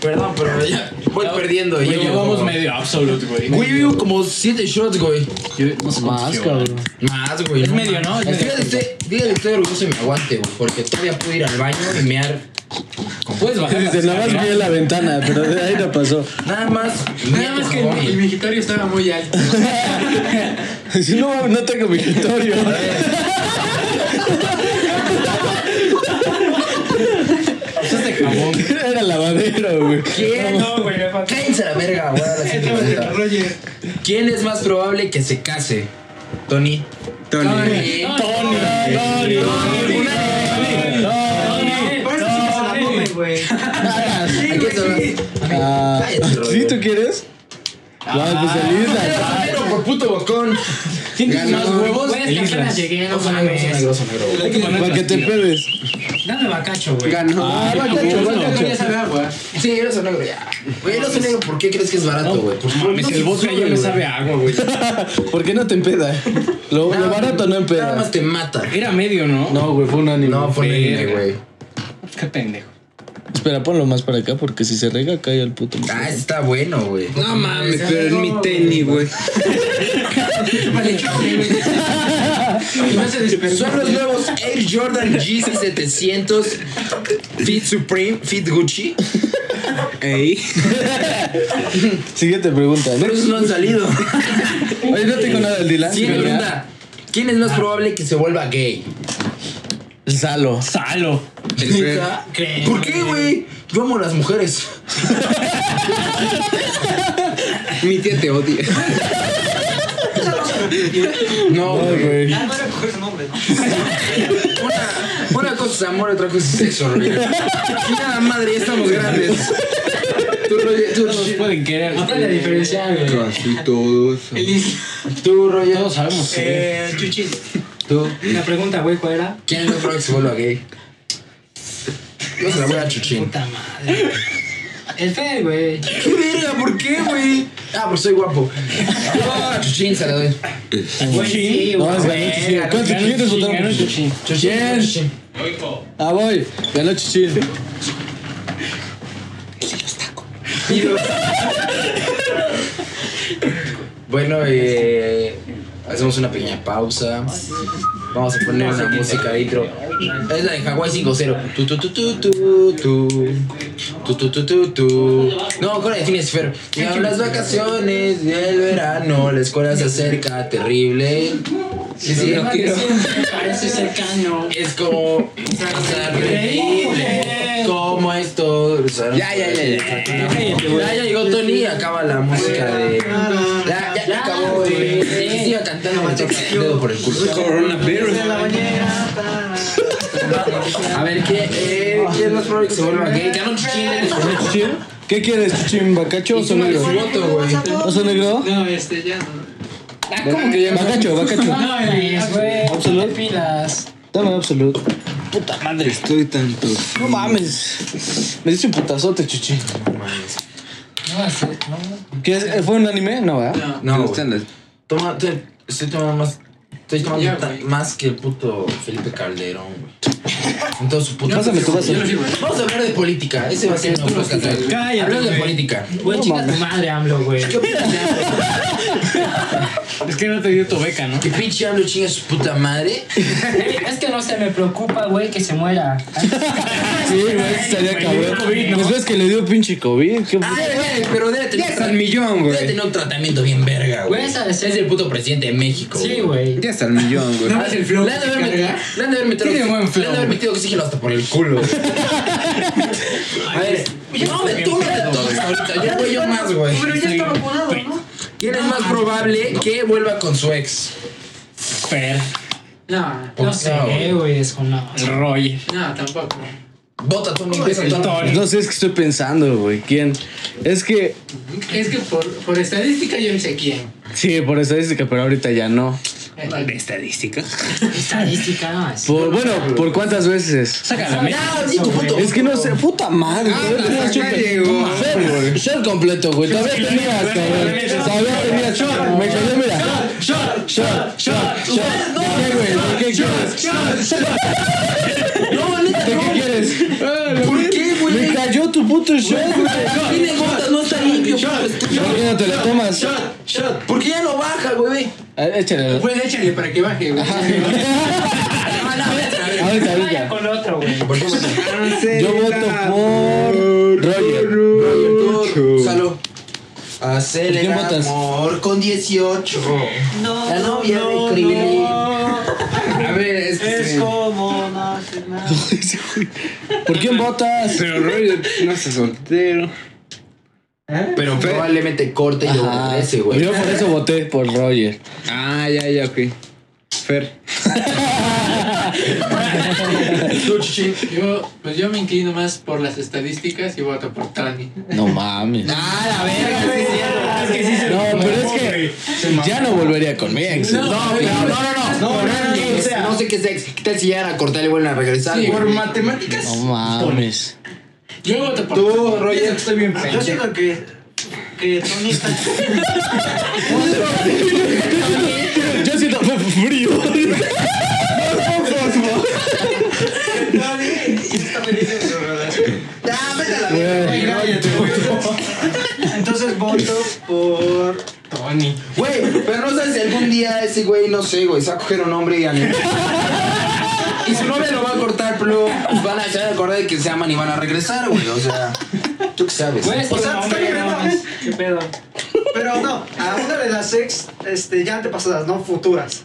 Speaker 1: Perdón, pero ya voy perdiendo.
Speaker 4: Güey,
Speaker 1: llevo
Speaker 4: llevamos
Speaker 1: como-
Speaker 4: medio absolute, güey.
Speaker 1: Güey, yo llevo como 7 shots, güey.
Speaker 4: Yo no sé cuántos
Speaker 3: Más,
Speaker 4: llevo, güey.
Speaker 3: cabrón.
Speaker 1: Más, güey.
Speaker 4: Es medio, ¿no? Es medio.
Speaker 1: Dígale usted, dígale usted orgulloso y me aguante, güey. Porque todavía puedo ir al baño y mear.
Speaker 4: Puedes bajar.
Speaker 3: Dice,
Speaker 4: la
Speaker 3: nada más vi
Speaker 4: escalera.
Speaker 3: en la ventana, pero de ahí no pasó.
Speaker 1: Nada más.
Speaker 6: Nada más que el, el migitorio estaba muy alto.
Speaker 3: Si no, no tengo mi escritorio. Era lavadero, güey.
Speaker 1: ¿Quién?
Speaker 8: No, güey, me falta.
Speaker 1: Cállense a la verga, güey. ahora sí te voy a
Speaker 8: Roger,
Speaker 1: presentar.
Speaker 8: Roger.
Speaker 1: ¿Quién es más probable que se case? Tony.
Speaker 2: Tony.
Speaker 3: Tony, Tony, Tony,
Speaker 7: Por eso sí que se la comen, güey. Sí, güey, sí.
Speaker 3: Tony. ¿Sí tú quieres? Va, pues el Islas.
Speaker 1: Pero por puto bocón.
Speaker 4: ¿Quién tiene más huevos?
Speaker 6: Pues que apenas llegué, no
Speaker 1: Oso negro, oso
Speaker 6: mames.
Speaker 1: negro, oso negro, güey.
Speaker 3: Para que te pedes.
Speaker 8: Dame bacacho, güey.
Speaker 2: Ganó.
Speaker 3: Ah, va, cacho, va, cacho.
Speaker 6: Ya sabe agua.
Speaker 1: Sí, el oso negro, ya. Güey, el oso negro, ¿por qué crees que es barato, güey?
Speaker 4: Pues mames, el vodka ya me sabe a agua, güey.
Speaker 3: ¿Por qué no te empeda? Lo, lo barato no
Speaker 1: Nada más
Speaker 3: empeda.
Speaker 1: te mata.
Speaker 4: Era medio, ¿no?
Speaker 3: No, güey, fue un anime.
Speaker 1: No, fue negro,
Speaker 4: Verga.
Speaker 1: güey.
Speaker 4: Qué pendejo.
Speaker 3: Espera, ponlo más para acá porque si se rega cae al puto.
Speaker 1: Ah, está bueno, güey.
Speaker 2: No mames, pero en mi tenis, güey.
Speaker 6: Y no se despertó.
Speaker 1: Son los nuevos Air Jordan GC 700 Fit Supreme, Fit Gucci.
Speaker 2: Ey.
Speaker 3: Siguiente pregunta, ¿no?
Speaker 1: Pero esos no han salido.
Speaker 3: Oye, no tengo nada del Dylan.
Speaker 1: Siguiente
Speaker 3: ¿verdad?
Speaker 1: pregunta. ¿Quién es más
Speaker 2: Ah.
Speaker 1: probable que se vuelva gay?
Speaker 3: Salo.
Speaker 4: Salo.
Speaker 1: ¿Neta? ¿Por qué, güey? Yo amo a las mujeres.
Speaker 2: Mi tía te odia.
Speaker 1: No,
Speaker 3: Ay,
Speaker 1: güey.
Speaker 3: güey.
Speaker 7: Ya Ah, no era coger su nombre, ¿no?
Speaker 1: Una cosa es amor, otra cosa es sexo, güey. Chingada madre, ya estamos grandes. Tú, Roger, tú,
Speaker 4: Todos pueden querer.
Speaker 6: Aprende a diferenciar, güey.
Speaker 2: Casi todos.
Speaker 1: tú, Roger,
Speaker 4: Todos sabemos. que-
Speaker 7: Eh, Chuchín.
Speaker 1: tú.
Speaker 8: La pregunta, güey, ¿cuál era?
Speaker 1: ¿Quién es más probable que se vuelva gay? Yo se la voy a Chuchín.
Speaker 8: Puta madre.
Speaker 6: El fe, güey.
Speaker 1: ¿Qué verga? ¿Por qué, güey? Ah, pues soy guapo. Ah, Chuchín se la doy.
Speaker 8: Güey, sí,
Speaker 3: No, es
Speaker 8: güey.
Speaker 3: ganó Chichín. ¿Cuánto
Speaker 4: Ganó
Speaker 3: quieres
Speaker 4: Chichín,
Speaker 3: votar?
Speaker 4: ganó Chichín.
Speaker 1: ¿Quién?
Speaker 3: Ah, voy. Ganó Chichín.
Speaker 1: Bueno, eh, hacemos una pequeña pausa. Vamos a poner una música de intro. Es la de Hawái 5-0. Tu, tu, tu, tu, tu, tu. Tu, tu, tu, tu, tu. No, con la de Phineas y Ferb. Llegaron las vacaciones y el verano. La escuela se acerca, terrible. Sí, sí,
Speaker 6: Parece cercano.
Speaker 1: es como. terrible. ¿Cómo es todo? Ya, ya, ya. Ya, ya llegó Tony y acaba la música de. Ya, ya, ya acabó, güey. Sí, Siga cantando, me toca el dedo por el culo.
Speaker 7: Desde la bañera. ta,
Speaker 1: A ver, ¿qué, eh, ¿quién es más probable que se vuelva gay? Ganó Chichín, denle su voto.
Speaker 3: Chichín. ¿Qué quieres, Chichín? ¿Bacacho o oso
Speaker 1: Súmale
Speaker 3: negro?
Speaker 1: su voto, güey.
Speaker 3: ¿Oso negro?
Speaker 6: No, este, ya no.
Speaker 4: Ah,
Speaker 3: Bacacho, bacacho.
Speaker 6: No, es, güey.
Speaker 3: Absolut. Dame absolut. Puta madre.
Speaker 2: Estoy tanto.
Speaker 3: No mames. Me diste un putazote, Chichín. ¿Qué es? Eh, ¿Fue un anime? No, ¿verdad?
Speaker 1: No,
Speaker 2: No,
Speaker 1: güey. Toma, te- estoy tomando más. Estoy tomando
Speaker 6: Ya,
Speaker 1: ta-
Speaker 6: güey.
Speaker 1: más que el puto Felipe Calderón, güey. Entonces, su puta.
Speaker 3: Pásame tu vaso.
Speaker 1: Yo no sirvo. Vamos a hablar de política. Ese va a ser nuestro podcast.
Speaker 4: Cállate,
Speaker 1: Hablando de
Speaker 4: güey.
Speaker 1: política.
Speaker 8: Güey, chica tu madre, AMLO, güey.
Speaker 1: ¿Qué opinas de AMLO?
Speaker 4: Es que no te dio tu beca, ¿no?
Speaker 1: Que pinche AMLO chinga su puta madre.
Speaker 8: Eh, Es que no se me preocupa, güey, que se muera.
Speaker 3: Sí, güey, estaría cabrón.
Speaker 4: COVID, ¿no?
Speaker 3: Después que le dio pinche COVID. ¿qué-
Speaker 1: Ah, güey, pero debe
Speaker 2: Ya
Speaker 1: tener,
Speaker 2: está el millón,
Speaker 1: debe
Speaker 2: güey.
Speaker 1: tener un tratamiento bien verga, güey.
Speaker 8: Güey, esa de
Speaker 1: Es
Speaker 8: ser-
Speaker 1: el puto presidente de México.
Speaker 8: Sí, güey.
Speaker 2: Ya está el millón, güey.
Speaker 6: ¿No ves el flow
Speaker 1: Ah, Le han de
Speaker 6: que
Speaker 1: haber met-
Speaker 6: carga?
Speaker 1: le han de haber metido-
Speaker 4: Tiene buen
Speaker 1: le han de
Speaker 4: flow.
Speaker 1: haber metido oxígeno hasta por el culo. güey. A ver, yo no me tú no te tomes ahorita. Yo voy yo más, güey.
Speaker 7: Pero ya está vacunado, ¿no?
Speaker 1: ¿Quién es más probable que vuelva con su ex?
Speaker 4: Fer,
Speaker 6: No,
Speaker 8: No sé, güey, es con la...
Speaker 4: Roy.
Speaker 6: no, tampoco.
Speaker 1: Vota Tony, empieza Tony.
Speaker 3: No sé, es que estoy pensando, güey. ¿Quién? Es que,
Speaker 6: Es que por, por estadística yo sé quién.
Speaker 3: sí, por estadística, pero ahorita ya no.
Speaker 2: Estadística.
Speaker 8: Estadística, no, es-
Speaker 3: Por, bueno, ¿por cuántas veces?
Speaker 4: Saca la mesa.
Speaker 1: Ah, di tu puto.
Speaker 3: Es que no sé, puta madre. todavía tenías
Speaker 2: acá
Speaker 3: chute.
Speaker 2: llegó.
Speaker 3: Fer, Shot completo, güey. Todavía tenías, cabrón. Todavía tenías. Me cayó, mira. Shot, shot, shot, shot. ¿De qué, güey? ¿De qué quieres?
Speaker 1: No, neta,
Speaker 3: ¿De
Speaker 1: no.
Speaker 3: qué quieres?
Speaker 1: ¿Por qué,
Speaker 3: Ah, Me
Speaker 1: güey?
Speaker 3: cayó tu puto shot, güey.
Speaker 1: Tiene gotas, no está limpio, puto estúpido.
Speaker 3: ¿Por qué no te la tomas? Ah,
Speaker 1: ¿Por qué ya no baja, güey?
Speaker 3: Échale.
Speaker 6: Pues échale para que baje, güey.
Speaker 1: No, no, a ver, a ver.
Speaker 3: Ahorita,
Speaker 8: Vaya
Speaker 3: ahorita.
Speaker 8: con otro, güey.
Speaker 1: ¿Por qué no?
Speaker 3: Yo voto por Roger.
Speaker 1: Tú, Salo. Hacer el
Speaker 3: ¿Quién votas?
Speaker 1: amor con 18.
Speaker 7: No,
Speaker 1: La novia de Krillin. A ver, es que
Speaker 7: Es
Speaker 1: sí.
Speaker 7: como no hacer nada.
Speaker 3: ¿Por quién votas?
Speaker 2: Pero Roy no está soltero.
Speaker 1: Pero probablemente corte y lo
Speaker 3: Ah,
Speaker 1: regrese, güey.
Speaker 3: Yo por eso voté por Roger.
Speaker 2: Ah, ya, ya, ok. Fer.
Speaker 6: Yo, pues yo me inclino más por las estadísticas y voto por Tani.
Speaker 3: No mames.
Speaker 1: Ah, la verga, sí es cierto.
Speaker 3: No, pero es que ya no volvería con mi ex.
Speaker 1: No, güey, no, no, no, no. No, no sé qué sex. ¿Qué tal si llegan a cortar y vuelven a regresar?
Speaker 6: Sí,
Speaker 1: güey?
Speaker 6: por matemáticas.
Speaker 3: No mames.
Speaker 6: Yo voto por
Speaker 2: Tú, Roger, estoy bien
Speaker 7: Yo siento que. Que Tony está.
Speaker 3: Yo siento frío.
Speaker 7: Tony está feliz en su relación. Entonces voto por.
Speaker 6: Tony.
Speaker 1: Güey, pero no sabes si algún día ese güey, no sé, güey, se va a coger un hombre y a Y su novia lo va a cortar, pero pues van a se van a acordar de que se aman y van a regresar, güey. O sea, ¿tú qué sabes?
Speaker 8: Puedes ser
Speaker 7: sea, está
Speaker 8: un hombre,
Speaker 7: bien,
Speaker 8: no
Speaker 7: ¿no?
Speaker 8: mames. ¿Qué pedo?
Speaker 7: Pero no, a una de las ex, este, ya antepasadas, no futuras.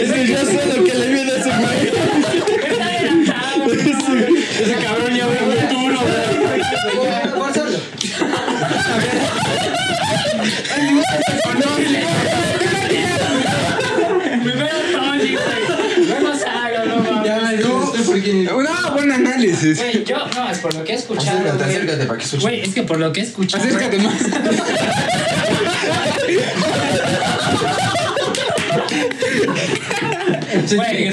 Speaker 3: Es que yo sé lo que le viene a ese güey. Ese cabrón ya ve muy duro, güey.
Speaker 8: Primero Tony, güey. No nos haga, no mames.
Speaker 2: No, buen análisis.
Speaker 8: Güey, yo, no, es por lo que he escuchado.
Speaker 1: Acércate,
Speaker 8: güey.
Speaker 1: acércate para que escuche.
Speaker 8: Güey, es que por lo que he escuchado.
Speaker 2: Acércate más.
Speaker 8: Güey,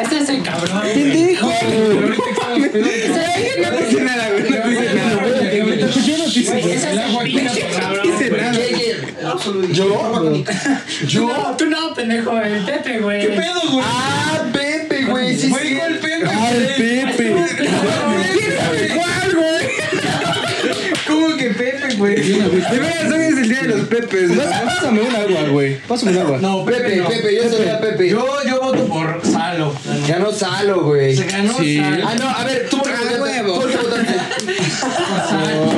Speaker 8: Este es el cabrón. güey. Güey, ese es el pinche cabrón.
Speaker 1: ¿Yo?
Speaker 8: No, tú no, pendejo, el Pepe, güey. ¿Qué pedo?
Speaker 1: Ah, Pepe, güey, sí, Ah, sí.
Speaker 3: Ay, Pepe.
Speaker 2: ¿Cómo que Pepe, güey? De veras, hoy es el día de los Pepes, ¿no?
Speaker 3: Pásame un agua, güey. Pásame un agua.
Speaker 1: No, Pepe, Pepe, yo soy a Pepe.
Speaker 6: Yo, yo voto por Salo.
Speaker 1: Ya no salo, güey.
Speaker 6: Se ganó Salo.
Speaker 1: Ah, no, a ver, tú por qué votaste?
Speaker 2: huevo.
Speaker 1: ¿Por qué votaste?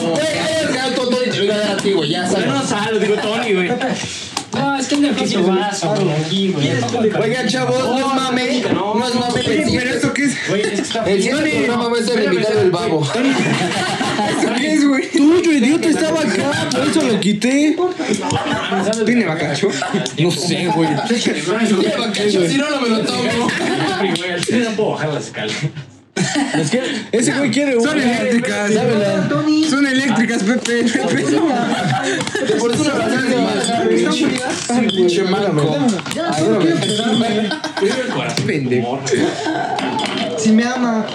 Speaker 1: Güey, eres gato, tonto, y te voy a dar a ti, güey, ya salo.
Speaker 4: Salo, digo Tony, güey.
Speaker 8: No, es que no es tu vaso, güey. Aquí, güey.
Speaker 1: Oigan, chavos, no es mame, no es mame.
Speaker 2: Oye, pero
Speaker 1: El
Speaker 2: esto qué es?
Speaker 1: siguiente programa va a ser el invitado del babo.
Speaker 2: ¿Qué es, güey?
Speaker 3: Tuyo, idiota, estaba acá. Por eso lo quité.
Speaker 2: ¿Tiene bacacho?
Speaker 3: No sé, güey.
Speaker 1: Lleva cacho, Si no, no me lo tomo.
Speaker 4: Yo no puedo bajar las escaleras.
Speaker 3: Los que- ese güey quiere
Speaker 2: Son eléctricas.
Speaker 3: Dámela.
Speaker 2: Son eléctricas, Pepe. Pepe.
Speaker 1: Por eso la verdad es más.
Speaker 7: ¿Están frías?
Speaker 1: Pinche manco.
Speaker 7: Ya, solo quiero pegarme.
Speaker 2: Pendejo.
Speaker 7: Si me ama.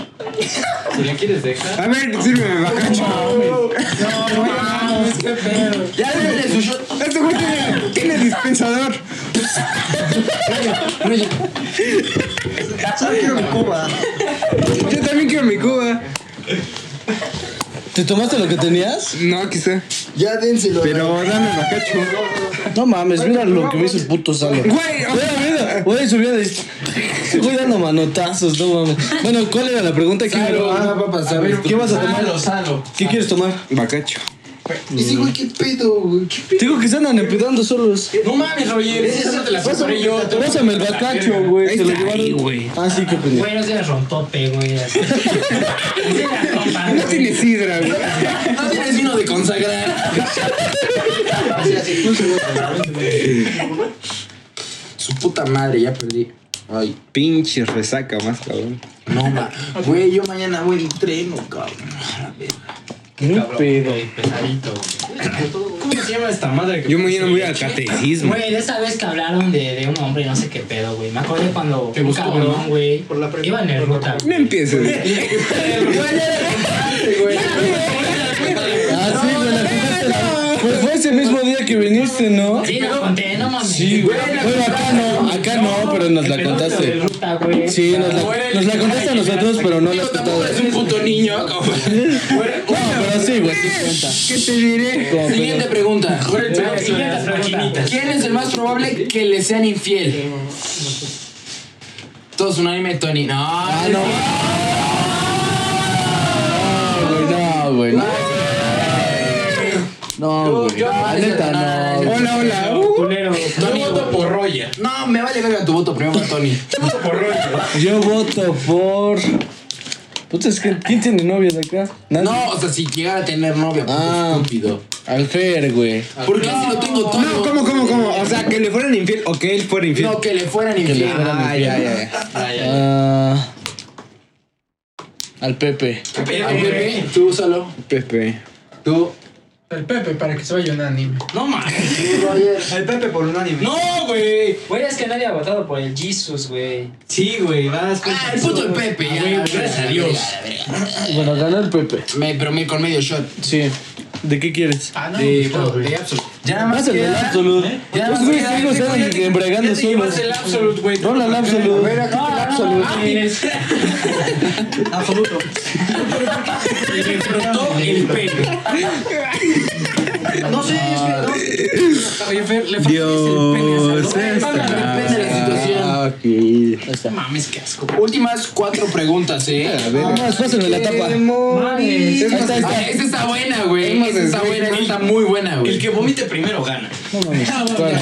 Speaker 8: Si la quieres dejar.
Speaker 2: A ver, sírveme bacacho.
Speaker 1: Ya déjale su shot.
Speaker 2: Este güey tiene, tiene dispensador.
Speaker 7: Solo quiero mi cuba.
Speaker 2: Yo también quiero mi cuba.
Speaker 3: ¿Te tomaste lo que tenías?
Speaker 2: No, quizá.
Speaker 1: Ya dénselo.
Speaker 2: Pero dame bacacho.
Speaker 3: No mames, mira lo que me hizo el puto Salo.
Speaker 2: Güey, o-
Speaker 3: Mira, mira, güey, subía de... Güey, dando manotazos, no mames. Bueno, ¿cuál era la pregunta? ¿Qué,
Speaker 1: Ah, papá, ¿sabes?
Speaker 3: ¿Qué vas a tomar?
Speaker 6: Salo, salo.
Speaker 3: ¿Qué quieres tomar?
Speaker 2: bacacho.
Speaker 1: Ese güey, qué pedo, güey. ¿Qué pedo?
Speaker 3: Te Digo que se andan empedando solos.
Speaker 6: No mames, Roger. Esa te la compré yo. tú-
Speaker 3: Pásame el bacacho, güey. Se lo llevaron. Ah, sí, qué pendejo.
Speaker 8: Güey, no seas rompope, güey. así.
Speaker 2: No tiene sidra, güey.
Speaker 3: Ah,
Speaker 1: No tienes vino de consagrar. Su puta madre, ya perdí. Ay,
Speaker 2: Pinche resaca más, cabrón.
Speaker 1: no, ma. Güey, yo mañana voy en tren, cabrón. A la verga.
Speaker 3: Un pedo.
Speaker 6: Pesadito.
Speaker 8: ¿Cómo se llama esta madre?
Speaker 2: Yo mañana voy al catecismo.
Speaker 8: Güey, de esa vez que hablaron de, de un hombre y no sé qué pedo, güey. Me acordé cuando un
Speaker 6: buscó,
Speaker 8: cabrón,
Speaker 6: ¿no?
Speaker 8: güey, iba en el ruta.
Speaker 2: No empieces.
Speaker 3: Ah, sí, güey, la contaste la- Pues fue ese mismo día que viniste, ¿no?
Speaker 8: Sí, la conté, no mames.
Speaker 3: Sí, güey. Bueno, acá no, acá no, pero nos la
Speaker 8: El pedo del
Speaker 3: contaste.
Speaker 8: ruta, güey.
Speaker 3: Sí, nos la, nos la contaste a nosotros, pero no la has contado.
Speaker 1: Es un puto niño, cabrón.
Speaker 3: No, pero sí, güey, sí cuenta.
Speaker 2: ¿Qué te diré?
Speaker 3: Como pedo.
Speaker 1: Siguiente pregunta.
Speaker 8: La siguiente pregunta.
Speaker 1: ¿Quién es el más probable que le sean infiel? Todos unánime, Tony. No,
Speaker 3: Ah,
Speaker 1: no.
Speaker 3: no. No, güey, no, güey. No, No, güey. La neta, no. güey.
Speaker 2: Hola, hola. Uh,
Speaker 8: Culero.
Speaker 1: Tony voto por Roger. No, me vale verga tu voto, primero va Tony.
Speaker 3: Yo voto por. Puta, es que ¿quién tiene novia de acá? Nadie.
Speaker 1: No, o sea, si llegara a tener novia, puto
Speaker 3: Ah.
Speaker 1: estúpido.
Speaker 3: Alfer, güey.
Speaker 1: ¿Por qué si lo tengo todo?
Speaker 2: No, ¿cómo, cómo, cómo? O sea, que le fueran infiel o que él fuera infiel.
Speaker 1: No, que le fueran infiel.
Speaker 2: Ah, ya, ya, ya.
Speaker 1: Ay, ay.
Speaker 3: Ah, al Pepe.
Speaker 1: A Pepe, tú úsalo.
Speaker 2: Pepe.
Speaker 1: Tú.
Speaker 6: El Pepe para que se vaya un anime.
Speaker 8: No mames.
Speaker 7: El Pepe por unánime.
Speaker 8: No, güey. Güey, es que nadie ha votado por el Jesus, güey.
Speaker 5: Sí, güey, vas con.
Speaker 1: Ah, el puto de Pepe. ya,
Speaker 8: güey,
Speaker 1: la
Speaker 8: gracias
Speaker 1: verga,
Speaker 8: a Dios.
Speaker 1: la verga, la verga.
Speaker 3: Bueno, ganó el Pepe.
Speaker 1: Me, pero me- con medio shot.
Speaker 3: Sí. ¿De qué quieres?
Speaker 6: Ah, no.
Speaker 1: De, de Absolut.
Speaker 3: Ya nada más el Pues, del Absolut.
Speaker 1: Ya nada
Speaker 3: Los
Speaker 1: más
Speaker 3: güeyes
Speaker 1: queda-
Speaker 3: te digo, están embriagando solos.
Speaker 6: el Absolute, güey.
Speaker 3: Rola el Absolut.
Speaker 8: Ah,
Speaker 3: Absolut.
Speaker 7: Absoluto.
Speaker 6: el Pepe.
Speaker 7: No sé, es que
Speaker 6: Oye, Fer, le falta
Speaker 2: Dios.
Speaker 1: Depende de la situación.
Speaker 2: Ah,
Speaker 3: Ahí está.
Speaker 1: Mames, qué asco. Últimas cuatro preguntas, eh. A ver.
Speaker 2: Ah,
Speaker 3: Vamos, pásenme la tapa.
Speaker 8: Mames.
Speaker 2: Es más,
Speaker 1: Ah, esa está buena, güey.
Speaker 2: Hemos
Speaker 1: Esa está buena, esa está muy buena, güey.
Speaker 8: que vomite primero gana.
Speaker 3: No mames.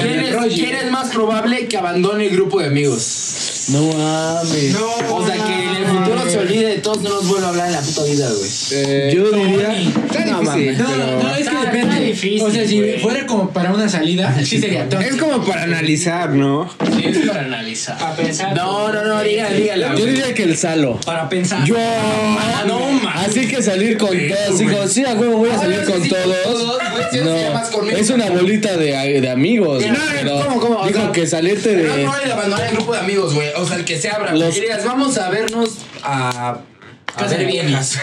Speaker 1: ¿Quién es, quién es más probable que abandone el grupo de amigos?
Speaker 3: No mames.
Speaker 1: O sea, que en el futuro se olvide de todos, no nos vuelva a hablar en la puta vida, güey.
Speaker 2: eh,
Speaker 3: Yo diría.
Speaker 2: está difícil.
Speaker 6: No, no, no, es que
Speaker 8: Está-
Speaker 6: depende.
Speaker 8: está difícil,
Speaker 6: o sea, si
Speaker 8: güey.
Speaker 6: fuera como para una salida, sí sería todo.
Speaker 2: Es como para analizar, ¿no?
Speaker 8: Sí, es para analizar. Para pensar.
Speaker 1: No, no, no, dígala, dígala.
Speaker 3: Yo
Speaker 1: güey.
Speaker 3: diría que el Salo.
Speaker 8: Para pensar.
Speaker 3: Yo.
Speaker 4: Ah,
Speaker 8: no mames.
Speaker 3: Así que salir con todos. Así como, sí, a huevo, voy a
Speaker 1: Ah,
Speaker 3: salir con todos.
Speaker 1: güey, si no te llamas
Speaker 3: No,
Speaker 1: conmigo.
Speaker 3: es una bolita de, de amigos.
Speaker 1: No, no,
Speaker 3: pero
Speaker 1: ¿cómo, cómo? O
Speaker 3: Dijo
Speaker 1: sea,
Speaker 3: que salirte
Speaker 1: Pero
Speaker 3: de.
Speaker 1: no hay de abandonar el grupo de amigos, güey. O sea, el que se abra.
Speaker 3: Los-
Speaker 1: Los... Y digas, vamos a vernos a. A ver viejas.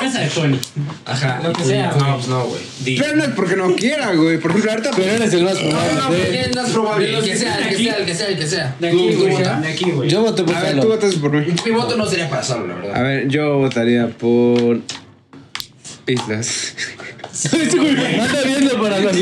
Speaker 8: Casa de Tony.
Speaker 1: Ajá.
Speaker 8: Lo que sea,
Speaker 1: No,
Speaker 8: güey.
Speaker 1: pues no, güey.
Speaker 2: Pero no es porque no quiera, güey. Por ejemplo, ahorita.
Speaker 3: Pero eres el más
Speaker 1: No, no,
Speaker 3: probable. ¿eh?
Speaker 1: ¿quién
Speaker 3: de-
Speaker 1: es más probable.
Speaker 8: de
Speaker 1: El
Speaker 8: los
Speaker 1: que
Speaker 8: que
Speaker 1: sea, el que sea, el que sea, el que sea.
Speaker 8: De aquí,
Speaker 1: ¿Tú, tú
Speaker 8: güey.
Speaker 1: vota?
Speaker 8: De aquí, güey.
Speaker 3: Yo voté por
Speaker 2: A ver, tú
Speaker 3: Salo.
Speaker 2: votas por mí.
Speaker 1: Mi voto no sería para Salo, la
Speaker 2: A
Speaker 1: verdad.
Speaker 2: ver, yo votaría por. Islas.
Speaker 3: Este güey Anda viendo para los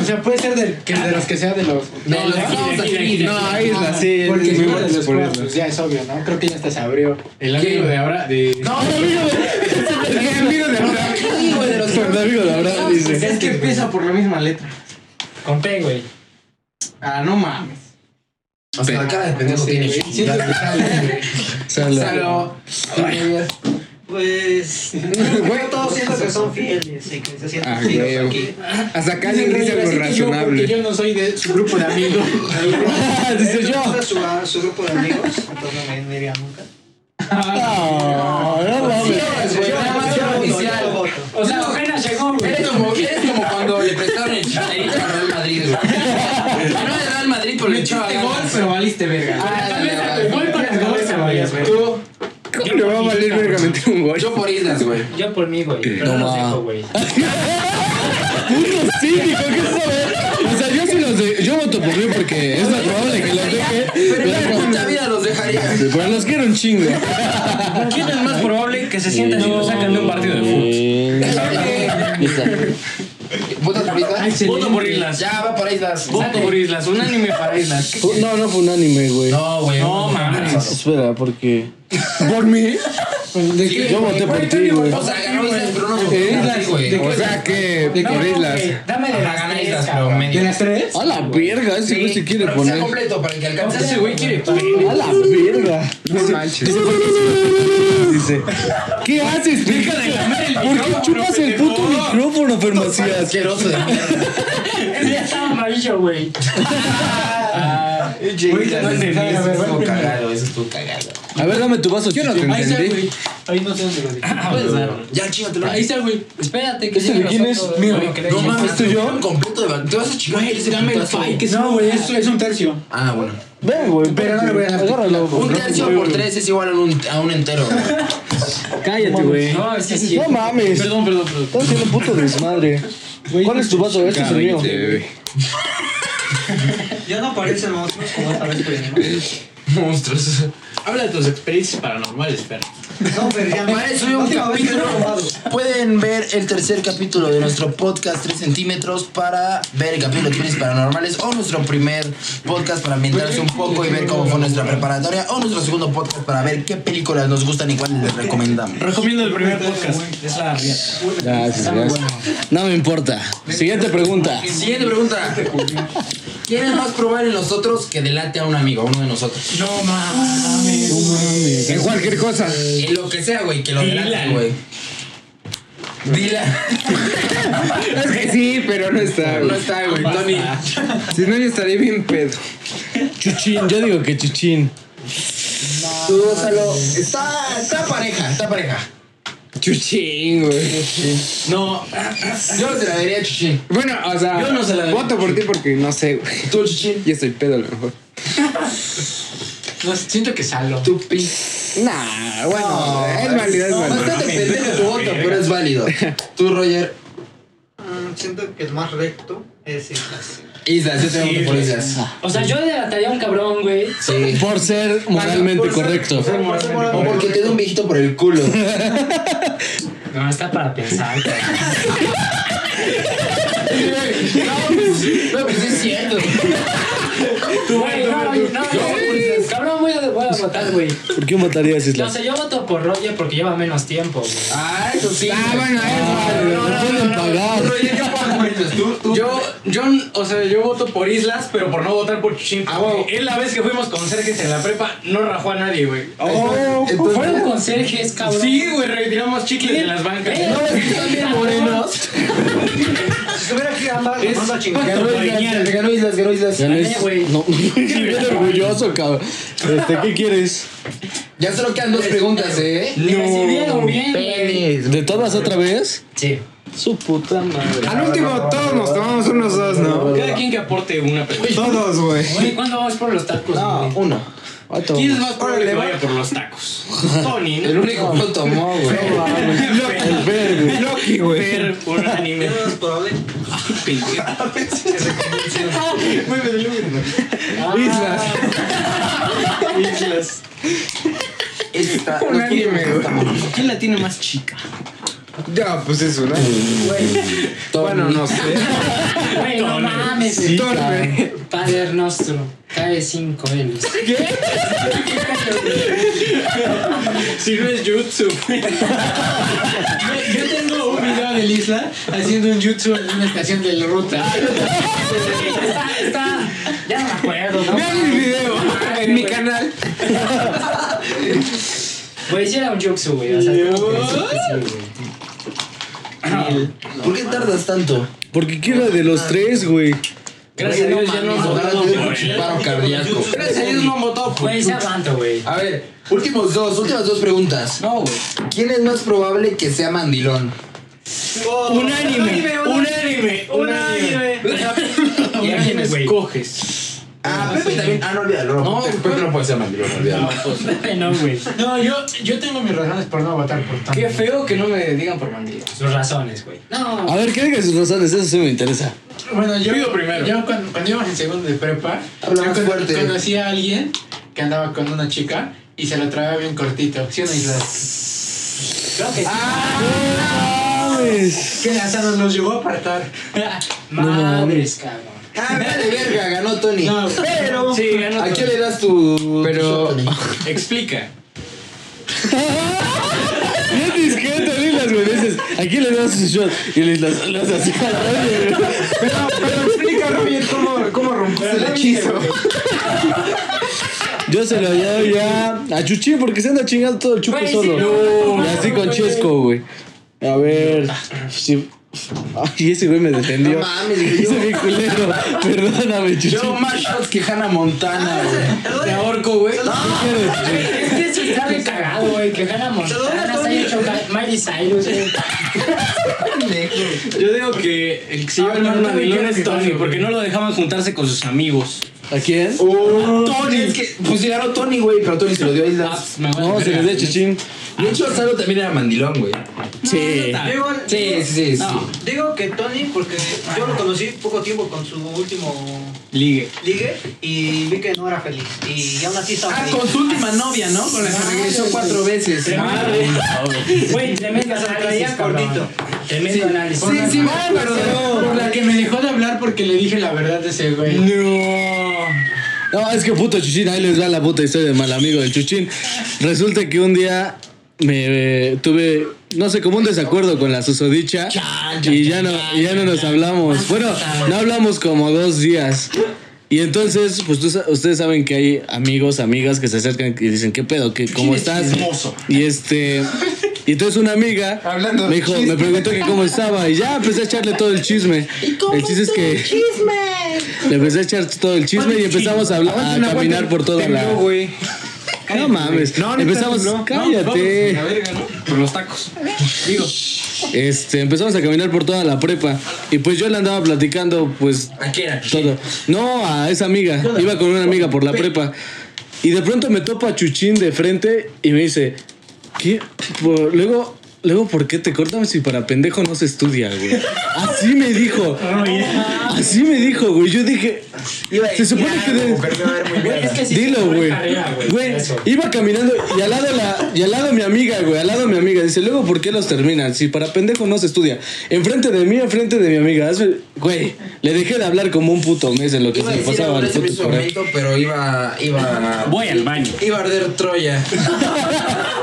Speaker 5: O sea, puede ser del, que de los que sea de los.
Speaker 1: No, los vamos a seguir.
Speaker 2: No, Islas, sí.
Speaker 5: Porque
Speaker 2: mi
Speaker 5: si fuera
Speaker 2: voto
Speaker 5: de
Speaker 2: es
Speaker 5: los
Speaker 2: por
Speaker 5: cuatro,
Speaker 2: Islas.
Speaker 5: ya es obvio, ¿no? Creo que ya hasta se abrió.
Speaker 6: El amigo de ahora, de.
Speaker 1: No, amigo,
Speaker 2: Eh, amigo de verdad.
Speaker 1: güey, de los
Speaker 3: El amigo de Abraham dice.
Speaker 5: Es que empieza por la misma letra.
Speaker 8: Con P, güey.
Speaker 5: Ah, no mames.
Speaker 1: Hasta la cara de pendejo tiene.
Speaker 5: Siento que sale, güey.
Speaker 3: Salo.
Speaker 1: Salo.
Speaker 7: Pues. Yo todos siento que son fieles y que se
Speaker 2: Ah,
Speaker 7: sienten fieles
Speaker 2: güey.
Speaker 7: aquí.
Speaker 2: Hasta acá alguien dice algo
Speaker 5: Porque
Speaker 2: razonable.
Speaker 5: yo no soy de su grupo de amigos.
Speaker 3: Dice yo.
Speaker 7: Entonces, Su, a su grupo de amigos, entonces no me- me diría nunca.
Speaker 3: No, no mames.
Speaker 1: güey, nada más
Speaker 7: Yo
Speaker 1: era
Speaker 7: voto,
Speaker 1: oficial.
Speaker 7: yo voto.
Speaker 8: O sea, Ojena llegó, güey.
Speaker 1: Eres como, eres como cuando le prestaron el chanerito al Real Madrid, güey. No le da al Madrid, pero le echaba
Speaker 5: Metiste gol,
Speaker 1: ganas.
Speaker 5: pero valiste verga.
Speaker 1: Ah,
Speaker 8: Tal
Speaker 1: la
Speaker 8: vez
Speaker 1: verdad.
Speaker 8: voy para el gol, se vayas, güey.
Speaker 5: Tú,
Speaker 2: ¿Cómo le va a valer verga meter un gol?
Speaker 1: Yo por islas, güey.
Speaker 8: Yo por mí, güey. Pero no,
Speaker 3: No,
Speaker 8: los
Speaker 3: ma.
Speaker 8: dejo, güey.
Speaker 3: Burro cínico, ¿qué es eso? ¿eh? O sea, yo sí los de, yo voto por mí porque es más probable que los deje.
Speaker 1: Pero en la
Speaker 3: pero-
Speaker 1: puta vida los dejaría.
Speaker 3: Pero los quiero un chingo.
Speaker 4: ¿Quién es más probable que se sientan y lo sacan de un partido de fútbol?
Speaker 1: ¿Votas por islas?
Speaker 4: Voto por Islas.
Speaker 1: Ya, va por islas.
Speaker 4: Voto por Islas. Unánime para Islas.
Speaker 3: No, no fue un anime, güey.
Speaker 1: No, güey.
Speaker 4: No mames.
Speaker 3: Espera, porque. ¿Por mí? Yo voté por ti, güey.
Speaker 1: O sea, ganó islas, pero no
Speaker 2: Eh,
Speaker 1: se
Speaker 2: islas,
Speaker 1: güey.
Speaker 2: O sea que por islas.
Speaker 8: Dame de las
Speaker 1: Ganar
Speaker 8: tres,
Speaker 1: islas, pero
Speaker 8: cabrón.
Speaker 1: medio.
Speaker 5: las tres?
Speaker 3: A la verga, ese güey se quiere
Speaker 1: Pero que sea
Speaker 3: poner.
Speaker 1: completo para el que alcance.
Speaker 4: Ese güey quiere pelear.
Speaker 3: A la verga.
Speaker 2: No manches.
Speaker 3: Dice, ¿por qué se- Dice, ¿qué haces? Deja de
Speaker 4: lamer el
Speaker 3: ¿Por qué
Speaker 4: micrófono,
Speaker 3: chupas el puto micrófono, farmacías?
Speaker 1: Asqueroso de mierda.
Speaker 8: Ese ya estaba amarillo, güey.
Speaker 2: Güey, ya no entendí.
Speaker 1: Eso estuvo cagado, eso estuvo cagado.
Speaker 3: A ver, dame tu vaso.
Speaker 2: Yo no te
Speaker 3: chichi.
Speaker 5: Ahí está,
Speaker 2: entendí.
Speaker 5: güey. Ahí no sé dónde lo dije.
Speaker 1: Puedes dar. Ya, chingatelo.
Speaker 5: Ahí está, güey.
Speaker 8: Espérate, que
Speaker 3: ¿Este de
Speaker 8: lleguen
Speaker 3: quién
Speaker 8: los
Speaker 3: es?
Speaker 8: otros,
Speaker 3: Mío.
Speaker 8: güey, que le
Speaker 1: No
Speaker 8: echen
Speaker 1: mames,
Speaker 8: más.
Speaker 1: estoy yo. Completo de Te vas a chingar. eres
Speaker 5: Güey, dame el
Speaker 1: putazo.
Speaker 5: fight, que es, un- es, es un tercio.
Speaker 1: Ah, bueno.
Speaker 3: Ven, güey.
Speaker 5: Pero no le voy a dar.
Speaker 3: Agárralo.
Speaker 1: Un tercio por tres es igual a un, a un entero. güey.
Speaker 5: Cállate, güey.
Speaker 8: No, sí, sí.
Speaker 3: No mames. Perdón, perdón, perdón. Estás haciendo puto desmadre. ¿Cuál es tu vaso? Este es el mío.
Speaker 2: Cállate, bebé.
Speaker 7: Ya no aparecen monstruos como esta vez que
Speaker 1: Monstruos.
Speaker 5: Habla de tus experiencias paranormales, Fer.
Speaker 7: No, pero ya
Speaker 1: Para eso hay un
Speaker 7: Última vez que
Speaker 1: capítulo.
Speaker 7: lo he robado.
Speaker 1: Pueden ver el tercer capítulo de nuestro podcast 3 centímetros para ver el capítulo de Crímenes Paranormales o nuestro primer podcast para ambientarse un poco y ver cómo fue nuestra preparatoria o nuestro segundo podcast para ver qué películas nos gustan y cuáles les recomendamos.
Speaker 4: Recomiendo el primer podcast. Es la realidad.
Speaker 3: Gracias, gracias. No me importa. Siguiente pregunta.
Speaker 1: Siguiente pregunta. ¿Quién es más probable en nosotros que delate a un amigo, a uno de nosotros?
Speaker 4: No mames.
Speaker 2: En cualquier cosa.
Speaker 1: En lo que sea, güey, que lo delate,
Speaker 4: Dylan.
Speaker 1: güey. Dila.
Speaker 2: Es que sí, pero no está,
Speaker 1: No
Speaker 2: güey.
Speaker 1: está, güey, Tony.
Speaker 2: Si no, yo estaría bien pedo.
Speaker 3: Chuchín, yo digo que chuchín.
Speaker 1: Tú, Gonzalo. Está, está pareja, está pareja.
Speaker 2: Chuchín, güey.
Speaker 1: No, yo no se la daría a Chuchín.
Speaker 2: Bueno, o sea,
Speaker 1: Yo no se la doy.
Speaker 2: voto por ti porque no sé, güey.
Speaker 1: Tú, Chuchín.
Speaker 2: Yo estoy pedo a lo mejor.
Speaker 5: No, siento que salo.
Speaker 1: Tú, pin.
Speaker 2: Nah, bueno, es válido, es válido.
Speaker 1: Bastante pendejo tu voto, pero es válido. Tú, Roger.
Speaker 7: Mm, Siento que el más recto es Islas.
Speaker 1: Islas, yo te voto por Islas.
Speaker 8: O sea, yo delataría a un cabrón, güey.
Speaker 1: Sí.
Speaker 3: Por ser moralmente correcto.
Speaker 1: O porque te da un viejito por el culo.
Speaker 8: No, está para pensar. cabrón.
Speaker 1: No, pues es cierto.
Speaker 8: Güey, no, no, no, no. Cabrón, voy a, voy a votar, güey.
Speaker 3: ¿Por qué matarías
Speaker 8: No,
Speaker 3: Isla?
Speaker 8: o sea, yo voto por Roger porque lleva menos tiempo, güey.
Speaker 1: Ah, eso sí.
Speaker 2: Ah, bueno, es válido.
Speaker 3: No pueden pagar.
Speaker 5: Oye, yo puedo por islas. Tú, tú.
Speaker 4: Yo, yo, o sea, yo voto por Islas, pero por no votar por Chuchín.
Speaker 1: Ah, huevo.
Speaker 4: Él la vez que fuimos con Sergio en la prepa no rajó a nadie, güey.
Speaker 2: Oh,
Speaker 8: Fueron conserjes, cabrón.
Speaker 4: Sí, güey, retiramos chicles de las bancas.
Speaker 8: Eh,
Speaker 4: No,
Speaker 8: están bien morenos.
Speaker 7: Si estuviera aquí ambas, lo mando a chingar.
Speaker 1: Ganó Islas, ganó Islas, ganó Islas.
Speaker 3: Ya no es-
Speaker 8: Eh, güey.
Speaker 3: No, bien orgulloso, cabrón. Este, ¿qué quieres?
Speaker 1: Ya solo quedan dos preguntas, ¿eh?
Speaker 8: Le recibieron bien, güey.
Speaker 3: ¿De todas otra vez?
Speaker 8: Sí.
Speaker 3: Su puta madre.
Speaker 2: Al último, todos nos tomamos unos dos, ¿no?
Speaker 4: Cada quien que aporte una pregunta.
Speaker 2: Todos, güey.
Speaker 8: Güey, ¿cuándo vamos por los tacos, güey?
Speaker 1: Uno.
Speaker 4: ¿Quién es más probable que vaya por los tacos? Tony,
Speaker 1: El único que lo tomó, güey.
Speaker 3: El verde.
Speaker 2: Loki,
Speaker 8: Pues
Speaker 2: güey.
Speaker 4: Per un anime.
Speaker 7: Es probable.
Speaker 2: Islas.
Speaker 1: Esta.
Speaker 2: Un anime, güey.
Speaker 4: ¿Quién la tiene más chica?
Speaker 2: Ya, pues eso, ¿no? Bueno, no sé.
Speaker 8: Güey, no mames, güey.
Speaker 2: Torbe.
Speaker 8: Padre nuestro, cabe 5 L's.
Speaker 4: Si no es Jutsu.
Speaker 5: Yo tengo un video del Isla haciendo un jutsu en una estación de la ruta.
Speaker 8: Está, está. Ya no me acuerdo, ¿no?
Speaker 2: Vean el video en mi canal.
Speaker 8: Güey, sí era un yuxu, güey. O sea, ¿cómo que sí, sí, güey?
Speaker 1: ¿Por qué tardas tanto?
Speaker 3: Porque quiero de los tres, güey.
Speaker 8: Gracias a Dios ya no
Speaker 1: Nos
Speaker 8: nos
Speaker 1: hablaron de un paro cardíaco.
Speaker 8: Güey, se aguanto, güey.
Speaker 1: A ver, últimos dos, últimas dos preguntas.
Speaker 8: No, güey.
Speaker 1: ¿Quién es más probable que sea mandilón?
Speaker 8: Unánime, unánime, unánime. ¿Y a quién escoges?
Speaker 1: Ah, Pepe también. Ah, no olvídalo. No, Pepe no puede ser mandilón, olvídalo.
Speaker 8: No, güey.
Speaker 6: No, yo, yo tengo mis razones por no votar por tanto.
Speaker 8: Qué feo que no me digan por bandido. Sus razones, güey. No.
Speaker 3: A ver, ¿qué digan sus razones? Eso sí me interesa.
Speaker 6: Bueno, yo, primero. yo cuando, cuando íbamos en segundo de prepa,
Speaker 1: Habla
Speaker 6: yo
Speaker 1: más
Speaker 6: cono-
Speaker 1: fuerte.
Speaker 6: conocí a alguien que andaba con una chica y se lo traía bien cortito. ¿Sí o no, Islas?
Speaker 8: Creo que sí.
Speaker 6: Que hasta nos los llegó a apartar.
Speaker 8: Madres, cabrón.
Speaker 1: Ah, vale, verga, ganó Tony.
Speaker 6: No,
Speaker 1: pero.
Speaker 8: Sí, ganó
Speaker 1: ¿A
Speaker 8: Tony.
Speaker 1: quién le das tu.
Speaker 4: Pero-
Speaker 1: tu shot, Tony?
Speaker 4: Explica.
Speaker 3: Bien discreto, Lilas, güey. Dices, aquí le das su shot. Y Lilas, le hace así a la doña, güey.
Speaker 2: Explícanos bien cómo, cómo rompiste el hechizo.
Speaker 3: Yo se lo doy ya a Chuchín porque se anda chingando todo el chupo
Speaker 8: Güey, sí,
Speaker 3: solo.
Speaker 8: no,
Speaker 3: y así
Speaker 8: no,
Speaker 3: con
Speaker 8: güey.
Speaker 3: Chesco, güey. A ver. sí. Ay, ese güey me defendió.
Speaker 1: No mames, güey, yo-
Speaker 3: Ese bien culero. Perdóname, Chuchín.
Speaker 1: Yo más shots que Hannah Montana,
Speaker 6: Ah,
Speaker 1: güey.
Speaker 7: Te
Speaker 1: ahorco, güey.
Speaker 8: Es que eso está bien cagado, güey. Que gana Montana, se haya hecho ca- Miley Cyrus, güey.
Speaker 4: Yo digo que el que se lleva el más mandilón es Tony, porque no lo dejaban juntarse con sus amigos.
Speaker 3: ¿A quién?
Speaker 1: Tony. Es que, pues sí ganó Tony, güey, pero Tony se lo dio a Islas.
Speaker 4: Me voy a
Speaker 3: No, se
Speaker 4: verga.
Speaker 3: le dio a Chuchín.
Speaker 1: De hecho, Saro también era mandilón, güey.
Speaker 3: Sí.
Speaker 7: Digo,
Speaker 1: Ah, Sí, sí, sí. sí.
Speaker 7: digo que Tony, porque yo lo conocí poco tiempo con su último
Speaker 4: Ligue.
Speaker 7: ligue y vi que no era feliz. Y aún así estaba
Speaker 1: Ah,
Speaker 7: feliz. Ah,
Speaker 1: con su última novia, ¿no? Con la que regresó cuatro veces.
Speaker 8: Madre. Güey, tremendo
Speaker 1: Ah,
Speaker 7: Se
Speaker 8: análisis,
Speaker 7: traía
Speaker 8: cabrón.
Speaker 7: gordito.
Speaker 8: Tremendo análisis.
Speaker 1: Sí, sí, me acuerdo.
Speaker 6: Por la que me dejó de hablar porque le dije la verdad de ese güey.
Speaker 3: No, es que puto Chuchín, ahí les va la puta historia del mal amigo del Chuchín. Resulta que un día me eh, tuve, no sé, como un desacuerdo con la susodicha. Y ya no, y ya no nos hablamos. Bueno, no hablamos como dos días. Y entonces, pues tú sa- ustedes saben que hay amigos, amigas que se acercan y dicen, ¿qué pedo? ¿Qué, ¿Cómo estás? Y este... Y entonces una amiga
Speaker 2: Hablando
Speaker 3: me
Speaker 2: de
Speaker 3: dijo,
Speaker 2: chismes.
Speaker 3: me preguntó que cómo estaba y ya empecé a echarle todo el chisme. el chiste es que le empecé a echar todo el chisme y empezamos a, hablar, a caminar por toda la.
Speaker 2: Tembló, güey.
Speaker 3: No mames.
Speaker 2: No, neta,
Speaker 3: empezamos.
Speaker 2: tembló. No,
Speaker 3: cállate.
Speaker 4: La verga, ¿no? Por los tacos. Digo.
Speaker 3: Este, empezamos a caminar por toda la prepa. Y pues yo le andaba platicando, pues.
Speaker 1: ¿A qué era?
Speaker 3: Todo. No, a esa amiga. Iba con una amiga por la prepa. Y de pronto me topa a Chuchín de frente y me dice. ¿Qué? Por- luego. Luego, ¿por qué te cortan si para pendejo no se estudia, güey? Así me dijo.
Speaker 2: Oh,
Speaker 3: Así me dijo, güey. Yo dije. Se supone que. de-
Speaker 8: Güey, es que sí,
Speaker 3: Dilo,
Speaker 8: fue
Speaker 3: güey.
Speaker 8: tarea,
Speaker 3: Güey,
Speaker 8: eso.
Speaker 3: iba caminando y al lado la, y al lado mi amiga, güey, al lado mi amiga. Dice, luego, ¿por qué los terminan? Si para pendejo no se estudia. Enfrente de mí, enfrente de mi amiga. Hazme- Güey, le dejé de hablar como un puto mes en lo que se
Speaker 1: Iba a
Speaker 3: le
Speaker 1: decir
Speaker 3: pasaba
Speaker 1: algo
Speaker 3: al
Speaker 1: en ese
Speaker 3: puto
Speaker 1: mismo
Speaker 3: por ahí.
Speaker 1: momento, pero iba, iba,
Speaker 4: ¿eh? Voy al baño.
Speaker 1: iba a arder Troya.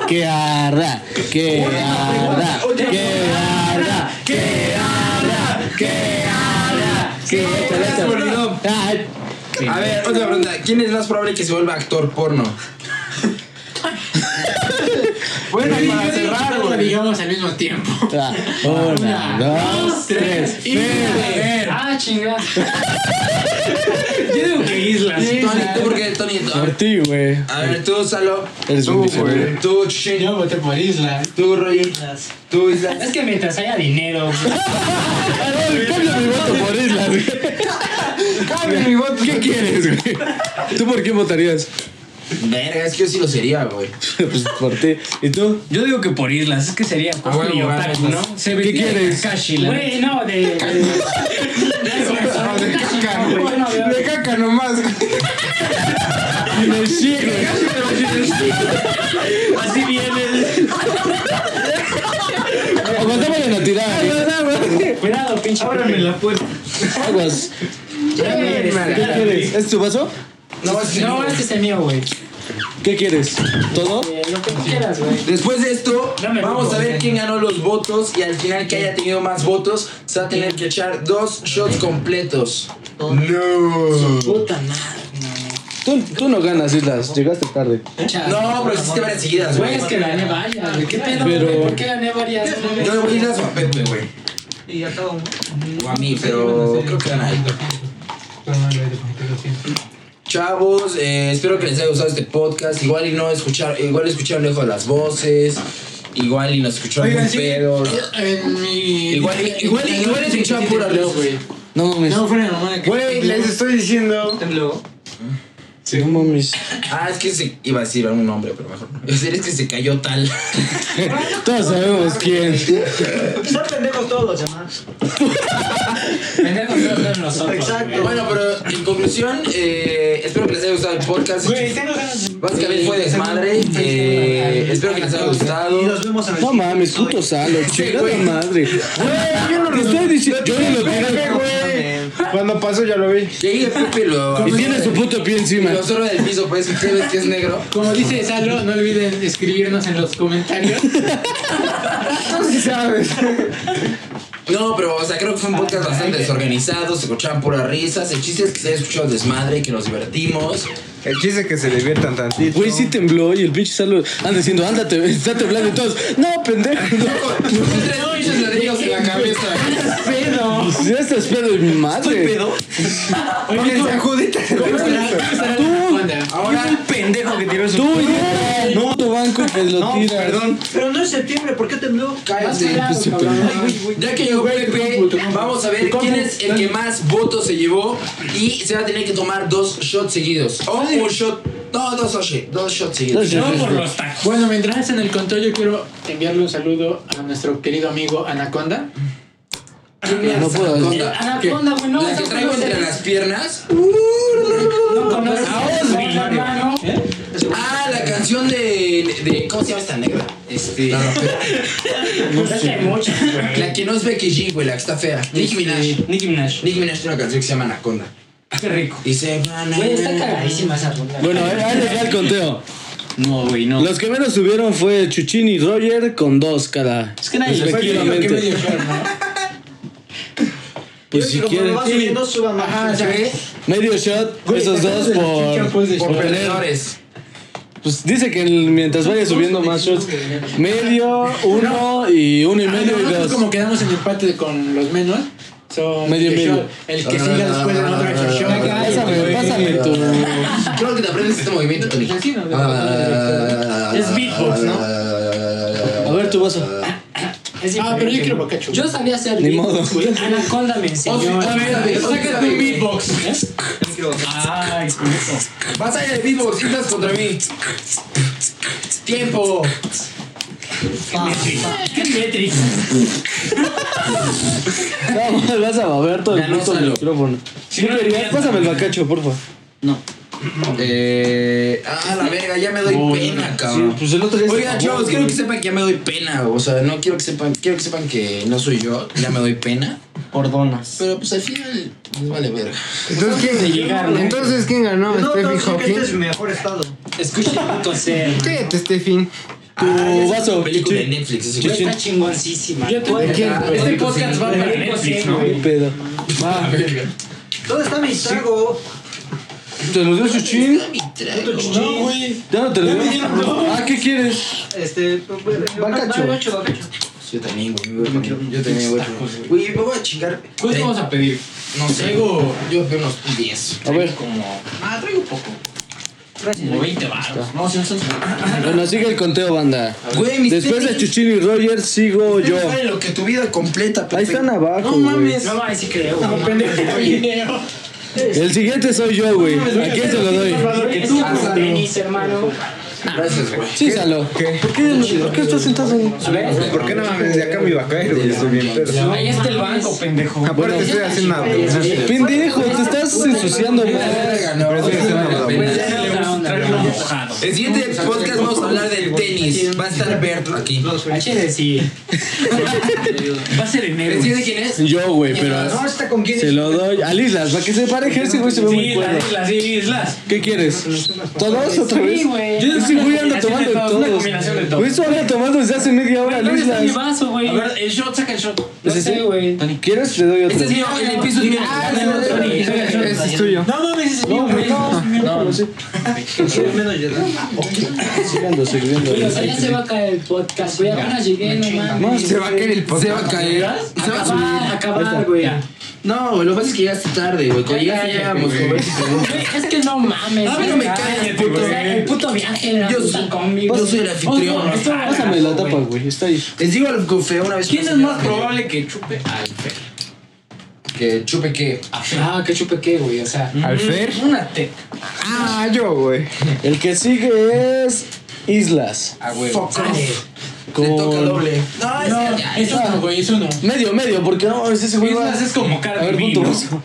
Speaker 3: Que arda, que arda, que arda, que arda, que arda, que
Speaker 1: ya se me olvidó.
Speaker 3: Ay,
Speaker 1: A ver, otra pregunta. ¿Quién es más probable que se vuelva actor porno?
Speaker 2: Bueno, y para
Speaker 6: Yo digo que
Speaker 2: cerrar,
Speaker 6: no lo
Speaker 2: güey.
Speaker 6: digamos al mismo tiempo.
Speaker 3: ah, Una, dos, tres.
Speaker 4: Fer.
Speaker 8: Ah, chingada.
Speaker 4: Yo digo que Islas.
Speaker 1: Tony, ¿tú por qué, Tony? tú-
Speaker 3: Por ti, güey.
Speaker 1: A ver, tú, Salo.
Speaker 3: Eres un
Speaker 1: tú,
Speaker 3: miserable.
Speaker 1: güey. Tú, Shin.
Speaker 6: Yo voté por Islas.
Speaker 1: Tú, Roger. Tú, Isla.
Speaker 8: Es que mientras haya dinero, güey.
Speaker 3: Cambio mi voto por Islas, Cambio mi voto. ¿Qué quieres, güey? ¿Tú por quién votarías?
Speaker 1: Verga, es que yo sí lo sería, güey.
Speaker 3: Pues por ti. ¿Y tú?
Speaker 4: Yo digo que por Islas. Es que sería
Speaker 1: huevo,
Speaker 4: cosplay y otaku,
Speaker 1: ganas.
Speaker 4: ¿no? Se vestía de
Speaker 3: quieres?
Speaker 4: Kakashi, la neta.
Speaker 8: Güey, no, de. de-
Speaker 2: No, de caca,
Speaker 8: No, güey, yo no veo.
Speaker 2: De caca nomás.
Speaker 3: Me sigue.
Speaker 4: Así viene.
Speaker 3: Aguantámosle la tirada. güey.
Speaker 8: Cuidado, pinche. Pepe.
Speaker 3: Aguas.
Speaker 8: Ya me eres,
Speaker 3: ¿Qué
Speaker 8: ya.
Speaker 3: quieres? ¿Es tu vaso?
Speaker 1: No, es que
Speaker 8: No, este es el mío, güey.
Speaker 3: ¿Qué quieres? ¿Todo?
Speaker 8: Eh, Lo que tú quieras, güey.
Speaker 1: Después de esto,
Speaker 8: No me
Speaker 1: vamos
Speaker 8: pongo,
Speaker 1: a ver
Speaker 8: güey.
Speaker 1: quién ganó los votos y al final que haya tenido más votos se va a tener que echar dos shots completos. No.
Speaker 8: Puta madre. no.
Speaker 3: Tú, tú no ganas, Islas. Llegaste tarde.
Speaker 1: No, pero sí te van enseguidas,
Speaker 8: Güey,
Speaker 1: güey.
Speaker 8: es que gané varias, güey. ¿Qué pedo?
Speaker 3: Pero-
Speaker 8: güey? ¿Por qué gané varias?
Speaker 1: Yo le voy a ir a su a Pepe, güey.
Speaker 8: Y a todo mundo.
Speaker 1: O a mí, pero creo que van a ir. Chavos, eh, espero que les haya gustado este podcast. Igual y no escuchar, igual escucharon lejos las voces. Igual y nos escucharon
Speaker 6: Oigan,
Speaker 1: muy
Speaker 6: sí. eh,
Speaker 1: pedos.
Speaker 6: En mi.
Speaker 1: Igual, y- igual, y- igual escuchaban pura lejos, güey.
Speaker 3: No mames.
Speaker 6: No, fuera de mamada que.
Speaker 2: Güey, les estoy diciendo.
Speaker 8: Tembló.
Speaker 3: No mames.
Speaker 1: Ah, es que se iba a decir a un nombre, pero mejor no. Es es que se cayó tal.
Speaker 3: Todos sabemos quién.
Speaker 7: Están pendejos todos los demás.
Speaker 4: Pendejos todos son nosotros.
Speaker 7: Exacto.
Speaker 1: Bueno, pero en conclusión, eh, espero que les haya gustado el podcast.
Speaker 8: Güey, tengo ganas de.
Speaker 1: Básicamente fue desmadre. Eh, espero que les haya
Speaker 7: Y
Speaker 1: gustado.
Speaker 7: nos vemos en el
Speaker 3: No mames, puto salo, chingada madre. Güey, yo no lo estoy diciendo. Yo no lo tiré.
Speaker 2: Cuando pasó ya lo vi.
Speaker 1: Llegué Pepe lo.
Speaker 3: Y tiene su puto pie encima.
Speaker 1: Lo solo del piso, pues, que ves que es negro.
Speaker 6: Como dice Salo, no olviden escribirnos en los comentarios.
Speaker 1: Pues No, pero, o sea, creo que fue un podcast bastante desorganizado. Se escuchaban puras risas. El chiste es que se haya escuchado el desmadre y que nos divertimos.
Speaker 2: El chiste es que se diviertan tantito.
Speaker 3: Güey, sí tembló y el pinche salo anda diciendo, ándate, está temblando y todos. No, pendejo. No.
Speaker 1: Tres pinches ladrillos en la cabeza.
Speaker 3: Pues ya estás pedo de mi madre. Tú,
Speaker 1: Ahora,
Speaker 3: tú, idiota. no, tu banco que lo tira. Perdón.
Speaker 7: Pero no es septiembre, ¿por qué tembló?
Speaker 1: cállate. Ya que llegó Pepe, vamos a ver quién es el que más votos se llevó y se va a tener que tomar dos shots seguidos. O un shot. No, dos shots, dos shots seguidos.
Speaker 4: No por los tacos.
Speaker 6: Bueno, mientras en el control, yo quiero enviarle un saludo a nuestro querido amigo Anaconda.
Speaker 3: No puedo.
Speaker 1: Anaconda.
Speaker 8: Anaconda, Ah, güey, no. Uh,
Speaker 1: La que traigo entre las piernas.
Speaker 8: No conoces. hermano.
Speaker 1: Ah, la canción de. de- ¿Cómo se llama esta negra? Este. La, rapera.
Speaker 8: Es que hay muchas, güey.
Speaker 1: La que no es Becky G, güey, la que está fea. Nicki Minaj.
Speaker 4: Nicki Minaj.
Speaker 1: Nicki Minaj tiene una canción que se llama Anaconda.
Speaker 4: Qué rico.
Speaker 1: Y se van a.
Speaker 8: Güey, está cagadísima esa ronda.
Speaker 3: Bueno, eh, ahí les va el conteo.
Speaker 4: No, güey, no.
Speaker 3: Los que menos subieron fue Chuchín y Roger con dos cada.
Speaker 4: Es que nadie le
Speaker 3: Respectivamente. Pues si quieren.
Speaker 7: va subiendo, suba más.
Speaker 3: Medio shot, esos dos
Speaker 1: Por
Speaker 3: por, por tener.
Speaker 1: perdedores.
Speaker 3: Pues dice que el- mientras vaya subiendo más shots, medio, uno y uno y
Speaker 6: Ah,
Speaker 3: medio
Speaker 6: no,
Speaker 3: y
Speaker 6: nosotros
Speaker 3: dos.
Speaker 6: como quedamos en empate con los menos. Son
Speaker 3: Medio y
Speaker 6: el
Speaker 3: medio.
Speaker 6: shot, El que siga después de la otra que shot.
Speaker 3: Pásame, pásame tu.
Speaker 1: Creo que te aprendes este movimiento, Tony.
Speaker 6: Así, ¿no?
Speaker 1: Es
Speaker 4: beatbox, ¿no?
Speaker 3: A ver tu vaso.
Speaker 8: Es
Speaker 6: Ah, pero yo
Speaker 8: diferente,
Speaker 6: quiero
Speaker 8: güey.
Speaker 6: bocacho.
Speaker 8: Yo sabía hacer
Speaker 3: Ni
Speaker 8: beatbox,
Speaker 3: modo.
Speaker 8: güey. Anaconda me enseñó.
Speaker 1: a ver, a ver, saca tu beatbox.
Speaker 4: Ay, con eso.
Speaker 1: Vas a ir al beatbox, estás contra mí. Tiempo.
Speaker 7: Ah.
Speaker 8: Ah,
Speaker 3: Ah,
Speaker 8: ¿Qué Tetris?
Speaker 3: No, vas a mover todo el
Speaker 1: Ya no
Speaker 3: puto
Speaker 1: salo.
Speaker 3: micrófono.
Speaker 4: Si no,
Speaker 3: Pero ya,
Speaker 4: mierda.
Speaker 3: Pásame el bacacho, porfa.
Speaker 1: Eh, ah, la verga, ya me doy pena, cabrón.
Speaker 3: Pues el otro día. se
Speaker 1: Oigan,
Speaker 3: acabó,
Speaker 1: chavos,
Speaker 3: güey.
Speaker 1: quiero que sepan que ya me doy pena. O sea, no quiero que sepan, quiero que sepan que no soy yo, ya me doy pena.
Speaker 8: Cordonas.
Speaker 1: Pero pues al final, pues, vale verga.
Speaker 2: Entonces, ¿quién,
Speaker 8: llegar, ¿no?
Speaker 2: Entonces, ¿quién ganó?
Speaker 7: No,
Speaker 2: ¿Stephen
Speaker 7: no, creo que
Speaker 2: Hawking?
Speaker 7: este es mi mejor estado.
Speaker 8: Escucha puto ser.
Speaker 2: Cállate, Stephen.
Speaker 1: Ah, Tu
Speaker 3: vaso,
Speaker 1: película
Speaker 3: Pichi.
Speaker 1: de Netflix, ese güey.
Speaker 8: Está chingoncísima.
Speaker 1: Este
Speaker 6: podcast va para
Speaker 4: Netflix, ¿no?
Speaker 3: Qué pedo. Va,
Speaker 7: ¿Dónde está mi trago?
Speaker 3: te lo dio Chuchín.
Speaker 1: Mi trago.
Speaker 3: Ya no te lo dio. Ah, ¿qué quieres?
Speaker 7: Este.
Speaker 3: Bacacho.
Speaker 7: Bacacho, bacacho.
Speaker 1: Yo también, güey. me voy a poner- Yo también, güey. Güey, me voy a chingar.
Speaker 6: ¿Cuántos
Speaker 1: Eh,
Speaker 6: vamos a pedir?
Speaker 1: No sé. Yo veo unos 10.
Speaker 3: A ver.
Speaker 1: Como.
Speaker 4: Como 20 baros. No, si no son.
Speaker 3: Bueno, sigue el conteo, banda.
Speaker 1: Güey, mis
Speaker 3: Después de
Speaker 1: tenis.
Speaker 3: Chuchín y Roger, sigo yo.
Speaker 1: Ustedes saben lo que tu vida completa, Pepe.
Speaker 3: Ahí están abajo.
Speaker 1: No mames.
Speaker 8: No mames, sí creo. No,
Speaker 3: güey. El siguiente soy yo, güey. ¿A quién se lo doy?
Speaker 8: Es que con tenis, hermano.
Speaker 1: Gracias, güey.
Speaker 3: Sí, Salo. ¿Por qué, por qué estás sentado?
Speaker 2: ¿Por qué no mames? De acá me iba a caer, güey. Estoy bien pedo.
Speaker 8: Ahí está el banco, pendejo.
Speaker 2: Aparte, estoy haciendo una. Estoy
Speaker 3: Pendejo, te estás ensuciando, madre.
Speaker 1: Verga, Ah, no,
Speaker 2: haciendo una.
Speaker 8: Pues
Speaker 1: pena.
Speaker 8: ya no le vamos a traer
Speaker 4: Traerlo
Speaker 8: una
Speaker 4: mojado.
Speaker 1: El siguiente podcast vamos a hablar del tenis. Va a estar Berto aquí.
Speaker 8: H sí.
Speaker 4: Va a ser enero.
Speaker 1: ¿El siguiente quién es?
Speaker 3: Yo, güey,
Speaker 8: Ah,
Speaker 3: pero
Speaker 7: No, está con quién.
Speaker 3: se lo doy a Islas. Para que se pareje ese güey se ve muy
Speaker 4: Sí,
Speaker 3: cuerdo.
Speaker 4: las islas, sí, islas.
Speaker 3: ¿Qué quieres? ¿Todos otra vez?
Speaker 8: Sí, güey.
Speaker 3: Yo ese güey anda tomando en
Speaker 4: Una
Speaker 3: todos.
Speaker 4: combinación de todo.
Speaker 3: Güey, eso anda tomando desde hace media hora,
Speaker 8: ¿Dónde está mi
Speaker 3: Lislas.
Speaker 8: vaso, güey?
Speaker 4: A ver, el shot, saca el shot.
Speaker 8: No sé, güey.
Speaker 3: ¿Quieres? Te doy otro.
Speaker 1: Este es mío, en el piso es mío.
Speaker 8: Dame otro, Tony.
Speaker 1: Es
Speaker 3: ese es tuyo.
Speaker 8: No mames, ese es mío, güey.
Speaker 3: No, no sé. Síganlo sirviendo.
Speaker 8: Oye, o sea, ya se va a caer el podcast, güey. Apenas llegué, no
Speaker 2: No,
Speaker 8: mames.
Speaker 2: se va a caer el podcast.
Speaker 1: Se va a caer. Se va a subir.
Speaker 8: Acabar, acabar, güey.
Speaker 1: No, güey, lo que pasa es que llegaste tarde, güey. Cuando llegaste Ah, ya llevamos como 20 segundos.
Speaker 8: Güey, Es que no mames.
Speaker 1: A mí no me
Speaker 8: güey.
Speaker 1: cae el
Speaker 8: O
Speaker 1: puto.
Speaker 8: sea, el puto viaje la
Speaker 1: Yo
Speaker 8: puta
Speaker 1: soy-
Speaker 8: conmigo.
Speaker 1: yo soy el anfitrión.
Speaker 8: Ojo, esto-
Speaker 3: Pásame la tapa, güey. Está ahí.
Speaker 1: Les digo algo que fue una vez.
Speaker 4: ¿Quién
Speaker 1: una
Speaker 4: es más
Speaker 1: señora
Speaker 4: probable que chupe al Fer?
Speaker 1: Que chupe que.
Speaker 6: Ah, qué chupe qué, güey. O sea,
Speaker 1: Mm.
Speaker 2: ¿Al Fer?
Speaker 4: Una teta.
Speaker 2: Ah, yo, güey.
Speaker 3: El que sigue es Islas.
Speaker 1: A huevo.
Speaker 8: Fuck off.
Speaker 1: Le
Speaker 3: Con-
Speaker 1: toca doble.
Speaker 6: no, es uno, güey, es uno.
Speaker 3: Medio, medio, porque no, es ese güey. va-
Speaker 4: Islas es como
Speaker 3: A
Speaker 4: cara de
Speaker 3: ver,
Speaker 4: vino.
Speaker 3: punto.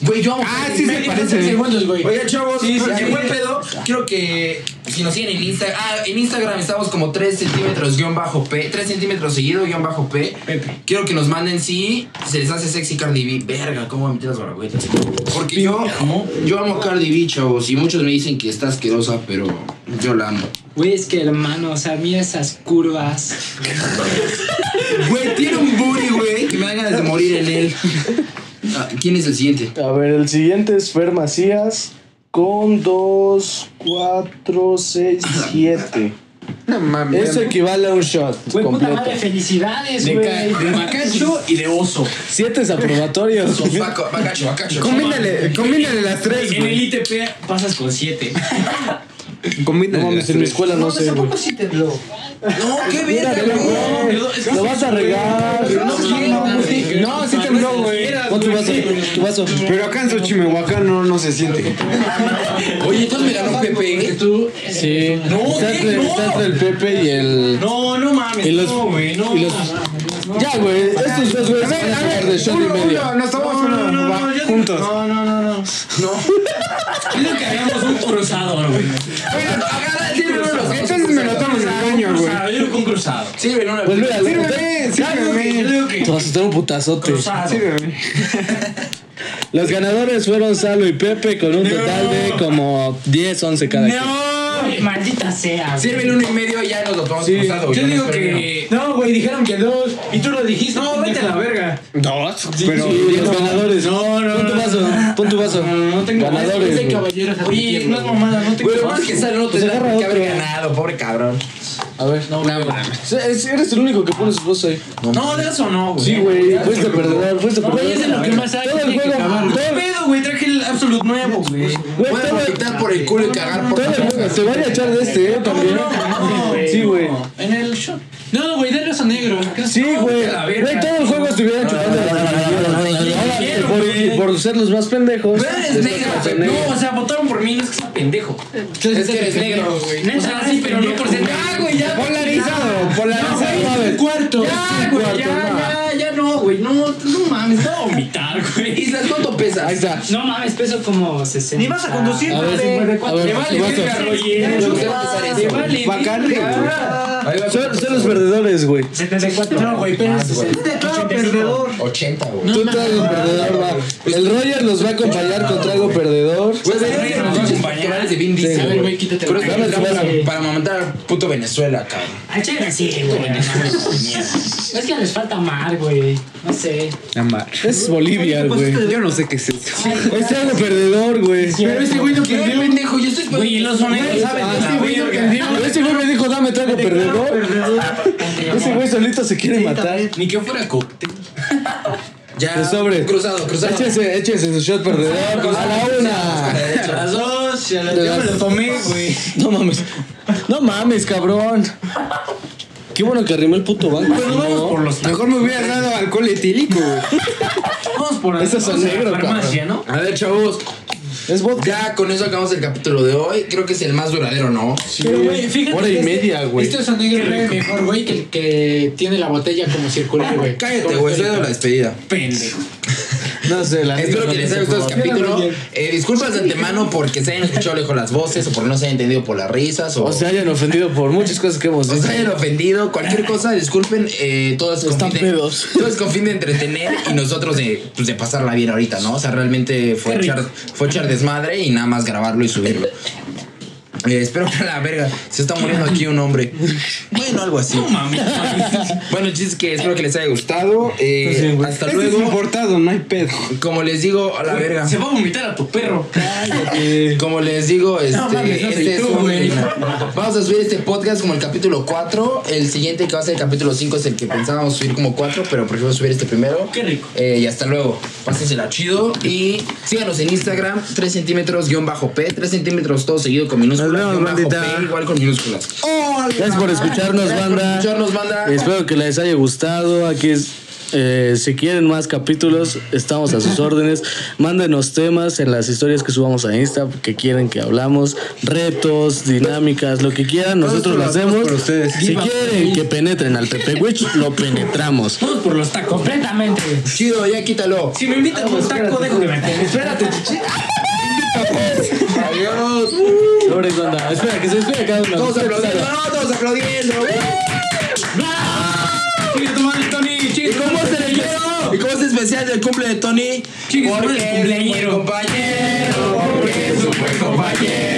Speaker 1: Güey, yo amo.
Speaker 2: Ah, sí
Speaker 6: Me
Speaker 2: se
Speaker 6: faltan
Speaker 2: parece.
Speaker 6: segundos, güey.
Speaker 1: Oigan, chavos,
Speaker 3: Sí, sí,
Speaker 1: porque
Speaker 3: sí.
Speaker 1: buen pedo. Quiero que si nos siguen en Instagram. Ah, en Instagram estamos como 3 centímetros guión bajo P. 3 centímetros seguido guión bajo P.
Speaker 4: Pepe.
Speaker 1: Quiero que nos manden si se les hace sexy Cardi B. Verga, cómo me metí las baragüetas. Porque yo, yo amo a Cardi B, chavos. Y muchos me dicen que está asquerosa, pero yo la amo.
Speaker 8: Güey, es que hermano, o sea, mira esas curvas.
Speaker 1: Güey, tiene un booty, güey, que me dan ganas de morir en él. Ah, ¿Quién es el siguiente?
Speaker 3: A ver, el siguiente es Fer Macías con 2, 4, 6, 7.
Speaker 2: No mames.
Speaker 3: Eso equivale a un shot
Speaker 8: Güey, puta
Speaker 3: completo.
Speaker 8: madre, felicidades, güey.
Speaker 4: De macacho y de oso.
Speaker 3: 7 es aprobatorio.
Speaker 1: Baco- Bacacho, bacacho.
Speaker 2: Combínale, combínale las tres,
Speaker 4: En el
Speaker 2: güey.
Speaker 4: ITP pasas con 7.
Speaker 3: No
Speaker 2: Combínale las
Speaker 3: mames, en mi
Speaker 2: tres.
Speaker 3: escuela no sé, güey.
Speaker 8: sí te lo.
Speaker 1: No, qué verga, güey.
Speaker 3: Lo vas a regar.
Speaker 2: No, sí tembló, güey.
Speaker 3: Pon tu vaso, tu vaso.
Speaker 2: Pero acá en Xochimehuacán no, no se siente.
Speaker 1: Oye, entonces me ganó Pepe.
Speaker 6: Tú,
Speaker 3: Sí. Está
Speaker 4: ¿qué?
Speaker 3: entre, está
Speaker 4: No.
Speaker 3: entre el Pepe y el.
Speaker 4: No, no mames.
Speaker 3: Y los-
Speaker 4: no, güey, no.
Speaker 3: y los- Ya, güey. Estos dos güeyes van a jugar de shot y
Speaker 2: Uno,
Speaker 3: medio.
Speaker 2: uno, nos tomamos una va,
Speaker 4: yo digo-
Speaker 2: juntos.
Speaker 4: No, no, no, no. No. Creo que hagamos un cruzador, güey.
Speaker 2: Entonces me lo tomo en el baño, güey.
Speaker 4: Cruzado, yo digo que un cruzado.
Speaker 1: Sírveme una.
Speaker 3: Pues mira,
Speaker 2: Sírveme,
Speaker 4: Yo
Speaker 2: sírveme.
Speaker 4: digo que
Speaker 3: te vas a dar un putazote.
Speaker 4: cruzado.
Speaker 2: Sírveme.
Speaker 3: Los ganadores fueron Salo y Pepe con un total de como 10, 11 cada quien.
Speaker 8: Maldita sea. güey.
Speaker 1: Sírveme uno y medio y ya nos lo tomamos cruzado, güey.
Speaker 4: Yo
Speaker 1: No
Speaker 4: digo
Speaker 1: nos perdemos.
Speaker 4: que. No, güey, dijeron que dos. Y tú lo dijiste. No, vete a la verga.
Speaker 2: Dos. Pero
Speaker 3: Sí, los ganadores. No, no. Pon tu vaso, pon tu vaso.
Speaker 4: No tengo
Speaker 3: Ganadores,
Speaker 4: Es de
Speaker 3: güey.
Speaker 4: caballeros. Oye, no es mamada, no tengo
Speaker 1: Güey, lo bueno es que sale otro
Speaker 3: Pues
Speaker 1: tendrá
Speaker 3: agarra
Speaker 1: que haber
Speaker 3: otro.
Speaker 1: ganado, pobre cabrón.
Speaker 3: A ver, no, no, Eres el único que pone su vaso ahí.
Speaker 4: No, de eso no, güey.
Speaker 3: Sí, güey. Fuiste perdedor, fuiste perdedor.
Speaker 4: güey, es de lo que más hay,
Speaker 3: Todo el
Speaker 4: tiene que
Speaker 3: juego,
Speaker 4: acabar.
Speaker 3: todo
Speaker 4: ¿Qué
Speaker 3: el-
Speaker 4: pedo, güey? Traje el Absolute nuevo, güey.
Speaker 3: güey, todo
Speaker 1: Pueden
Speaker 3: el-
Speaker 1: quitar por el culo y cagar por
Speaker 3: todo
Speaker 1: la
Speaker 3: el juego.
Speaker 1: boca.
Speaker 3: Se van a echar de este, ¿eh? También. Sí, güey.
Speaker 4: En el shot.
Speaker 6: no, güey, dale a negro.
Speaker 3: Sí, güey.
Speaker 4: la verga.
Speaker 3: Güey, todo el juego estuvieron chupando.
Speaker 2: Ah,
Speaker 3: Ahora, por, por ser los más pendejos.
Speaker 4: Eres negro, güey. No, o sea, votaron por mí, no es que sea pendejo.
Speaker 1: Es que eres negro, güey.
Speaker 4: O sea, sí, pero no por ser. ¡Ah, güey! Ya,
Speaker 2: polarizado, polarizado.
Speaker 3: ¿sabes?
Speaker 4: cuarto. Ya, güey,
Speaker 3: cuarto,
Speaker 4: ya, ya, ya no, güey. No, no mames, voy a vomitar, güey.
Speaker 1: Islas, ¿cuánto pesas?
Speaker 3: Ahí está.
Speaker 8: No mames, peso como 60.
Speaker 7: Ni vas a conducir,
Speaker 3: A ver,
Speaker 7: güey.
Speaker 3: a ver,
Speaker 4: Te vale
Speaker 3: tu vaso.
Speaker 4: verga, Roger.
Speaker 1: Se va a empezar
Speaker 4: Te
Speaker 1: eso.
Speaker 4: vale
Speaker 2: Bacardi, güey.
Speaker 1: Ahí va.
Speaker 3: Son, son los perdedores, güey.
Speaker 8: 74. No, güey, pero
Speaker 1: Más, güey.
Speaker 7: Este Claro, perdedor.
Speaker 1: 80, güey.
Speaker 3: Tú trago perdedor, va. El Roger los va a acompañar con trago perdedor.
Speaker 1: Güey,
Speaker 4: pues,
Speaker 1: güey, güey,
Speaker 4: nos va a
Speaker 1: pinches
Speaker 4: acompañar.
Speaker 1: pectorales Pues, de Vin Diesel,
Speaker 3: Sí,
Speaker 1: güey.
Speaker 6: güey, quítate
Speaker 1: Pero
Speaker 6: la
Speaker 1: es que
Speaker 3: cara.
Speaker 1: entramos
Speaker 3: Dame su
Speaker 1: para,
Speaker 3: vaso.
Speaker 1: para amamantar al puto Venezuela, cabrón.
Speaker 8: Al chile sí, güey. Es que les falta amar, güey. No sé.
Speaker 2: Amar.
Speaker 3: Es Bolivia, güey.
Speaker 2: Yo no sé qué es eso.
Speaker 3: Es trago perdedor, güey.
Speaker 6: Pero ese güey Ah, no
Speaker 1: ¿Qué,
Speaker 6: perdió.
Speaker 1: pendejo? Yo estoy...
Speaker 4: Güey, y los negros saben de la verga.
Speaker 3: Ese güey me dijo, dame trago perdedor. Ese güey solito se quiere matar.
Speaker 4: Ni que fuera cóctel.
Speaker 1: Ya, pues,
Speaker 3: De sobre.
Speaker 1: cruzado, cruzado.
Speaker 3: Échense, échense su shot perdedor. A la una.
Speaker 4: A las dos, a las
Speaker 3: De
Speaker 4: yo me
Speaker 3: las-
Speaker 4: lo tomé, güey.
Speaker 3: No mames. No mames, cabrón. Qué bueno que arrimó el puto banco.
Speaker 4: Pues
Speaker 3: ¿no?
Speaker 4: vamos por los
Speaker 2: Mejor me hubiera dado alcohol etílico, güey.
Speaker 4: Vamos por las
Speaker 3: Esos son
Speaker 4: vamos a la
Speaker 3: negros, cabrón.
Speaker 4: farmacia, ¿no?
Speaker 1: A ver, chavos,
Speaker 3: Es vodka.
Speaker 1: ya con eso acabamos el capítulo de hoy. Creo que es el más duradero, ¿no?
Speaker 6: Pero, güey, fíjate.
Speaker 3: Hora
Speaker 6: que
Speaker 3: y
Speaker 6: este-
Speaker 3: media, güey.
Speaker 6: Este oso negro es mejor, güey, que el que tiene la botella como circular, güey.
Speaker 1: Cállate, güey, estoy dando la despedida.
Speaker 4: Pendejo.
Speaker 3: No sé, la
Speaker 1: Espero que les haya gustado este capítulo. Eh, disculpas de antemano porque se hayan escuchado lejos las voces o por no se hayan entendido por las risas o,
Speaker 3: O se hayan ofendido por muchas cosas que hemos
Speaker 1: o se
Speaker 3: dicho.
Speaker 1: hayan ofendido. Cualquier cosa, disculpen. Eh, todo es con
Speaker 3: Están
Speaker 1: fin de-
Speaker 3: pedos.
Speaker 1: todo es con fin de entretener y nosotros de, pues, de pasarla bien ahorita, ¿no? O sea, realmente fue echar, fue echar desmadre y nada más grabarlo y subirlo. Eh, espero que a la verga. Se está muriendo aquí un hombre. Bueno, algo así. Bueno, el chiste es que espero que les haya gustado. Eh,
Speaker 3: Pues
Speaker 1: hasta
Speaker 2: Este es
Speaker 1: luego.
Speaker 2: importado, no hay pedo.
Speaker 1: Como les digo, a la verga.
Speaker 4: Se va a vomitar a tu perro.
Speaker 1: Como les digo, este,
Speaker 4: mames, no soy
Speaker 1: este es
Speaker 4: tú,
Speaker 1: un-
Speaker 4: güey.
Speaker 1: vamos a subir este podcast como el capítulo 4. El siguiente que va a ser el capítulo 5 es el que pensábamos subir como 4, pero prefiero subir este primero.
Speaker 4: Qué rico.
Speaker 1: Eh, y hasta luego. Pásensela chido y síganos en Instagram 3 centímetros guión bajo P, 3 centímetros todo seguido con minúsculas.
Speaker 3: Nos vemos,
Speaker 1: guión bajo
Speaker 3: bandita.
Speaker 1: P, igual con minúsculas.
Speaker 3: Gracias por escucharnos,
Speaker 1: Gracias por
Speaker 3: banda.
Speaker 1: escucharnos, banda.
Speaker 3: Espero que les haya gustado. Aquí es. eh, si quieren más capítulos, estamos a sus órdenes. Mándenos temas en las historias que subamos a Insta que quieren que hablamos, retos, dinámicas, lo que quieran, nosotros lo hacemos.
Speaker 2: por ustedes.
Speaker 3: Si quieren que penetren al Pepe Witch, lo penetramos.
Speaker 4: Vamos por los tacos.
Speaker 8: Completamente, güey.
Speaker 1: Chido, ya quítalo.
Speaker 4: Si me invitan a los tacos, dejo de meter.
Speaker 8: Espérate, chichi.
Speaker 1: Adiós.
Speaker 3: Sobres, banda. Espera, que se espere cada uno.
Speaker 1: Todos aplaudiendo. No, todos aplaudiendo. Ah.
Speaker 4: Sigue tomando, Tony.
Speaker 1: ¿Y
Speaker 4: Chigue su
Speaker 1: cómo
Speaker 4: madre,
Speaker 1: se le quiero? ¿Y cómo es especial del cumple de Tony?
Speaker 4: Chigue su madre,
Speaker 1: Porque es un buen
Speaker 4: cumpleañero.
Speaker 1: compañero. Porque es un buen compañero.